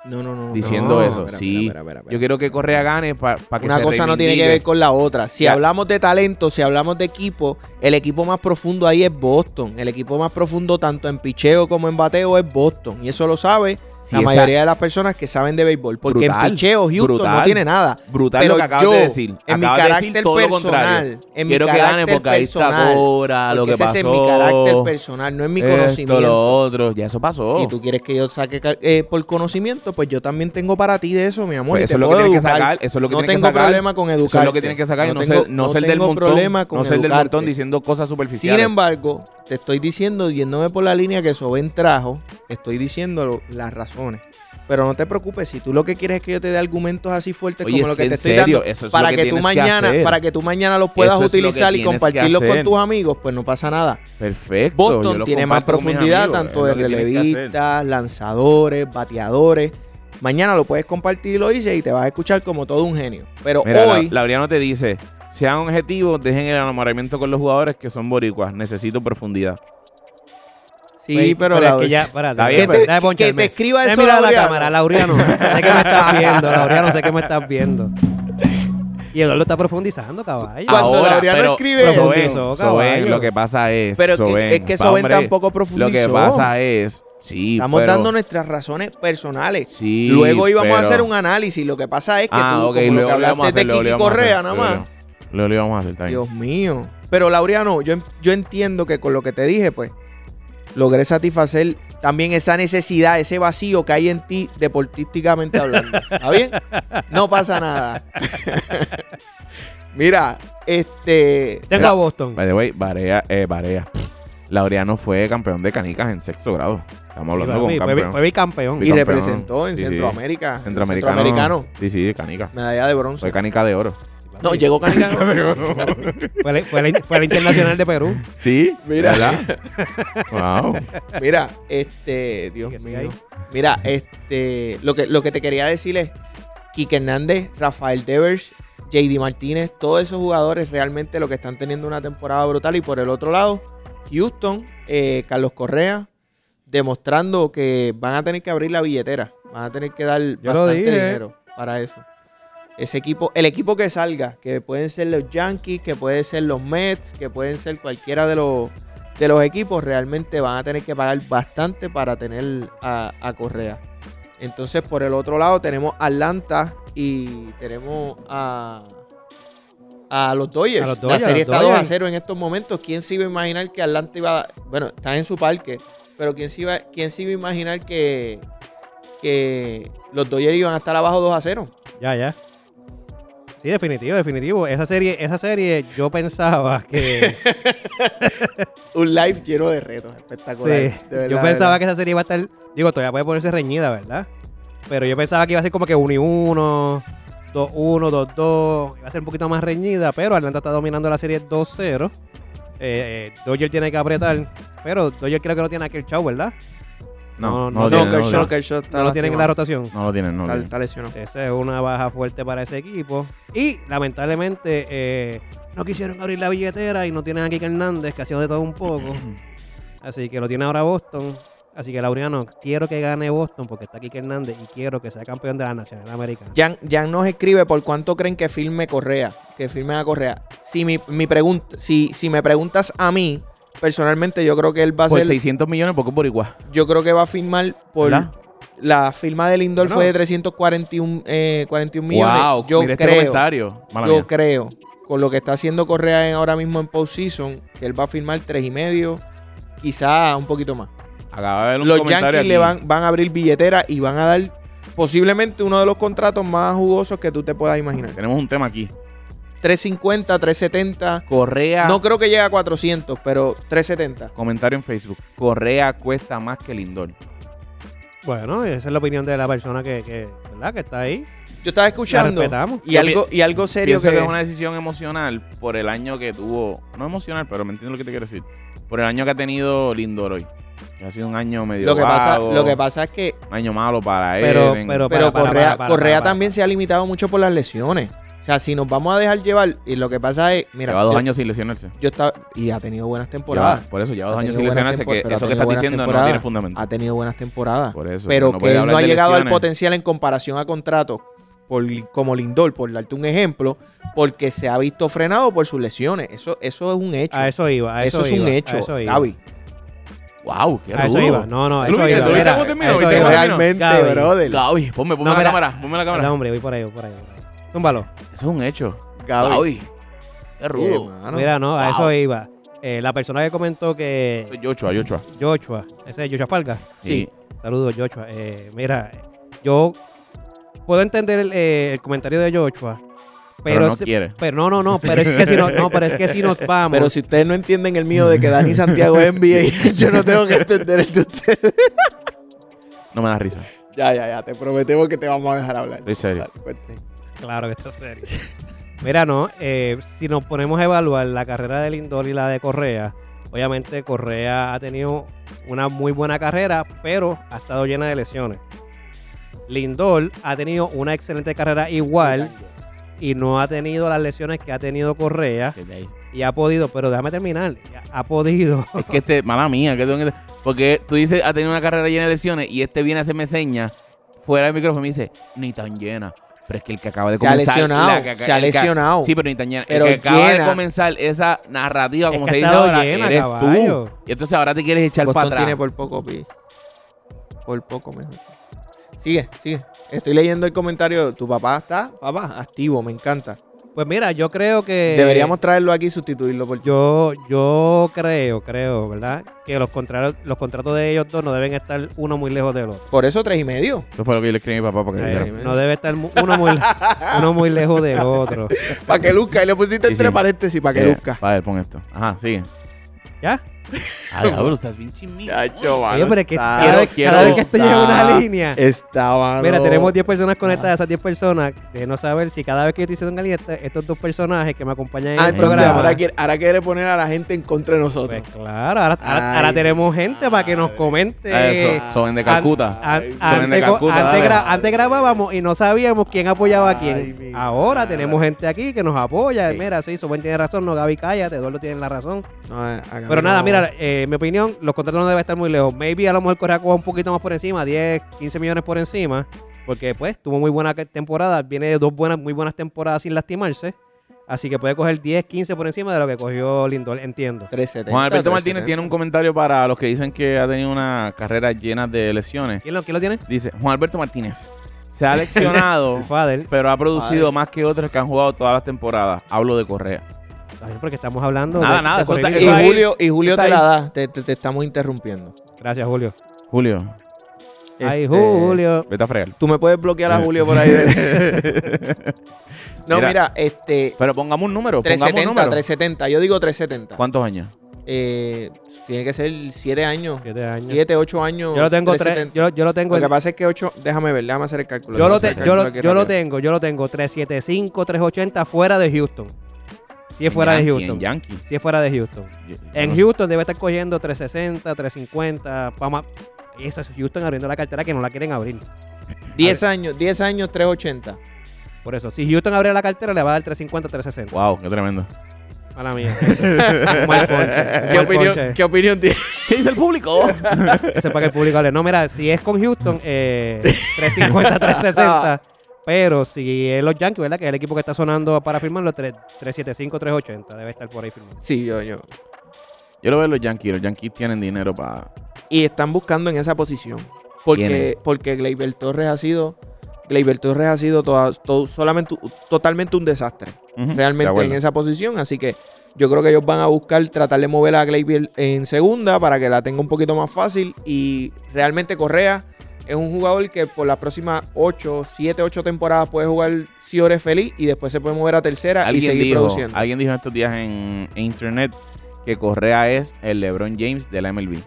[SPEAKER 1] No, no, no. no.
[SPEAKER 3] Diciendo
[SPEAKER 1] No,
[SPEAKER 3] eso, sí. Yo quiero que Correa gane para que
[SPEAKER 1] Una
[SPEAKER 3] se
[SPEAKER 1] cosa no tiene que ver
[SPEAKER 3] reivindique.
[SPEAKER 1] con la otra. Si
[SPEAKER 3] Ya.
[SPEAKER 1] hablamos de talento, si hablamos de equipo, el equipo más profundo ahí es Boston. El equipo más profundo tanto en picheo como en bateo es Boston. Y eso lo sabe
[SPEAKER 3] Si
[SPEAKER 1] la
[SPEAKER 3] esa-
[SPEAKER 1] mayoría de las personas que saben de béisbol. Porque
[SPEAKER 3] Brutal,
[SPEAKER 1] en picheo Houston
[SPEAKER 3] brutal.
[SPEAKER 1] no tiene nada.
[SPEAKER 3] Brutal
[SPEAKER 1] Pero
[SPEAKER 3] lo que acabas
[SPEAKER 1] yo,
[SPEAKER 3] de decir.
[SPEAKER 1] en mi
[SPEAKER 3] Acabas de decir
[SPEAKER 1] carácter
[SPEAKER 3] todo lo
[SPEAKER 1] personal,
[SPEAKER 3] contrario.
[SPEAKER 1] en mi
[SPEAKER 3] Quiero que gane
[SPEAKER 1] carácter
[SPEAKER 3] porque ahí está
[SPEAKER 1] personal,
[SPEAKER 3] Cora, lo
[SPEAKER 1] porque
[SPEAKER 3] que
[SPEAKER 1] ese
[SPEAKER 3] pasó.
[SPEAKER 1] es en mi carácter personal, no es mi
[SPEAKER 3] Esto,
[SPEAKER 1] conocimiento.
[SPEAKER 3] lo otro. Ya eso pasó.
[SPEAKER 1] Si tú quieres que yo saque cal- eh, por conocimiento, pues yo también tengo para ti de eso, mi amor.
[SPEAKER 3] Pues
[SPEAKER 1] y
[SPEAKER 3] eso
[SPEAKER 1] te
[SPEAKER 3] es lo que
[SPEAKER 1] puedo
[SPEAKER 3] tienes que
[SPEAKER 1] educar.
[SPEAKER 3] sacar. Eso es lo que
[SPEAKER 1] no
[SPEAKER 3] tienes que
[SPEAKER 1] tengo
[SPEAKER 3] sacar.
[SPEAKER 1] problema con educar.
[SPEAKER 3] Eso es lo que tienes que sacar y no, ser, no ser del montón.
[SPEAKER 1] problema con
[SPEAKER 3] no ser del
[SPEAKER 1] educarte.
[SPEAKER 3] montón diciendo cosas
[SPEAKER 1] Sin
[SPEAKER 3] superficiales.
[SPEAKER 1] embargo, te estoy diciendo, yéndome por la línea que Soben trajo, estoy diciendo lo- las razones. Pero no te preocupes, si tú lo que quieres es que yo te dé argumentos así fuertes
[SPEAKER 3] Oye,
[SPEAKER 1] como
[SPEAKER 3] es
[SPEAKER 1] lo que
[SPEAKER 3] que
[SPEAKER 1] te
[SPEAKER 3] en
[SPEAKER 1] estoy
[SPEAKER 3] serio,
[SPEAKER 1] dando,
[SPEAKER 3] eso es
[SPEAKER 1] para
[SPEAKER 3] lo que
[SPEAKER 1] que, tú
[SPEAKER 3] tienes que
[SPEAKER 1] mañana,
[SPEAKER 3] hacer.
[SPEAKER 1] para que tú mañana los puedas
[SPEAKER 3] Eso es lo que
[SPEAKER 1] utilizar y
[SPEAKER 3] tienes que
[SPEAKER 1] compartirlos con
[SPEAKER 3] hacer.
[SPEAKER 1] tus amigos, pues no pasa nada.
[SPEAKER 3] Perfecto. yo
[SPEAKER 1] Boston
[SPEAKER 3] lo
[SPEAKER 1] tiene más
[SPEAKER 3] comparto con mis
[SPEAKER 1] profundidad,
[SPEAKER 3] amigos,
[SPEAKER 1] tanto de
[SPEAKER 3] es lo que tienes que hacer.
[SPEAKER 1] relevistas, lanzadores, bateadores. Mañana lo puedes compartir y lo dices y te vas a escuchar como todo un genio. Pero
[SPEAKER 3] Mira,
[SPEAKER 1] hoy,
[SPEAKER 3] La- Laureano te dice, sean objetivos, dejen el enamoramiento con los jugadores que son boricuas. Necesito profundidad.
[SPEAKER 1] sí,
[SPEAKER 2] Wait,
[SPEAKER 1] pero,
[SPEAKER 2] Pues, es
[SPEAKER 1] la-
[SPEAKER 2] que ya, espérate,
[SPEAKER 3] Está bien,
[SPEAKER 2] déjame-
[SPEAKER 3] pero-
[SPEAKER 2] déjame
[SPEAKER 1] pues. que te
[SPEAKER 2] poncharme.
[SPEAKER 1] escriba
[SPEAKER 2] Déjame
[SPEAKER 1] eso,
[SPEAKER 2] mirar a la
[SPEAKER 1] Laureano.
[SPEAKER 2] cámara, Laureano. Sé que me estás viendo, Laureano, sé que me estás viendo. Y Eduardo está profundizando, caballo.
[SPEAKER 1] Cuando Laureano
[SPEAKER 3] pero-
[SPEAKER 1] escribe
[SPEAKER 3] pero
[SPEAKER 1] eso.
[SPEAKER 3] Soben,
[SPEAKER 2] Profundizó,
[SPEAKER 3] Soben,
[SPEAKER 2] caballo.
[SPEAKER 3] lo que pasa es...
[SPEAKER 1] pero es que-
[SPEAKER 3] Soben,
[SPEAKER 1] es que
[SPEAKER 3] pa,
[SPEAKER 1] Soben
[SPEAKER 3] hombre,
[SPEAKER 1] tampoco
[SPEAKER 3] Lo
[SPEAKER 1] profundizó.
[SPEAKER 3] que pasa es... Sí,
[SPEAKER 1] Estamos
[SPEAKER 3] pero-
[SPEAKER 1] dando nuestras razones personales.
[SPEAKER 3] Sí,
[SPEAKER 1] luego íbamos a
[SPEAKER 3] pero-
[SPEAKER 1] hacer un análisis. Lo que pasa es que
[SPEAKER 3] Ah,
[SPEAKER 1] tú, como lo
[SPEAKER 3] ok, luego
[SPEAKER 1] que
[SPEAKER 3] íbamos a
[SPEAKER 1] hablaste
[SPEAKER 3] hacer,
[SPEAKER 1] de
[SPEAKER 3] luego
[SPEAKER 1] Kiki
[SPEAKER 3] íbamos a hacer,
[SPEAKER 1] Correa, nada
[SPEAKER 3] luego
[SPEAKER 1] más.
[SPEAKER 3] íbamos- Luego lo íbamos a hacer, está bien.
[SPEAKER 1] Dios mío. Pero Laureano, yo, yo entiendo que con lo que te dije, pues, logré satisfacer también esa necesidad, ese vacío que hay en ti deportísticamente hablando. ¿Está bien? No pasa nada. Mira, este...
[SPEAKER 2] Tengo a Boston.
[SPEAKER 3] By the way, Barea, eh, Barea. Laureano fue campeón de canicas en sexto grado. Estamos hablando con
[SPEAKER 2] Sí, fue-
[SPEAKER 3] un
[SPEAKER 2] fue,
[SPEAKER 3] campeón.
[SPEAKER 2] fue bicampeón.
[SPEAKER 1] Y
[SPEAKER 3] Bicampeón.
[SPEAKER 1] representó en
[SPEAKER 3] Sí, sí.
[SPEAKER 1] Centroamérica.
[SPEAKER 3] centroamericano.
[SPEAKER 1] Centroamericano.
[SPEAKER 3] Sí, sí, de canica.
[SPEAKER 1] Medalla de bronce.
[SPEAKER 3] Fue canica de oro.
[SPEAKER 1] No, llegó Canica.
[SPEAKER 2] Fue, el- fue el- fue el internacional de Perú.
[SPEAKER 3] Sí,
[SPEAKER 1] Mira.
[SPEAKER 3] ¿verdad? wow.
[SPEAKER 1] Mira, este, Dios
[SPEAKER 2] Que
[SPEAKER 1] mío.
[SPEAKER 2] siga ahí.
[SPEAKER 1] Mira, este, lo que, lo que te quería decir es, Quique Hernández, Rafael Devers, JD Martínez, todos esos jugadores realmente lo que están teniendo una temporada brutal. Y por el otro lado, Houston, eh, Carlos Correa, demostrando que van a tener que abrir la billetera, van a tener que dar
[SPEAKER 2] lo
[SPEAKER 1] bastante
[SPEAKER 2] dije.
[SPEAKER 1] dinero para eso. Ese equipo, el equipo que salga, que pueden ser los Yankees, que pueden ser los Mets, que pueden ser cualquiera de los de los equipos, realmente van a tener que pagar bastante para tener a, a Correa. Entonces, por el otro lado, tenemos Atlanta y tenemos a, a los Dodgers.
[SPEAKER 2] A los Dodgers,
[SPEAKER 1] La serie
[SPEAKER 2] los
[SPEAKER 1] está 2 a
[SPEAKER 2] Dodgers.
[SPEAKER 1] 0 en estos momentos. ¿Quién se iba a imaginar que Atlanta iba a- Bueno, está en su parque, pero ¿quién se iba, quién se iba a imaginar que, que los Dodgers iban a estar abajo 2 a 0?
[SPEAKER 2] Ya, ya. Sí, definitivo, definitivo. Esa serie, esa serie yo pensaba que.
[SPEAKER 1] Un live lleno de retos,
[SPEAKER 2] sí,
[SPEAKER 1] espectacular.
[SPEAKER 2] yo pensaba que esa serie iba a estar. Digo, todavía puede ponerse reñida, ¿verdad? Pero yo pensaba que iba a ser como que 1 y 1, 2 1, 2 2. Iba a ser un poquito más reñida, pero Atlanta está dominando la serie 2-0. Eh, eh, Dodger tiene que apretar, pero Dodger creo que no tiene aquel chau, ¿verdad? No,
[SPEAKER 1] No,
[SPEAKER 3] No, no, lo
[SPEAKER 2] no,
[SPEAKER 3] tienen, no,
[SPEAKER 1] Kershaw,
[SPEAKER 3] lo tienen.
[SPEAKER 1] Kershaw está
[SPEAKER 2] No lo tienen en la
[SPEAKER 1] lastimado.
[SPEAKER 2] rotación.
[SPEAKER 3] No lo tienen, no
[SPEAKER 1] Está,
[SPEAKER 3] lo tienen.
[SPEAKER 1] está lesionado.
[SPEAKER 2] Esa es una baja fuerte para ese equipo. Y lamentablemente eh, no quisieron abrir la billetera y no tienen a Kike Hernández, que ha sido de todo un poco. Así que lo tiene ahora Boston. Así que Laureano, quiero que gane Boston porque está Kike Hernández y quiero que sea campeón de la Nacional Americana.
[SPEAKER 1] Jan, Jan nos escribe por cuánto creen que firme Correa, que firme a Correa. Si mi, mi pregunta, si, si me preguntas a mí, personalmente yo creo que él va a
[SPEAKER 3] Por
[SPEAKER 1] ser,
[SPEAKER 3] 600 Pues millones, porque por igual.
[SPEAKER 1] yo creo que va a firmar por
[SPEAKER 3] ¿Verdad?
[SPEAKER 1] la firma de Lindor
[SPEAKER 2] No.
[SPEAKER 1] fue de 341 eh, 41 millones.
[SPEAKER 3] Wow,
[SPEAKER 1] yo
[SPEAKER 3] mira este
[SPEAKER 1] creo,
[SPEAKER 3] comentario. Mala
[SPEAKER 1] yo
[SPEAKER 3] mía.
[SPEAKER 1] creo, con lo que está haciendo Correa en- ahora mismo en postseason, que él va a firmar tres y medio, quizá un poquito más.
[SPEAKER 3] Acaba de ver un
[SPEAKER 1] Los
[SPEAKER 3] comentario
[SPEAKER 1] Yankees
[SPEAKER 3] aquí.
[SPEAKER 1] le van, van a abrir billetera y van a dar posiblemente uno de los contratos más jugosos que tú te puedas imaginar.
[SPEAKER 3] Tenemos un tema aquí.
[SPEAKER 1] 350, 370.
[SPEAKER 3] Correa.
[SPEAKER 1] No creo que llegue a 400, pero 370.
[SPEAKER 3] Comentario en Facebook. Correa cuesta más que Lindor.
[SPEAKER 2] Bueno, esa es la opinión de la persona que, que, ¿verdad? que está ahí.
[SPEAKER 1] Yo estaba
[SPEAKER 2] La
[SPEAKER 1] escuchando
[SPEAKER 2] respetamos.
[SPEAKER 1] y
[SPEAKER 3] Yo
[SPEAKER 1] algo, y algo serio
[SPEAKER 3] Pienso
[SPEAKER 1] que...
[SPEAKER 3] que es una decisión emocional por el año que tuvo. No emocional, pero me entiendes lo que te quiero decir. Por el año que ha tenido Lindor hoy. Que ha sido un año medio
[SPEAKER 1] lo, que pasa,
[SPEAKER 3] vago,
[SPEAKER 1] lo que pasa es que...
[SPEAKER 3] Un año malo para
[SPEAKER 2] Pero-
[SPEAKER 3] él. en-
[SPEAKER 2] pero-
[SPEAKER 1] Pero
[SPEAKER 2] para, para,
[SPEAKER 1] Correa,
[SPEAKER 2] para, para,
[SPEAKER 1] Correa
[SPEAKER 2] para, para.
[SPEAKER 1] también se ha limitado mucho por las lesiones. O sea, si nos vamos a dejar llevar... Y lo que pasa es... Mira,
[SPEAKER 3] lleva dos
[SPEAKER 1] yo,
[SPEAKER 3] años sin lesionarse.
[SPEAKER 1] yo estaba... Y ha tenido buenas temporadas.
[SPEAKER 3] Lleva- por eso lleva dos
[SPEAKER 1] Ha
[SPEAKER 3] años
[SPEAKER 1] tenido
[SPEAKER 3] sin
[SPEAKER 1] buenas
[SPEAKER 3] lesionarse.
[SPEAKER 1] tempor-
[SPEAKER 3] Que
[SPEAKER 1] pero ha
[SPEAKER 3] eso que
[SPEAKER 1] tenido
[SPEAKER 3] estás
[SPEAKER 1] buenas
[SPEAKER 3] diciendo no
[SPEAKER 1] temporadas.
[SPEAKER 3] tiene fundamento.
[SPEAKER 1] Ha tenido buenas temporadas.
[SPEAKER 3] Por eso.
[SPEAKER 1] pero
[SPEAKER 3] puede
[SPEAKER 1] que él no
[SPEAKER 3] hablar
[SPEAKER 1] ha
[SPEAKER 3] de
[SPEAKER 1] llegado al
[SPEAKER 3] lesiones.
[SPEAKER 1] potencial en comparación a contratos por, como Lindor, por darte un ejemplo, porque se ha visto frenado por sus lesiones. Eso, eso es un hecho.
[SPEAKER 2] A eso iba, a eso,
[SPEAKER 1] eso, es
[SPEAKER 2] iba,
[SPEAKER 1] un
[SPEAKER 2] a
[SPEAKER 1] hecho,
[SPEAKER 2] eso iba.
[SPEAKER 1] Gaby.
[SPEAKER 3] Wow, qué
[SPEAKER 2] A eso
[SPEAKER 3] rudo.
[SPEAKER 2] iba, no, no, a
[SPEAKER 3] Tú
[SPEAKER 2] eso
[SPEAKER 3] lo
[SPEAKER 2] iba.
[SPEAKER 3] viste, tú viste
[SPEAKER 2] Mira,
[SPEAKER 3] cómo terminó,
[SPEAKER 2] a eso
[SPEAKER 3] viste
[SPEAKER 2] iba.
[SPEAKER 3] cómo terminó.
[SPEAKER 1] Realmente,
[SPEAKER 2] Gaby.
[SPEAKER 1] brother.
[SPEAKER 3] Gaby, ponme, ponme
[SPEAKER 2] No,
[SPEAKER 3] la
[SPEAKER 2] mira.
[SPEAKER 3] cámara, ponme la
[SPEAKER 2] No,
[SPEAKER 3] cámara.
[SPEAKER 2] hombre, voy por ahí, voy por ahí. voy por ahí. Zúmbalo.
[SPEAKER 3] Eso es un hecho.
[SPEAKER 1] Gaby.
[SPEAKER 3] Gaby, qué
[SPEAKER 1] Qué
[SPEAKER 3] rudo.
[SPEAKER 1] mano.
[SPEAKER 2] Mira, no, a
[SPEAKER 3] Ah, Wow.
[SPEAKER 2] eso iba. Eh, la persona que comentó que
[SPEAKER 3] Soy Yochoa, Yochoa.
[SPEAKER 2] Joshua, ese es Joshua Falga.
[SPEAKER 3] Sí.
[SPEAKER 2] Saludos, Joshua. Eh, mira, yo puedo entender el, eh, el comentario de Joshua, pero,
[SPEAKER 3] Pero, no
[SPEAKER 2] si-
[SPEAKER 3] quiere.
[SPEAKER 2] pero no, no, no, pero es que si no, no, pero es que si nos vamos.
[SPEAKER 1] Pero si ustedes no entienden el mío de que Dani Santiago es NBA, yo no tengo que entender el de ustedes.
[SPEAKER 3] No me da risa.
[SPEAKER 1] ya, ya, ya. Te prometemos que te vamos a dejar hablar.
[SPEAKER 3] Estoy serio.
[SPEAKER 1] Dale, cuenta.
[SPEAKER 2] Claro que está serio. Mira, no, eh, si nos ponemos a evaluar la carrera de Lindor y la de Correa, obviamente Correa ha tenido una muy buena carrera, pero ha estado llena de lesiones. Lindor ha tenido una excelente carrera igual y no ha tenido las lesiones que ha tenido Correa y ha podido, pero déjame terminar, ha podido.
[SPEAKER 3] Es que este, mala mía, que tengo que- Porque tú dices, ha tenido una carrera llena de lesiones y este viene a hacerme señas fuera del micrófono y me dice, ni tan llena. Pero es que el que acaba de
[SPEAKER 1] Se ha
[SPEAKER 3] comenzar.
[SPEAKER 1] lesionado,
[SPEAKER 3] la que aca-
[SPEAKER 1] se ha
[SPEAKER 3] el que-
[SPEAKER 1] lesionado.
[SPEAKER 3] Sí, pero ni tan llena.
[SPEAKER 1] Pero
[SPEAKER 3] el que acaba
[SPEAKER 1] llena.
[SPEAKER 3] de comenzar esa narrativa,
[SPEAKER 2] Es
[SPEAKER 3] como
[SPEAKER 2] que
[SPEAKER 3] se
[SPEAKER 2] ha
[SPEAKER 3] dice
[SPEAKER 2] estado
[SPEAKER 3] ahora,
[SPEAKER 2] llena,
[SPEAKER 3] eres
[SPEAKER 2] caballo.
[SPEAKER 3] tú. Y entonces ahora te quieres echar para
[SPEAKER 1] Boston
[SPEAKER 3] atrás.
[SPEAKER 1] tiene por poco, pi. Por poco mejor. Sigue, sigue. Estoy leyendo el comentario. Tu papá está, papá, activo, me encanta.
[SPEAKER 2] Pues mira, yo creo
[SPEAKER 3] Eh,
[SPEAKER 2] que...
[SPEAKER 1] Deberíamos traerlo aquí y sustituirlo por
[SPEAKER 2] Yo, yo creo, creo, ¿verdad? Que los contratos, los contratos de ellos dos no deben estar uno muy lejos del otro.
[SPEAKER 1] Por eso tres y medio.
[SPEAKER 3] Eso fue lo que yo le escribí a mi papá para que
[SPEAKER 2] Eh,
[SPEAKER 3] lo
[SPEAKER 1] Ay,
[SPEAKER 3] dijera.
[SPEAKER 1] mira.
[SPEAKER 2] no debe estar mu- uno muy, uno muy lejos del otro.
[SPEAKER 1] Para que luzca. Y le pusiste
[SPEAKER 3] Sí,
[SPEAKER 1] entre
[SPEAKER 3] sí.
[SPEAKER 1] paréntesis para que
[SPEAKER 3] Eh,
[SPEAKER 1] luzca.
[SPEAKER 3] A ver, pon esto. Ajá, sigue.
[SPEAKER 2] ¿Ya? Ah,
[SPEAKER 3] Ay, cabrón, estás bien chimito.
[SPEAKER 2] Oye, pero es que cada,
[SPEAKER 3] Quiero-
[SPEAKER 2] vez,
[SPEAKER 3] quiero-
[SPEAKER 2] cada vez que esto llega a una
[SPEAKER 1] Está-
[SPEAKER 2] línea.
[SPEAKER 1] Está, mano.
[SPEAKER 2] Mira, tenemos 10 personas conectadas. Esas 10 personas, de no saber si cada vez que yo estoy diciendo una línea, esta- estos dos personajes que me acompañan en
[SPEAKER 1] Ah,
[SPEAKER 2] el
[SPEAKER 1] entonces
[SPEAKER 2] programa.
[SPEAKER 1] ahora quiere, ahora quiere poner a la gente en contra de nosotros.
[SPEAKER 2] Pues claro, ahora, ahora-
[SPEAKER 1] Ay,
[SPEAKER 2] ahora tenemos gente para que nos
[SPEAKER 1] madre.
[SPEAKER 2] comente.
[SPEAKER 3] Eso, son de Calcuta.
[SPEAKER 2] An-
[SPEAKER 1] Ay,
[SPEAKER 3] son de
[SPEAKER 2] antes, co-
[SPEAKER 3] Calcuta,
[SPEAKER 2] antes
[SPEAKER 3] dale.
[SPEAKER 2] gra- antes grabábamos y no sabíamos quién apoyaba a
[SPEAKER 1] Ay,
[SPEAKER 2] quién.
[SPEAKER 1] mi
[SPEAKER 2] Ahora
[SPEAKER 1] madre.
[SPEAKER 2] tenemos gente aquí que nos apoya.
[SPEAKER 3] Sí.
[SPEAKER 2] Mira, sí, Soben tiene razón, no, Gaby, cállate, Eduardo tiene la razón.
[SPEAKER 1] No, eh, a Gaby
[SPEAKER 2] Pero nada,
[SPEAKER 1] no-
[SPEAKER 2] mira, eh, mi opinión, los contratos no deben estar muy lejos. Maybe a lo mejor Correa coja un poquito más por encima, 10, 15 millones por encima. Porque pues tuvo muy buena temporada, viene de dos buenas, muy buenas temporadas sin lastimarse. Así que puede coger 10, 15 por encima de lo que cogió Lindor, entiendo.
[SPEAKER 1] 370.
[SPEAKER 3] Juan Alberto
[SPEAKER 1] 370.
[SPEAKER 3] Martínez tiene un comentario para los que dicen que ha tenido una carrera llena de lesiones.
[SPEAKER 2] ¿Quién lo, quién lo tiene?
[SPEAKER 3] Dice, Juan Alberto Martínez se ha lesionado,
[SPEAKER 2] El Fader.
[SPEAKER 3] pero ha producido
[SPEAKER 1] Padre.
[SPEAKER 3] más que otros que han jugado todas las temporadas. Hablo de Correa.
[SPEAKER 2] También porque estamos hablando
[SPEAKER 3] Nada,
[SPEAKER 2] de,
[SPEAKER 3] nada,
[SPEAKER 2] de
[SPEAKER 3] eso
[SPEAKER 2] correr y-
[SPEAKER 1] Y
[SPEAKER 3] Eso ahí-
[SPEAKER 1] Julio, y Julio
[SPEAKER 3] está
[SPEAKER 1] te la
[SPEAKER 3] ahí.
[SPEAKER 1] da, te, te- te estamos interrumpiendo.
[SPEAKER 2] Gracias, Julio.
[SPEAKER 3] Julio,
[SPEAKER 2] Ay,
[SPEAKER 1] Este,
[SPEAKER 2] Julio.
[SPEAKER 3] vete a fregar.
[SPEAKER 1] Tú me puedes bloquear a Julio por ahí. no,
[SPEAKER 3] Mira.
[SPEAKER 1] mira, este.
[SPEAKER 3] Pero pongamos un número, pongamos un
[SPEAKER 1] 370,
[SPEAKER 3] número.
[SPEAKER 1] 370. Yo digo 370.
[SPEAKER 3] ¿Cuántos años?
[SPEAKER 1] Eh, tiene que ser 7 años.
[SPEAKER 2] Siete años.
[SPEAKER 1] 7, 8 años.
[SPEAKER 2] Yo lo tengo tres.
[SPEAKER 1] 370.
[SPEAKER 2] Yo, yo lo tengo.
[SPEAKER 1] Lo
[SPEAKER 2] en-
[SPEAKER 1] que pasa es que 8. Déjame ver, déjame hacer el cálculo.
[SPEAKER 2] yo lo, te-
[SPEAKER 1] Déjame
[SPEAKER 2] yo, lo,
[SPEAKER 1] hacer el
[SPEAKER 2] yo lo
[SPEAKER 1] cálculo aquí
[SPEAKER 2] tengo, yo lo tengo. 375, 380 fuera de Houston. Si es fuera
[SPEAKER 3] En
[SPEAKER 2] de
[SPEAKER 3] Yankee,
[SPEAKER 2] Houston.
[SPEAKER 3] En Yankee.
[SPEAKER 2] Si es fuera de Houston.
[SPEAKER 3] Yo- yo
[SPEAKER 2] En
[SPEAKER 3] no sé.
[SPEAKER 2] Houston debe estar cogiendo 360, 350. Vamos a- y eso es Houston abriendo la cartera que no la quieren abrir.
[SPEAKER 1] rápido. 10 años, 10 años, 380.
[SPEAKER 2] Por eso, si Houston abre la cartera, le va a dar 350, 360.
[SPEAKER 3] Wow, qué tremendo.
[SPEAKER 2] Mala mía. Un mal ponche, un mal ponche.
[SPEAKER 1] ¿Qué opinión tienes?
[SPEAKER 3] ¿Qué dice el público?
[SPEAKER 2] Eso es para que el público hable. No, mira, si es con Houston, eh, 350, 360. Pero si es los Yankees, ¿verdad? Que es el equipo que está sonando para firmarlo, tres- 375, 380. Debe estar por ahí firmando.
[SPEAKER 1] Sí, yo, yo.
[SPEAKER 3] Yo lo veo en los Yankees. Los Yankees tienen dinero para.
[SPEAKER 1] y están buscando en esa posición. Porque,
[SPEAKER 3] Tienen.
[SPEAKER 1] porque Gleyber Torres ha sido. Gleyber Torres ha sido toda- to- solamente, totalmente un desastre. Realmente en esa posición. Así que yo creo que ellos van a buscar tratar de mover a Gleyber en segunda para que la tenga un poquito más fácil. Y realmente Correa es un jugador que por las próximas 8, 7, 8 temporadas puede jugar si eres feliz y después se puede mover a tercera Ah, y
[SPEAKER 3] Alguien
[SPEAKER 1] seguir
[SPEAKER 3] dijo,
[SPEAKER 1] produciendo.
[SPEAKER 3] alguien dijo estos días en, en internet que Correa es el LeBron James de la MLB.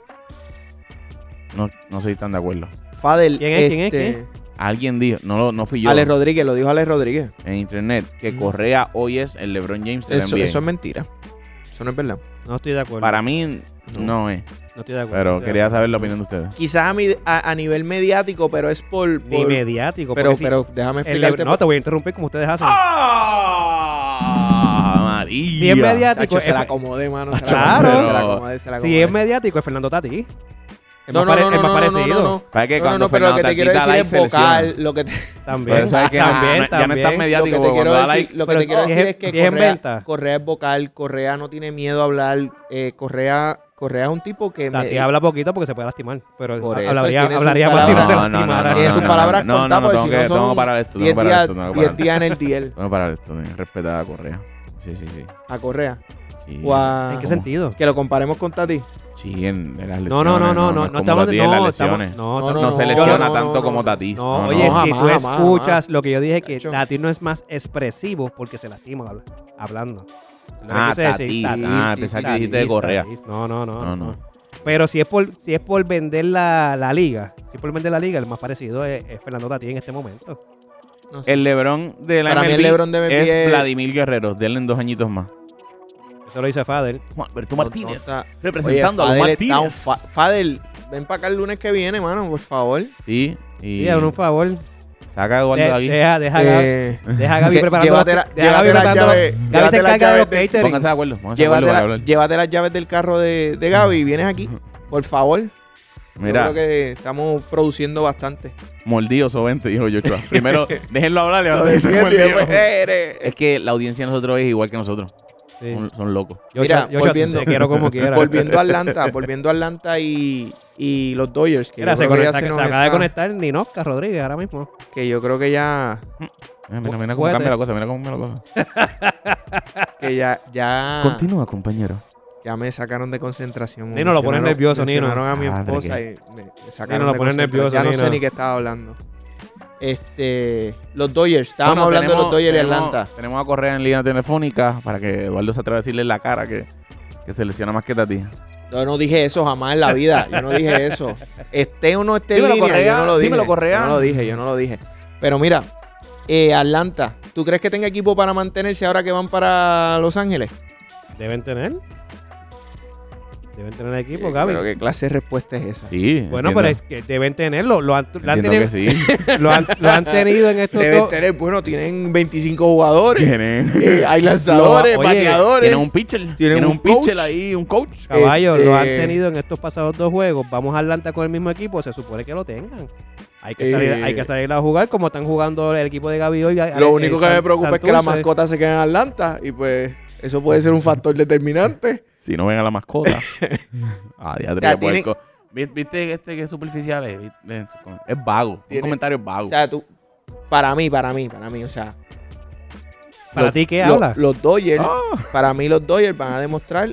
[SPEAKER 3] No, no sé si están de acuerdo.
[SPEAKER 1] Fadel, este,
[SPEAKER 2] ¿Quién es? ¿Quién es? ¿Quién
[SPEAKER 3] Alguien dijo, no, lo- no fui yo,
[SPEAKER 1] Alex Rodríguez, lo dijo Alex Rodríguez.
[SPEAKER 3] en internet, que
[SPEAKER 2] Mm.
[SPEAKER 3] Correa hoy es el LeBron James de
[SPEAKER 1] Eso,
[SPEAKER 3] la NBA.
[SPEAKER 1] eso es mentira. Eso no es verdad.
[SPEAKER 2] No estoy de acuerdo.
[SPEAKER 3] Para mí, no es.
[SPEAKER 2] no estoy de acuerdo.
[SPEAKER 3] Pero
[SPEAKER 2] Estoy de
[SPEAKER 3] quería
[SPEAKER 2] acuerdo.
[SPEAKER 3] saber la opinión de ustedes.
[SPEAKER 1] quizás a, mi- a- a nivel mediático, pero es por.
[SPEAKER 2] Ni
[SPEAKER 1] por-
[SPEAKER 2] mediático.
[SPEAKER 1] pero,
[SPEAKER 2] porque si
[SPEAKER 1] pero déjame
[SPEAKER 2] el
[SPEAKER 1] explicarte.
[SPEAKER 2] Lebr- no, te voy a interrumpir como ustedes hacen.
[SPEAKER 3] ¡Ah, María!
[SPEAKER 2] Si es mediático,
[SPEAKER 1] Tacho, se
[SPEAKER 2] es-
[SPEAKER 1] la acomodé, mano. Se la
[SPEAKER 2] Claro.
[SPEAKER 1] acomodé, se la acomodé, se la
[SPEAKER 2] si es
[SPEAKER 1] acomodé.
[SPEAKER 2] mediático, es Fernando Tati. Es
[SPEAKER 1] No,
[SPEAKER 2] más
[SPEAKER 1] no,
[SPEAKER 2] pare-
[SPEAKER 1] no,
[SPEAKER 2] es
[SPEAKER 1] no, no,
[SPEAKER 2] más
[SPEAKER 1] no,
[SPEAKER 2] parecido.
[SPEAKER 1] no, no.
[SPEAKER 3] Para que
[SPEAKER 1] No, no,
[SPEAKER 3] cuando
[SPEAKER 1] no, pero lo que
[SPEAKER 3] Fernando
[SPEAKER 1] te quiero
[SPEAKER 3] Tatita
[SPEAKER 1] decir
[SPEAKER 3] like
[SPEAKER 1] es
[SPEAKER 3] se lesiona.
[SPEAKER 1] vocal. Lo que te,
[SPEAKER 2] También.
[SPEAKER 3] Por eso es que na-
[SPEAKER 2] también,
[SPEAKER 3] na- ya no es tan
[SPEAKER 2] también.
[SPEAKER 1] lo que
[SPEAKER 3] mediático
[SPEAKER 1] te
[SPEAKER 3] como
[SPEAKER 1] quiero
[SPEAKER 3] cuando da
[SPEAKER 1] decir,
[SPEAKER 3] likes.
[SPEAKER 1] lo que
[SPEAKER 2] pero
[SPEAKER 1] te quiero
[SPEAKER 2] si es-
[SPEAKER 1] decir es que
[SPEAKER 2] si es en
[SPEAKER 1] Correa,
[SPEAKER 2] venta.
[SPEAKER 1] Correa es vocal, Correa no tiene miedo a hablar. eh, Correa, Correa es un tipo que. me-
[SPEAKER 2] Tati habla poquito porque se puede lastimar. Pero
[SPEAKER 1] Por
[SPEAKER 2] ha-
[SPEAKER 1] eso
[SPEAKER 2] hablaría,
[SPEAKER 1] tiene sus
[SPEAKER 2] hablaría más si no se
[SPEAKER 1] palabras.
[SPEAKER 2] lastimara.
[SPEAKER 1] Tiene sus
[SPEAKER 3] no,
[SPEAKER 1] palabras
[SPEAKER 3] no, no,
[SPEAKER 1] contadas,
[SPEAKER 3] no,
[SPEAKER 1] porque
[SPEAKER 3] tengo
[SPEAKER 1] si
[SPEAKER 3] que-
[SPEAKER 1] no
[SPEAKER 3] tengo que
[SPEAKER 1] son
[SPEAKER 3] parar esto, tengo que
[SPEAKER 1] 10
[SPEAKER 3] parar
[SPEAKER 1] días,
[SPEAKER 3] esto, tengo que
[SPEAKER 1] 10
[SPEAKER 3] parar.
[SPEAKER 1] días en el DL
[SPEAKER 3] Tengo que parar esto, tengo que respetar a Correa. Sí, sí, sí.
[SPEAKER 1] a Correa.
[SPEAKER 3] sí.
[SPEAKER 1] O a-
[SPEAKER 2] ¿En qué
[SPEAKER 3] ¿Cómo?
[SPEAKER 2] sentido?
[SPEAKER 1] Que lo comparemos con Tati.
[SPEAKER 3] Sí, en, en las lesiones.
[SPEAKER 2] No, no, no, no,
[SPEAKER 3] es
[SPEAKER 2] no,
[SPEAKER 3] como
[SPEAKER 2] no estamos,
[SPEAKER 3] Tati en las
[SPEAKER 2] no, estamos,
[SPEAKER 3] lesiones.
[SPEAKER 2] no,
[SPEAKER 1] No,
[SPEAKER 3] No,
[SPEAKER 2] no,
[SPEAKER 3] se
[SPEAKER 1] no,
[SPEAKER 3] lesiona
[SPEAKER 1] no,
[SPEAKER 3] tanto
[SPEAKER 1] no,
[SPEAKER 3] como
[SPEAKER 1] no.
[SPEAKER 3] Tatis.
[SPEAKER 2] no, oye,
[SPEAKER 1] no,
[SPEAKER 2] si
[SPEAKER 1] jamás,
[SPEAKER 2] tú
[SPEAKER 1] jamás,
[SPEAKER 2] escuchas
[SPEAKER 1] jamás.
[SPEAKER 2] lo que yo dije, que
[SPEAKER 1] Hecho.
[SPEAKER 2] Tati no es más expresivo porque se lastima habla- hablando. Lo que
[SPEAKER 3] Ah,
[SPEAKER 2] quise decir,
[SPEAKER 3] Tatis. Ah,
[SPEAKER 1] sí,
[SPEAKER 3] pensaba que
[SPEAKER 1] Tatis,
[SPEAKER 3] dijiste de Correa.
[SPEAKER 2] Tatis. No, no, no,
[SPEAKER 3] No,
[SPEAKER 2] no,
[SPEAKER 3] no.
[SPEAKER 2] Pero si es por, si es por vender la, la liga, si es por vender la liga, el más parecido es, es Fernando Tati en este momento.
[SPEAKER 1] No sé.
[SPEAKER 3] El LeBron de la
[SPEAKER 1] Para mí
[SPEAKER 3] MLB
[SPEAKER 1] el LeBron de MLB
[SPEAKER 3] es
[SPEAKER 1] es-
[SPEAKER 3] Vladimir Guerrero. Denle dos añitos más.
[SPEAKER 2] Eso lo dice Fader.
[SPEAKER 3] Juan Alberto
[SPEAKER 1] No, no
[SPEAKER 3] Martínez,
[SPEAKER 1] está-
[SPEAKER 3] representando a los
[SPEAKER 1] Fadel está
[SPEAKER 3] Martínez.
[SPEAKER 1] un fa- Fadel, ven para acá el lunes que viene, mano, por favor.
[SPEAKER 3] Sí, y
[SPEAKER 2] Sí, hazme un favor.
[SPEAKER 3] saca a Eduardo
[SPEAKER 2] De-
[SPEAKER 3] de aquí.
[SPEAKER 2] deja, deja, a Gaby-
[SPEAKER 1] Eh,
[SPEAKER 2] deja a Gaby
[SPEAKER 1] que-
[SPEAKER 2] preparando.
[SPEAKER 1] llévate
[SPEAKER 2] las-
[SPEAKER 1] la-
[SPEAKER 2] deja a Gaby
[SPEAKER 1] llévate las
[SPEAKER 2] preparando
[SPEAKER 1] llaves,
[SPEAKER 2] las- Gaby
[SPEAKER 1] llévate
[SPEAKER 2] se
[SPEAKER 1] las
[SPEAKER 2] encarga de
[SPEAKER 1] llaves
[SPEAKER 2] los
[SPEAKER 1] del-
[SPEAKER 2] catering.
[SPEAKER 3] Pónganse de acuerdo. Pónganse de acuerdo
[SPEAKER 1] llévate,
[SPEAKER 3] para
[SPEAKER 1] la-
[SPEAKER 3] hablar.
[SPEAKER 1] llévate las llaves del carro de, de Gaby y vienes aquí, por favor.
[SPEAKER 3] Mira,
[SPEAKER 1] Yo creo que estamos produciendo bastante.
[SPEAKER 3] mordidos o 20, dijo Joshua. Primero, déjenlo hablar y "Eh, ahora dicen mordidos.
[SPEAKER 2] pues.
[SPEAKER 1] Eh,
[SPEAKER 3] Es que la audiencia de nosotros es igual que nosotros.
[SPEAKER 2] Sí.
[SPEAKER 3] Son, son locos.
[SPEAKER 2] Yo,
[SPEAKER 1] Mira,
[SPEAKER 2] yo,
[SPEAKER 1] volviendo-
[SPEAKER 2] te quiero como quiera.
[SPEAKER 1] Volviendo a Atlanta, volviendo a Atlanta y, y los Dodgers, que,
[SPEAKER 2] Mira,
[SPEAKER 1] yo
[SPEAKER 2] se,
[SPEAKER 1] creo que ya
[SPEAKER 2] conecta-
[SPEAKER 1] se
[SPEAKER 2] se
[SPEAKER 1] nos
[SPEAKER 2] acaba de
[SPEAKER 1] está-
[SPEAKER 2] conectar Ninosca Rodríguez ahora mismo.
[SPEAKER 1] que yo creo que ya,
[SPEAKER 3] Mira, mira, mira cómo
[SPEAKER 2] Puede
[SPEAKER 3] cambia
[SPEAKER 2] ser.
[SPEAKER 3] la cosa, mira cómo cambia la cosa.
[SPEAKER 1] que ya,
[SPEAKER 2] Ah.
[SPEAKER 1] ya,
[SPEAKER 3] Continúa, compañero.
[SPEAKER 1] ya me sacaron de concentración.
[SPEAKER 2] Nino, lo pones
[SPEAKER 1] Mencionaron-
[SPEAKER 2] nervioso, Nino.
[SPEAKER 1] mencionaron a mi
[SPEAKER 3] Padre,
[SPEAKER 1] esposa
[SPEAKER 3] que-
[SPEAKER 1] y me, me sacaron
[SPEAKER 2] Nino, lo
[SPEAKER 1] de
[SPEAKER 2] pones
[SPEAKER 1] concentración.
[SPEAKER 2] nervioso,
[SPEAKER 1] Ya no sé
[SPEAKER 2] Nino.
[SPEAKER 1] ni qué estaba hablando. Este, los Dodgers, estábamos
[SPEAKER 3] Bueno,
[SPEAKER 1] hablando de
[SPEAKER 3] tenemos-
[SPEAKER 1] los Dodgers y
[SPEAKER 3] tenemos-
[SPEAKER 1] Atlanta.
[SPEAKER 3] Tenemos a Correa en línea telefónica para que Eduardo se atreva a decirle en la cara que, que se lesiona más que Tati.
[SPEAKER 1] Yo no dije eso jamás en la vida. Yo no dije eso. Esté o no esté en
[SPEAKER 3] Dímelo,
[SPEAKER 1] línea,
[SPEAKER 3] Correa,
[SPEAKER 1] yo no lo dije.
[SPEAKER 3] dímelo, Correa.
[SPEAKER 1] Yo no lo dije, yo no lo dije. Pero mira, eh, Atlanta, ¿tú crees que tenga equipo para mantenerse ahora que van para Los Ángeles?
[SPEAKER 2] Deben tener. Deben tener el equipo,
[SPEAKER 1] Eh,
[SPEAKER 2] Gaby.
[SPEAKER 1] Pero qué clase de respuesta es esa.
[SPEAKER 3] Sí.
[SPEAKER 2] Bueno, pero es que deben tenerlo. Lo han, lo han
[SPEAKER 3] Entiendo
[SPEAKER 2] tenido,
[SPEAKER 3] que sí.
[SPEAKER 2] lo han, lo han tenido en estos
[SPEAKER 1] Deben
[SPEAKER 2] dos.
[SPEAKER 1] tener, bueno, tienen 25 jugadores.
[SPEAKER 3] Tienen,
[SPEAKER 1] Eh, hay lanzadores,
[SPEAKER 2] Lo- oye,
[SPEAKER 1] bateadores.
[SPEAKER 3] tienen un pitcher. Tienen,
[SPEAKER 1] un
[SPEAKER 3] un, pitcher
[SPEAKER 1] coach.
[SPEAKER 3] ahí, un coach.
[SPEAKER 2] Caballo,
[SPEAKER 1] Este-
[SPEAKER 2] lo han tenido en estos pasados dos juegos. Vamos a Atlanta con el mismo equipo. Se supone que lo tengan. Hay que,
[SPEAKER 1] Eh,
[SPEAKER 2] salir, hay que salir a jugar como están jugando el equipo de Gaby hoy. eh,
[SPEAKER 1] Lo único que me preocupa es que la
[SPEAKER 2] mascota
[SPEAKER 1] mascota se quede en Atlanta y pues eso puede ser un factor determinante.
[SPEAKER 3] Si no ven a la mascota. ah, ya
[SPEAKER 1] O sea, tienen-
[SPEAKER 3] ¿Viste este que es superficial? Es, Ve- ve- es vago.
[SPEAKER 1] Tiene-
[SPEAKER 3] Un comentario vago.
[SPEAKER 1] O sea, tú, para mí, para mí, para mí, o sea.
[SPEAKER 2] ¿Para
[SPEAKER 1] los-
[SPEAKER 2] ti qué
[SPEAKER 1] lo-
[SPEAKER 2] habla?
[SPEAKER 1] Los Dodgers,
[SPEAKER 3] Ah,
[SPEAKER 1] para mí los Dodgers van a demostrar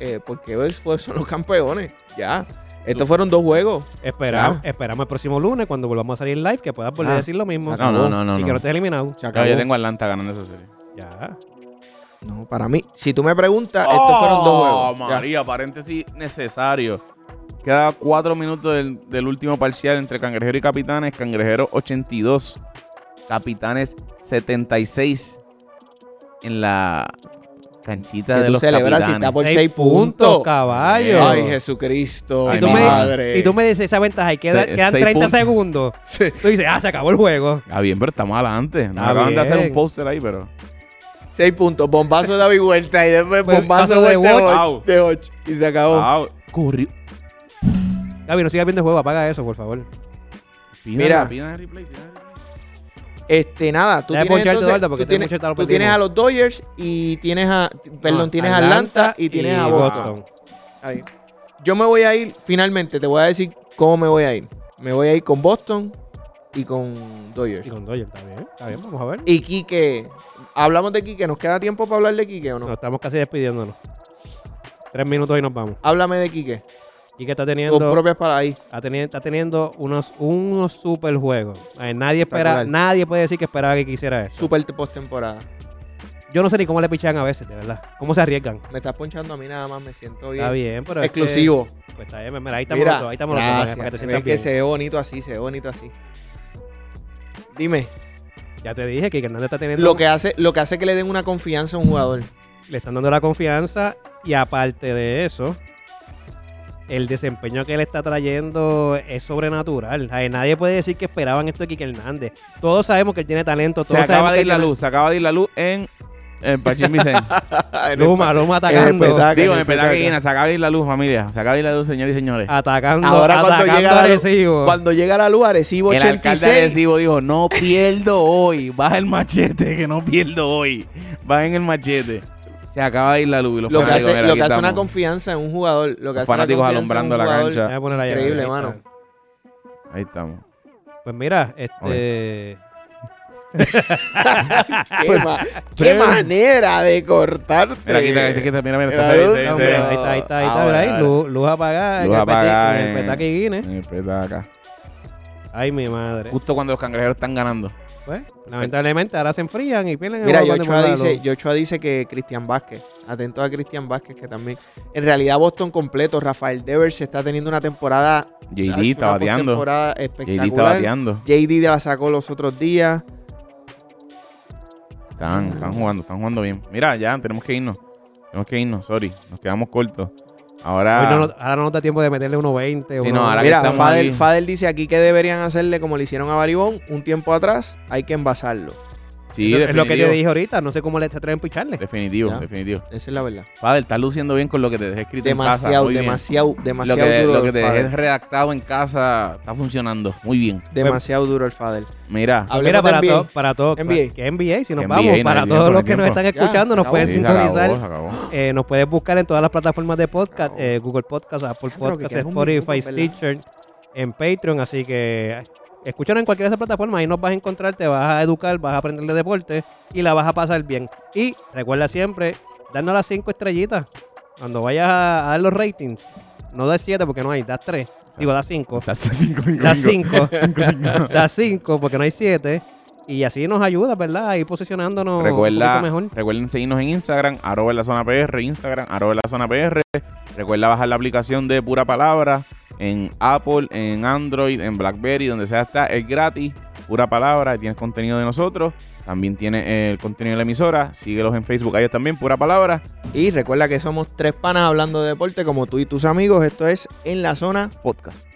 [SPEAKER 1] eh, por qué ellos fue- son los campeones. Ya. Estos fueron dos juegos.
[SPEAKER 2] Espera,
[SPEAKER 1] Ah.
[SPEAKER 2] esperamos el próximo lunes cuando volvamos a salir live que puedas volver
[SPEAKER 1] Ah.
[SPEAKER 2] a decir lo mismo.
[SPEAKER 1] Ah,
[SPEAKER 3] no, no, no, no.
[SPEAKER 2] y que no estés eliminado.
[SPEAKER 1] Se
[SPEAKER 3] Claro,
[SPEAKER 1] acabó.
[SPEAKER 3] yo tengo a Atlanta ganando esa serie.
[SPEAKER 2] Ya.
[SPEAKER 1] No, para mí. Si tú me preguntas, Ah,
[SPEAKER 2] Oh,
[SPEAKER 1] estos fueron dos juegos. ya.
[SPEAKER 3] Oh, María, paréntesis necesario. Queda cuatro minutos del, del último parcial entre Cangrejero y Capitanes. Cangrejero 82, Capitanes 76 en la canchita
[SPEAKER 1] Que
[SPEAKER 3] de
[SPEAKER 1] tú
[SPEAKER 3] los
[SPEAKER 1] celebras si
[SPEAKER 3] Capitanes.
[SPEAKER 1] está por
[SPEAKER 2] Seis
[SPEAKER 1] seis puntos.
[SPEAKER 2] caballo.
[SPEAKER 1] Ay, Jesucristo.
[SPEAKER 3] Si
[SPEAKER 2] si,
[SPEAKER 3] Ay,
[SPEAKER 2] tú
[SPEAKER 3] mi
[SPEAKER 2] me,
[SPEAKER 1] madre.
[SPEAKER 2] si tú me dices esa ventaja y queda-
[SPEAKER 3] Se-
[SPEAKER 2] quedan
[SPEAKER 3] seis
[SPEAKER 2] 30
[SPEAKER 3] puntos.
[SPEAKER 2] segundos,
[SPEAKER 1] Sí.
[SPEAKER 2] tú dices, ah, se acabó el juego.
[SPEAKER 3] Ah, bien, pero estamos adelante. Nos
[SPEAKER 2] Está
[SPEAKER 3] acaban de hacer
[SPEAKER 2] bien.
[SPEAKER 3] un póster ahí, pero.
[SPEAKER 1] Seis puntos, bombazo de David Huerta y después
[SPEAKER 2] Pues,
[SPEAKER 1] bombazo
[SPEAKER 2] paso
[SPEAKER 1] de,
[SPEAKER 2] de
[SPEAKER 1] de,
[SPEAKER 2] Watch.
[SPEAKER 1] Hoch- de Hoch, Y se acabó.
[SPEAKER 3] Ah, corri-
[SPEAKER 2] Gaby, no sigas viendo el juego, apaga eso, por favor.
[SPEAKER 3] Pídale,
[SPEAKER 1] Mira.
[SPEAKER 3] pídale el replay, pídale el replay.
[SPEAKER 1] Este, nada, tú
[SPEAKER 2] Deja
[SPEAKER 1] tienes,
[SPEAKER 2] de poncharte,
[SPEAKER 1] entonces-
[SPEAKER 2] Eduardo, porque Ah,
[SPEAKER 1] tú
[SPEAKER 2] tengo
[SPEAKER 1] tienes,
[SPEAKER 2] mucho tarro
[SPEAKER 1] tú
[SPEAKER 2] perdido.
[SPEAKER 1] tienes a los Dodgers y tienes a, t- perdón,
[SPEAKER 2] No,
[SPEAKER 1] tienes a Atlanta y tienes a Boston. Ahí. Yo me voy a ir, finalmente, te voy a decir cómo me voy a ir. Me voy a ir con Boston y con Dodgers.
[SPEAKER 2] Y con Dodgers, está bien, está bien, vamos a ver.
[SPEAKER 1] Y Quique, hablamos de Quique, ¿nos queda tiempo para hablar de Quique o no?
[SPEAKER 2] Nos estamos casi despidiéndonos. Tres minutos y nos vamos.
[SPEAKER 1] Háblame de Quique,
[SPEAKER 2] Y que está
[SPEAKER 1] con
[SPEAKER 2] teniendo,
[SPEAKER 1] propias palabras ahí.
[SPEAKER 2] está teniendo, está teniendo unos, unos super juegos. Eh, nadie, espera,
[SPEAKER 1] Espectacular.
[SPEAKER 2] nadie puede decir que esperaba que quisiera eso.
[SPEAKER 1] Super postemporada.
[SPEAKER 2] Yo no sé ni cómo le pichan a veces, de verdad. ¿Cómo se arriesgan?
[SPEAKER 1] Me estás ponchando a mí nada más, me siento bien.
[SPEAKER 2] Está bien, pero. es que-
[SPEAKER 1] Exclusivo.
[SPEAKER 2] pues está bien, mira, ahí estamos
[SPEAKER 1] Mira,
[SPEAKER 2] los dos, ahí estamos los dos,
[SPEAKER 1] gracias.
[SPEAKER 2] para que te
[SPEAKER 1] Ves
[SPEAKER 2] sientas
[SPEAKER 1] que
[SPEAKER 2] bien.
[SPEAKER 1] se ve bonito así, se ve bonito así. Dime,
[SPEAKER 2] Ya te dije que Hernández está teniendo.
[SPEAKER 1] lo que hace, lo que hace que le den una confianza a un jugador.
[SPEAKER 2] Le están dando la confianza y aparte de eso. El desempeño que él está trayendo es sobrenatural. Ay, nadie puede decir que esperaban esto de Quique Hernández. Todos sabemos que él tiene talento. Todos
[SPEAKER 3] Se acaba
[SPEAKER 2] sabemos
[SPEAKER 3] de
[SPEAKER 2] que
[SPEAKER 3] ir la
[SPEAKER 2] tiene-
[SPEAKER 3] luz, se acaba de ir la luz en, en Pachín Vicente.
[SPEAKER 1] Eh,
[SPEAKER 2] Luma,
[SPEAKER 1] pues,
[SPEAKER 2] Luma atacando.
[SPEAKER 1] petaca,
[SPEAKER 3] Digo,
[SPEAKER 1] en el
[SPEAKER 3] en Petaquina,
[SPEAKER 1] petaca.
[SPEAKER 3] se acaba de ir la luz, familia. Se acaba de ir la luz, señores y señores.
[SPEAKER 2] Atacando,
[SPEAKER 1] Ahora cuando
[SPEAKER 2] atacando
[SPEAKER 1] llega la luz-
[SPEAKER 2] agresivo.
[SPEAKER 1] Cuando llega la luz, Arecibo
[SPEAKER 3] El alcalde
[SPEAKER 1] 86.
[SPEAKER 3] agresivo dijo, no pierdo hoy. Baja el machete, que no pierdo hoy. Baja en el machete. Se acaba de ir la luz. y los
[SPEAKER 1] Lo que
[SPEAKER 3] fanáticos,
[SPEAKER 1] hace,
[SPEAKER 3] mira,
[SPEAKER 1] lo
[SPEAKER 3] aquí
[SPEAKER 1] que hace una
[SPEAKER 3] estamos.
[SPEAKER 1] confianza en un jugador. Lo que
[SPEAKER 3] Los
[SPEAKER 1] hace una
[SPEAKER 3] fanáticos
[SPEAKER 1] confianza en
[SPEAKER 3] alombrando
[SPEAKER 1] un
[SPEAKER 3] la
[SPEAKER 1] jugador.
[SPEAKER 3] cancha.
[SPEAKER 2] Me voy a poner ahí,
[SPEAKER 1] Increíble,
[SPEAKER 2] ahí
[SPEAKER 1] mano.
[SPEAKER 2] está.
[SPEAKER 3] Ahí estamos.
[SPEAKER 2] Pues mira, este.
[SPEAKER 1] Qué, ma- qué manera de cortarte.
[SPEAKER 3] Mira, aquí está, este, aquí está, mira, mira.
[SPEAKER 1] Mira,
[SPEAKER 3] Está, ahí,
[SPEAKER 1] luz,
[SPEAKER 3] ahí,
[SPEAKER 2] No,
[SPEAKER 3] ahí,
[SPEAKER 2] pero
[SPEAKER 1] hombre.
[SPEAKER 3] ahí.
[SPEAKER 2] ahí está, ahí está, ahí está,
[SPEAKER 1] Ahora,
[SPEAKER 2] ahí,
[SPEAKER 1] ahora.
[SPEAKER 2] Luz, luz apagada. en
[SPEAKER 3] Luz
[SPEAKER 2] el
[SPEAKER 3] apagada
[SPEAKER 2] peta- en el
[SPEAKER 3] en-
[SPEAKER 2] petaca y Guinness.
[SPEAKER 3] Eh, petaca.
[SPEAKER 2] Ay, mi madre.
[SPEAKER 3] Justo cuando los cangrejeros están ganando.
[SPEAKER 2] Pues, lamentablemente ahora se enfrían y pierden el
[SPEAKER 1] Mira,
[SPEAKER 2] juego cuando
[SPEAKER 1] Yochoa
[SPEAKER 2] ponen la
[SPEAKER 1] dice,
[SPEAKER 2] luz.
[SPEAKER 1] Joshua dice que Cristian Vázquez. Atento a Cristian Vázquez, que también. En realidad, Boston completo. Rafael Devers está teniendo una temporada. ha
[SPEAKER 3] JD
[SPEAKER 1] hecho
[SPEAKER 3] está
[SPEAKER 1] una
[SPEAKER 3] bateando.
[SPEAKER 1] postemporada
[SPEAKER 3] JD está
[SPEAKER 1] espectacular.
[SPEAKER 3] bateando.
[SPEAKER 1] JD la sacó los otros días.
[SPEAKER 3] Están, están jugando, están jugando bien. Mira, ya tenemos que irnos. Tenemos que irnos, sorry. Nos quedamos cortos. Ahora.
[SPEAKER 2] Hoy no nos- ahora no nos da tiempo de meterle 1.20.
[SPEAKER 3] Ah. Sí,
[SPEAKER 2] uno-
[SPEAKER 3] no, ahora que
[SPEAKER 1] Mira,
[SPEAKER 3] estamos
[SPEAKER 1] Fadel,
[SPEAKER 3] ahí.
[SPEAKER 1] Fadel dice aquí que deberían hacerle como le hicieron a Baribón un tiempo atrás. Hay que envasarlo.
[SPEAKER 3] sí,
[SPEAKER 2] Eso es lo que
[SPEAKER 3] definitivo.
[SPEAKER 2] te dije ahorita. No sé cómo le se atreven a picharle.
[SPEAKER 3] Definitivo,
[SPEAKER 1] Ya.
[SPEAKER 3] definitivo.
[SPEAKER 1] Esa es la verdad.
[SPEAKER 3] Padre, estás luciendo bien con lo que te dejé escrito en casa.
[SPEAKER 1] Demasiado,
[SPEAKER 3] Muy bien.
[SPEAKER 1] demasiado, demasiado
[SPEAKER 3] lo que,
[SPEAKER 1] duro.
[SPEAKER 3] lo que
[SPEAKER 1] el
[SPEAKER 3] te
[SPEAKER 1] Fadel.
[SPEAKER 3] dejé redactado en casa está funcionando. Muy bien.
[SPEAKER 1] Demasiado duro el Fadel.
[SPEAKER 3] Pues Mira,
[SPEAKER 1] Hablemos
[SPEAKER 2] Mira,
[SPEAKER 1] de
[SPEAKER 2] para
[SPEAKER 1] NBA.
[SPEAKER 2] todos, para todos,
[SPEAKER 1] NBA.
[SPEAKER 2] que NBA, si nos
[SPEAKER 3] NBA,
[SPEAKER 2] vamos,
[SPEAKER 3] no
[SPEAKER 2] para
[SPEAKER 3] hay
[SPEAKER 2] todos
[SPEAKER 3] tiempo,
[SPEAKER 2] los
[SPEAKER 3] no
[SPEAKER 2] que
[SPEAKER 3] hay tiempo.
[SPEAKER 2] nos están
[SPEAKER 1] Ya,
[SPEAKER 2] escuchando,
[SPEAKER 1] se
[SPEAKER 2] nos pueden
[SPEAKER 1] acabó.
[SPEAKER 3] sí, se
[SPEAKER 2] sintonizar
[SPEAKER 3] acabó, se acabó.
[SPEAKER 2] Eh, nos puedes buscar en todas las plataformas de
[SPEAKER 1] Claro.
[SPEAKER 2] podcast, eh, Google Podcast, Apple
[SPEAKER 1] Claro, que
[SPEAKER 2] Podcast,
[SPEAKER 1] quedas un minuto,
[SPEAKER 2] Spotify,
[SPEAKER 1] ¿verdad?
[SPEAKER 2] Stitcher, en Patreon, así que ay, escúchanos en cualquiera de esas plataformas, ahí nos vas a encontrar, te vas a educar, vas a aprender de deporte y la vas a pasar bien. Y recuerda siempre, darnos las cinco estrellitas cuando vayas a, a dar los ratings. No das siete porque no hay, das tres. Digo, das cinco.
[SPEAKER 3] O sea, cinco, cinco,
[SPEAKER 2] Das
[SPEAKER 3] cinco.
[SPEAKER 2] cinco.
[SPEAKER 3] Cinco, cinco.
[SPEAKER 2] das cinco porque no hay siete. Y así nos ayuda, ¿verdad? A ir posicionándonos
[SPEAKER 3] Recuerda,
[SPEAKER 2] un poquito mejor.
[SPEAKER 3] recuerden seguirnos en Instagram, arroba en la zona PR, Instagram, arroba en la zona PR. Recuerda bajar la aplicación de Pura Palabra en Apple, en Android, en Blackberry, donde sea está, es gratis. pura palabra, tienes contenido de nosotros, también tienes eh, el contenido de la emisora, síguelos en Facebook, a ellos también, pura palabra.
[SPEAKER 1] Y recuerda que somos tres panas hablando de deporte como tú y tus amigos. Esto es En la Zona
[SPEAKER 3] podcast.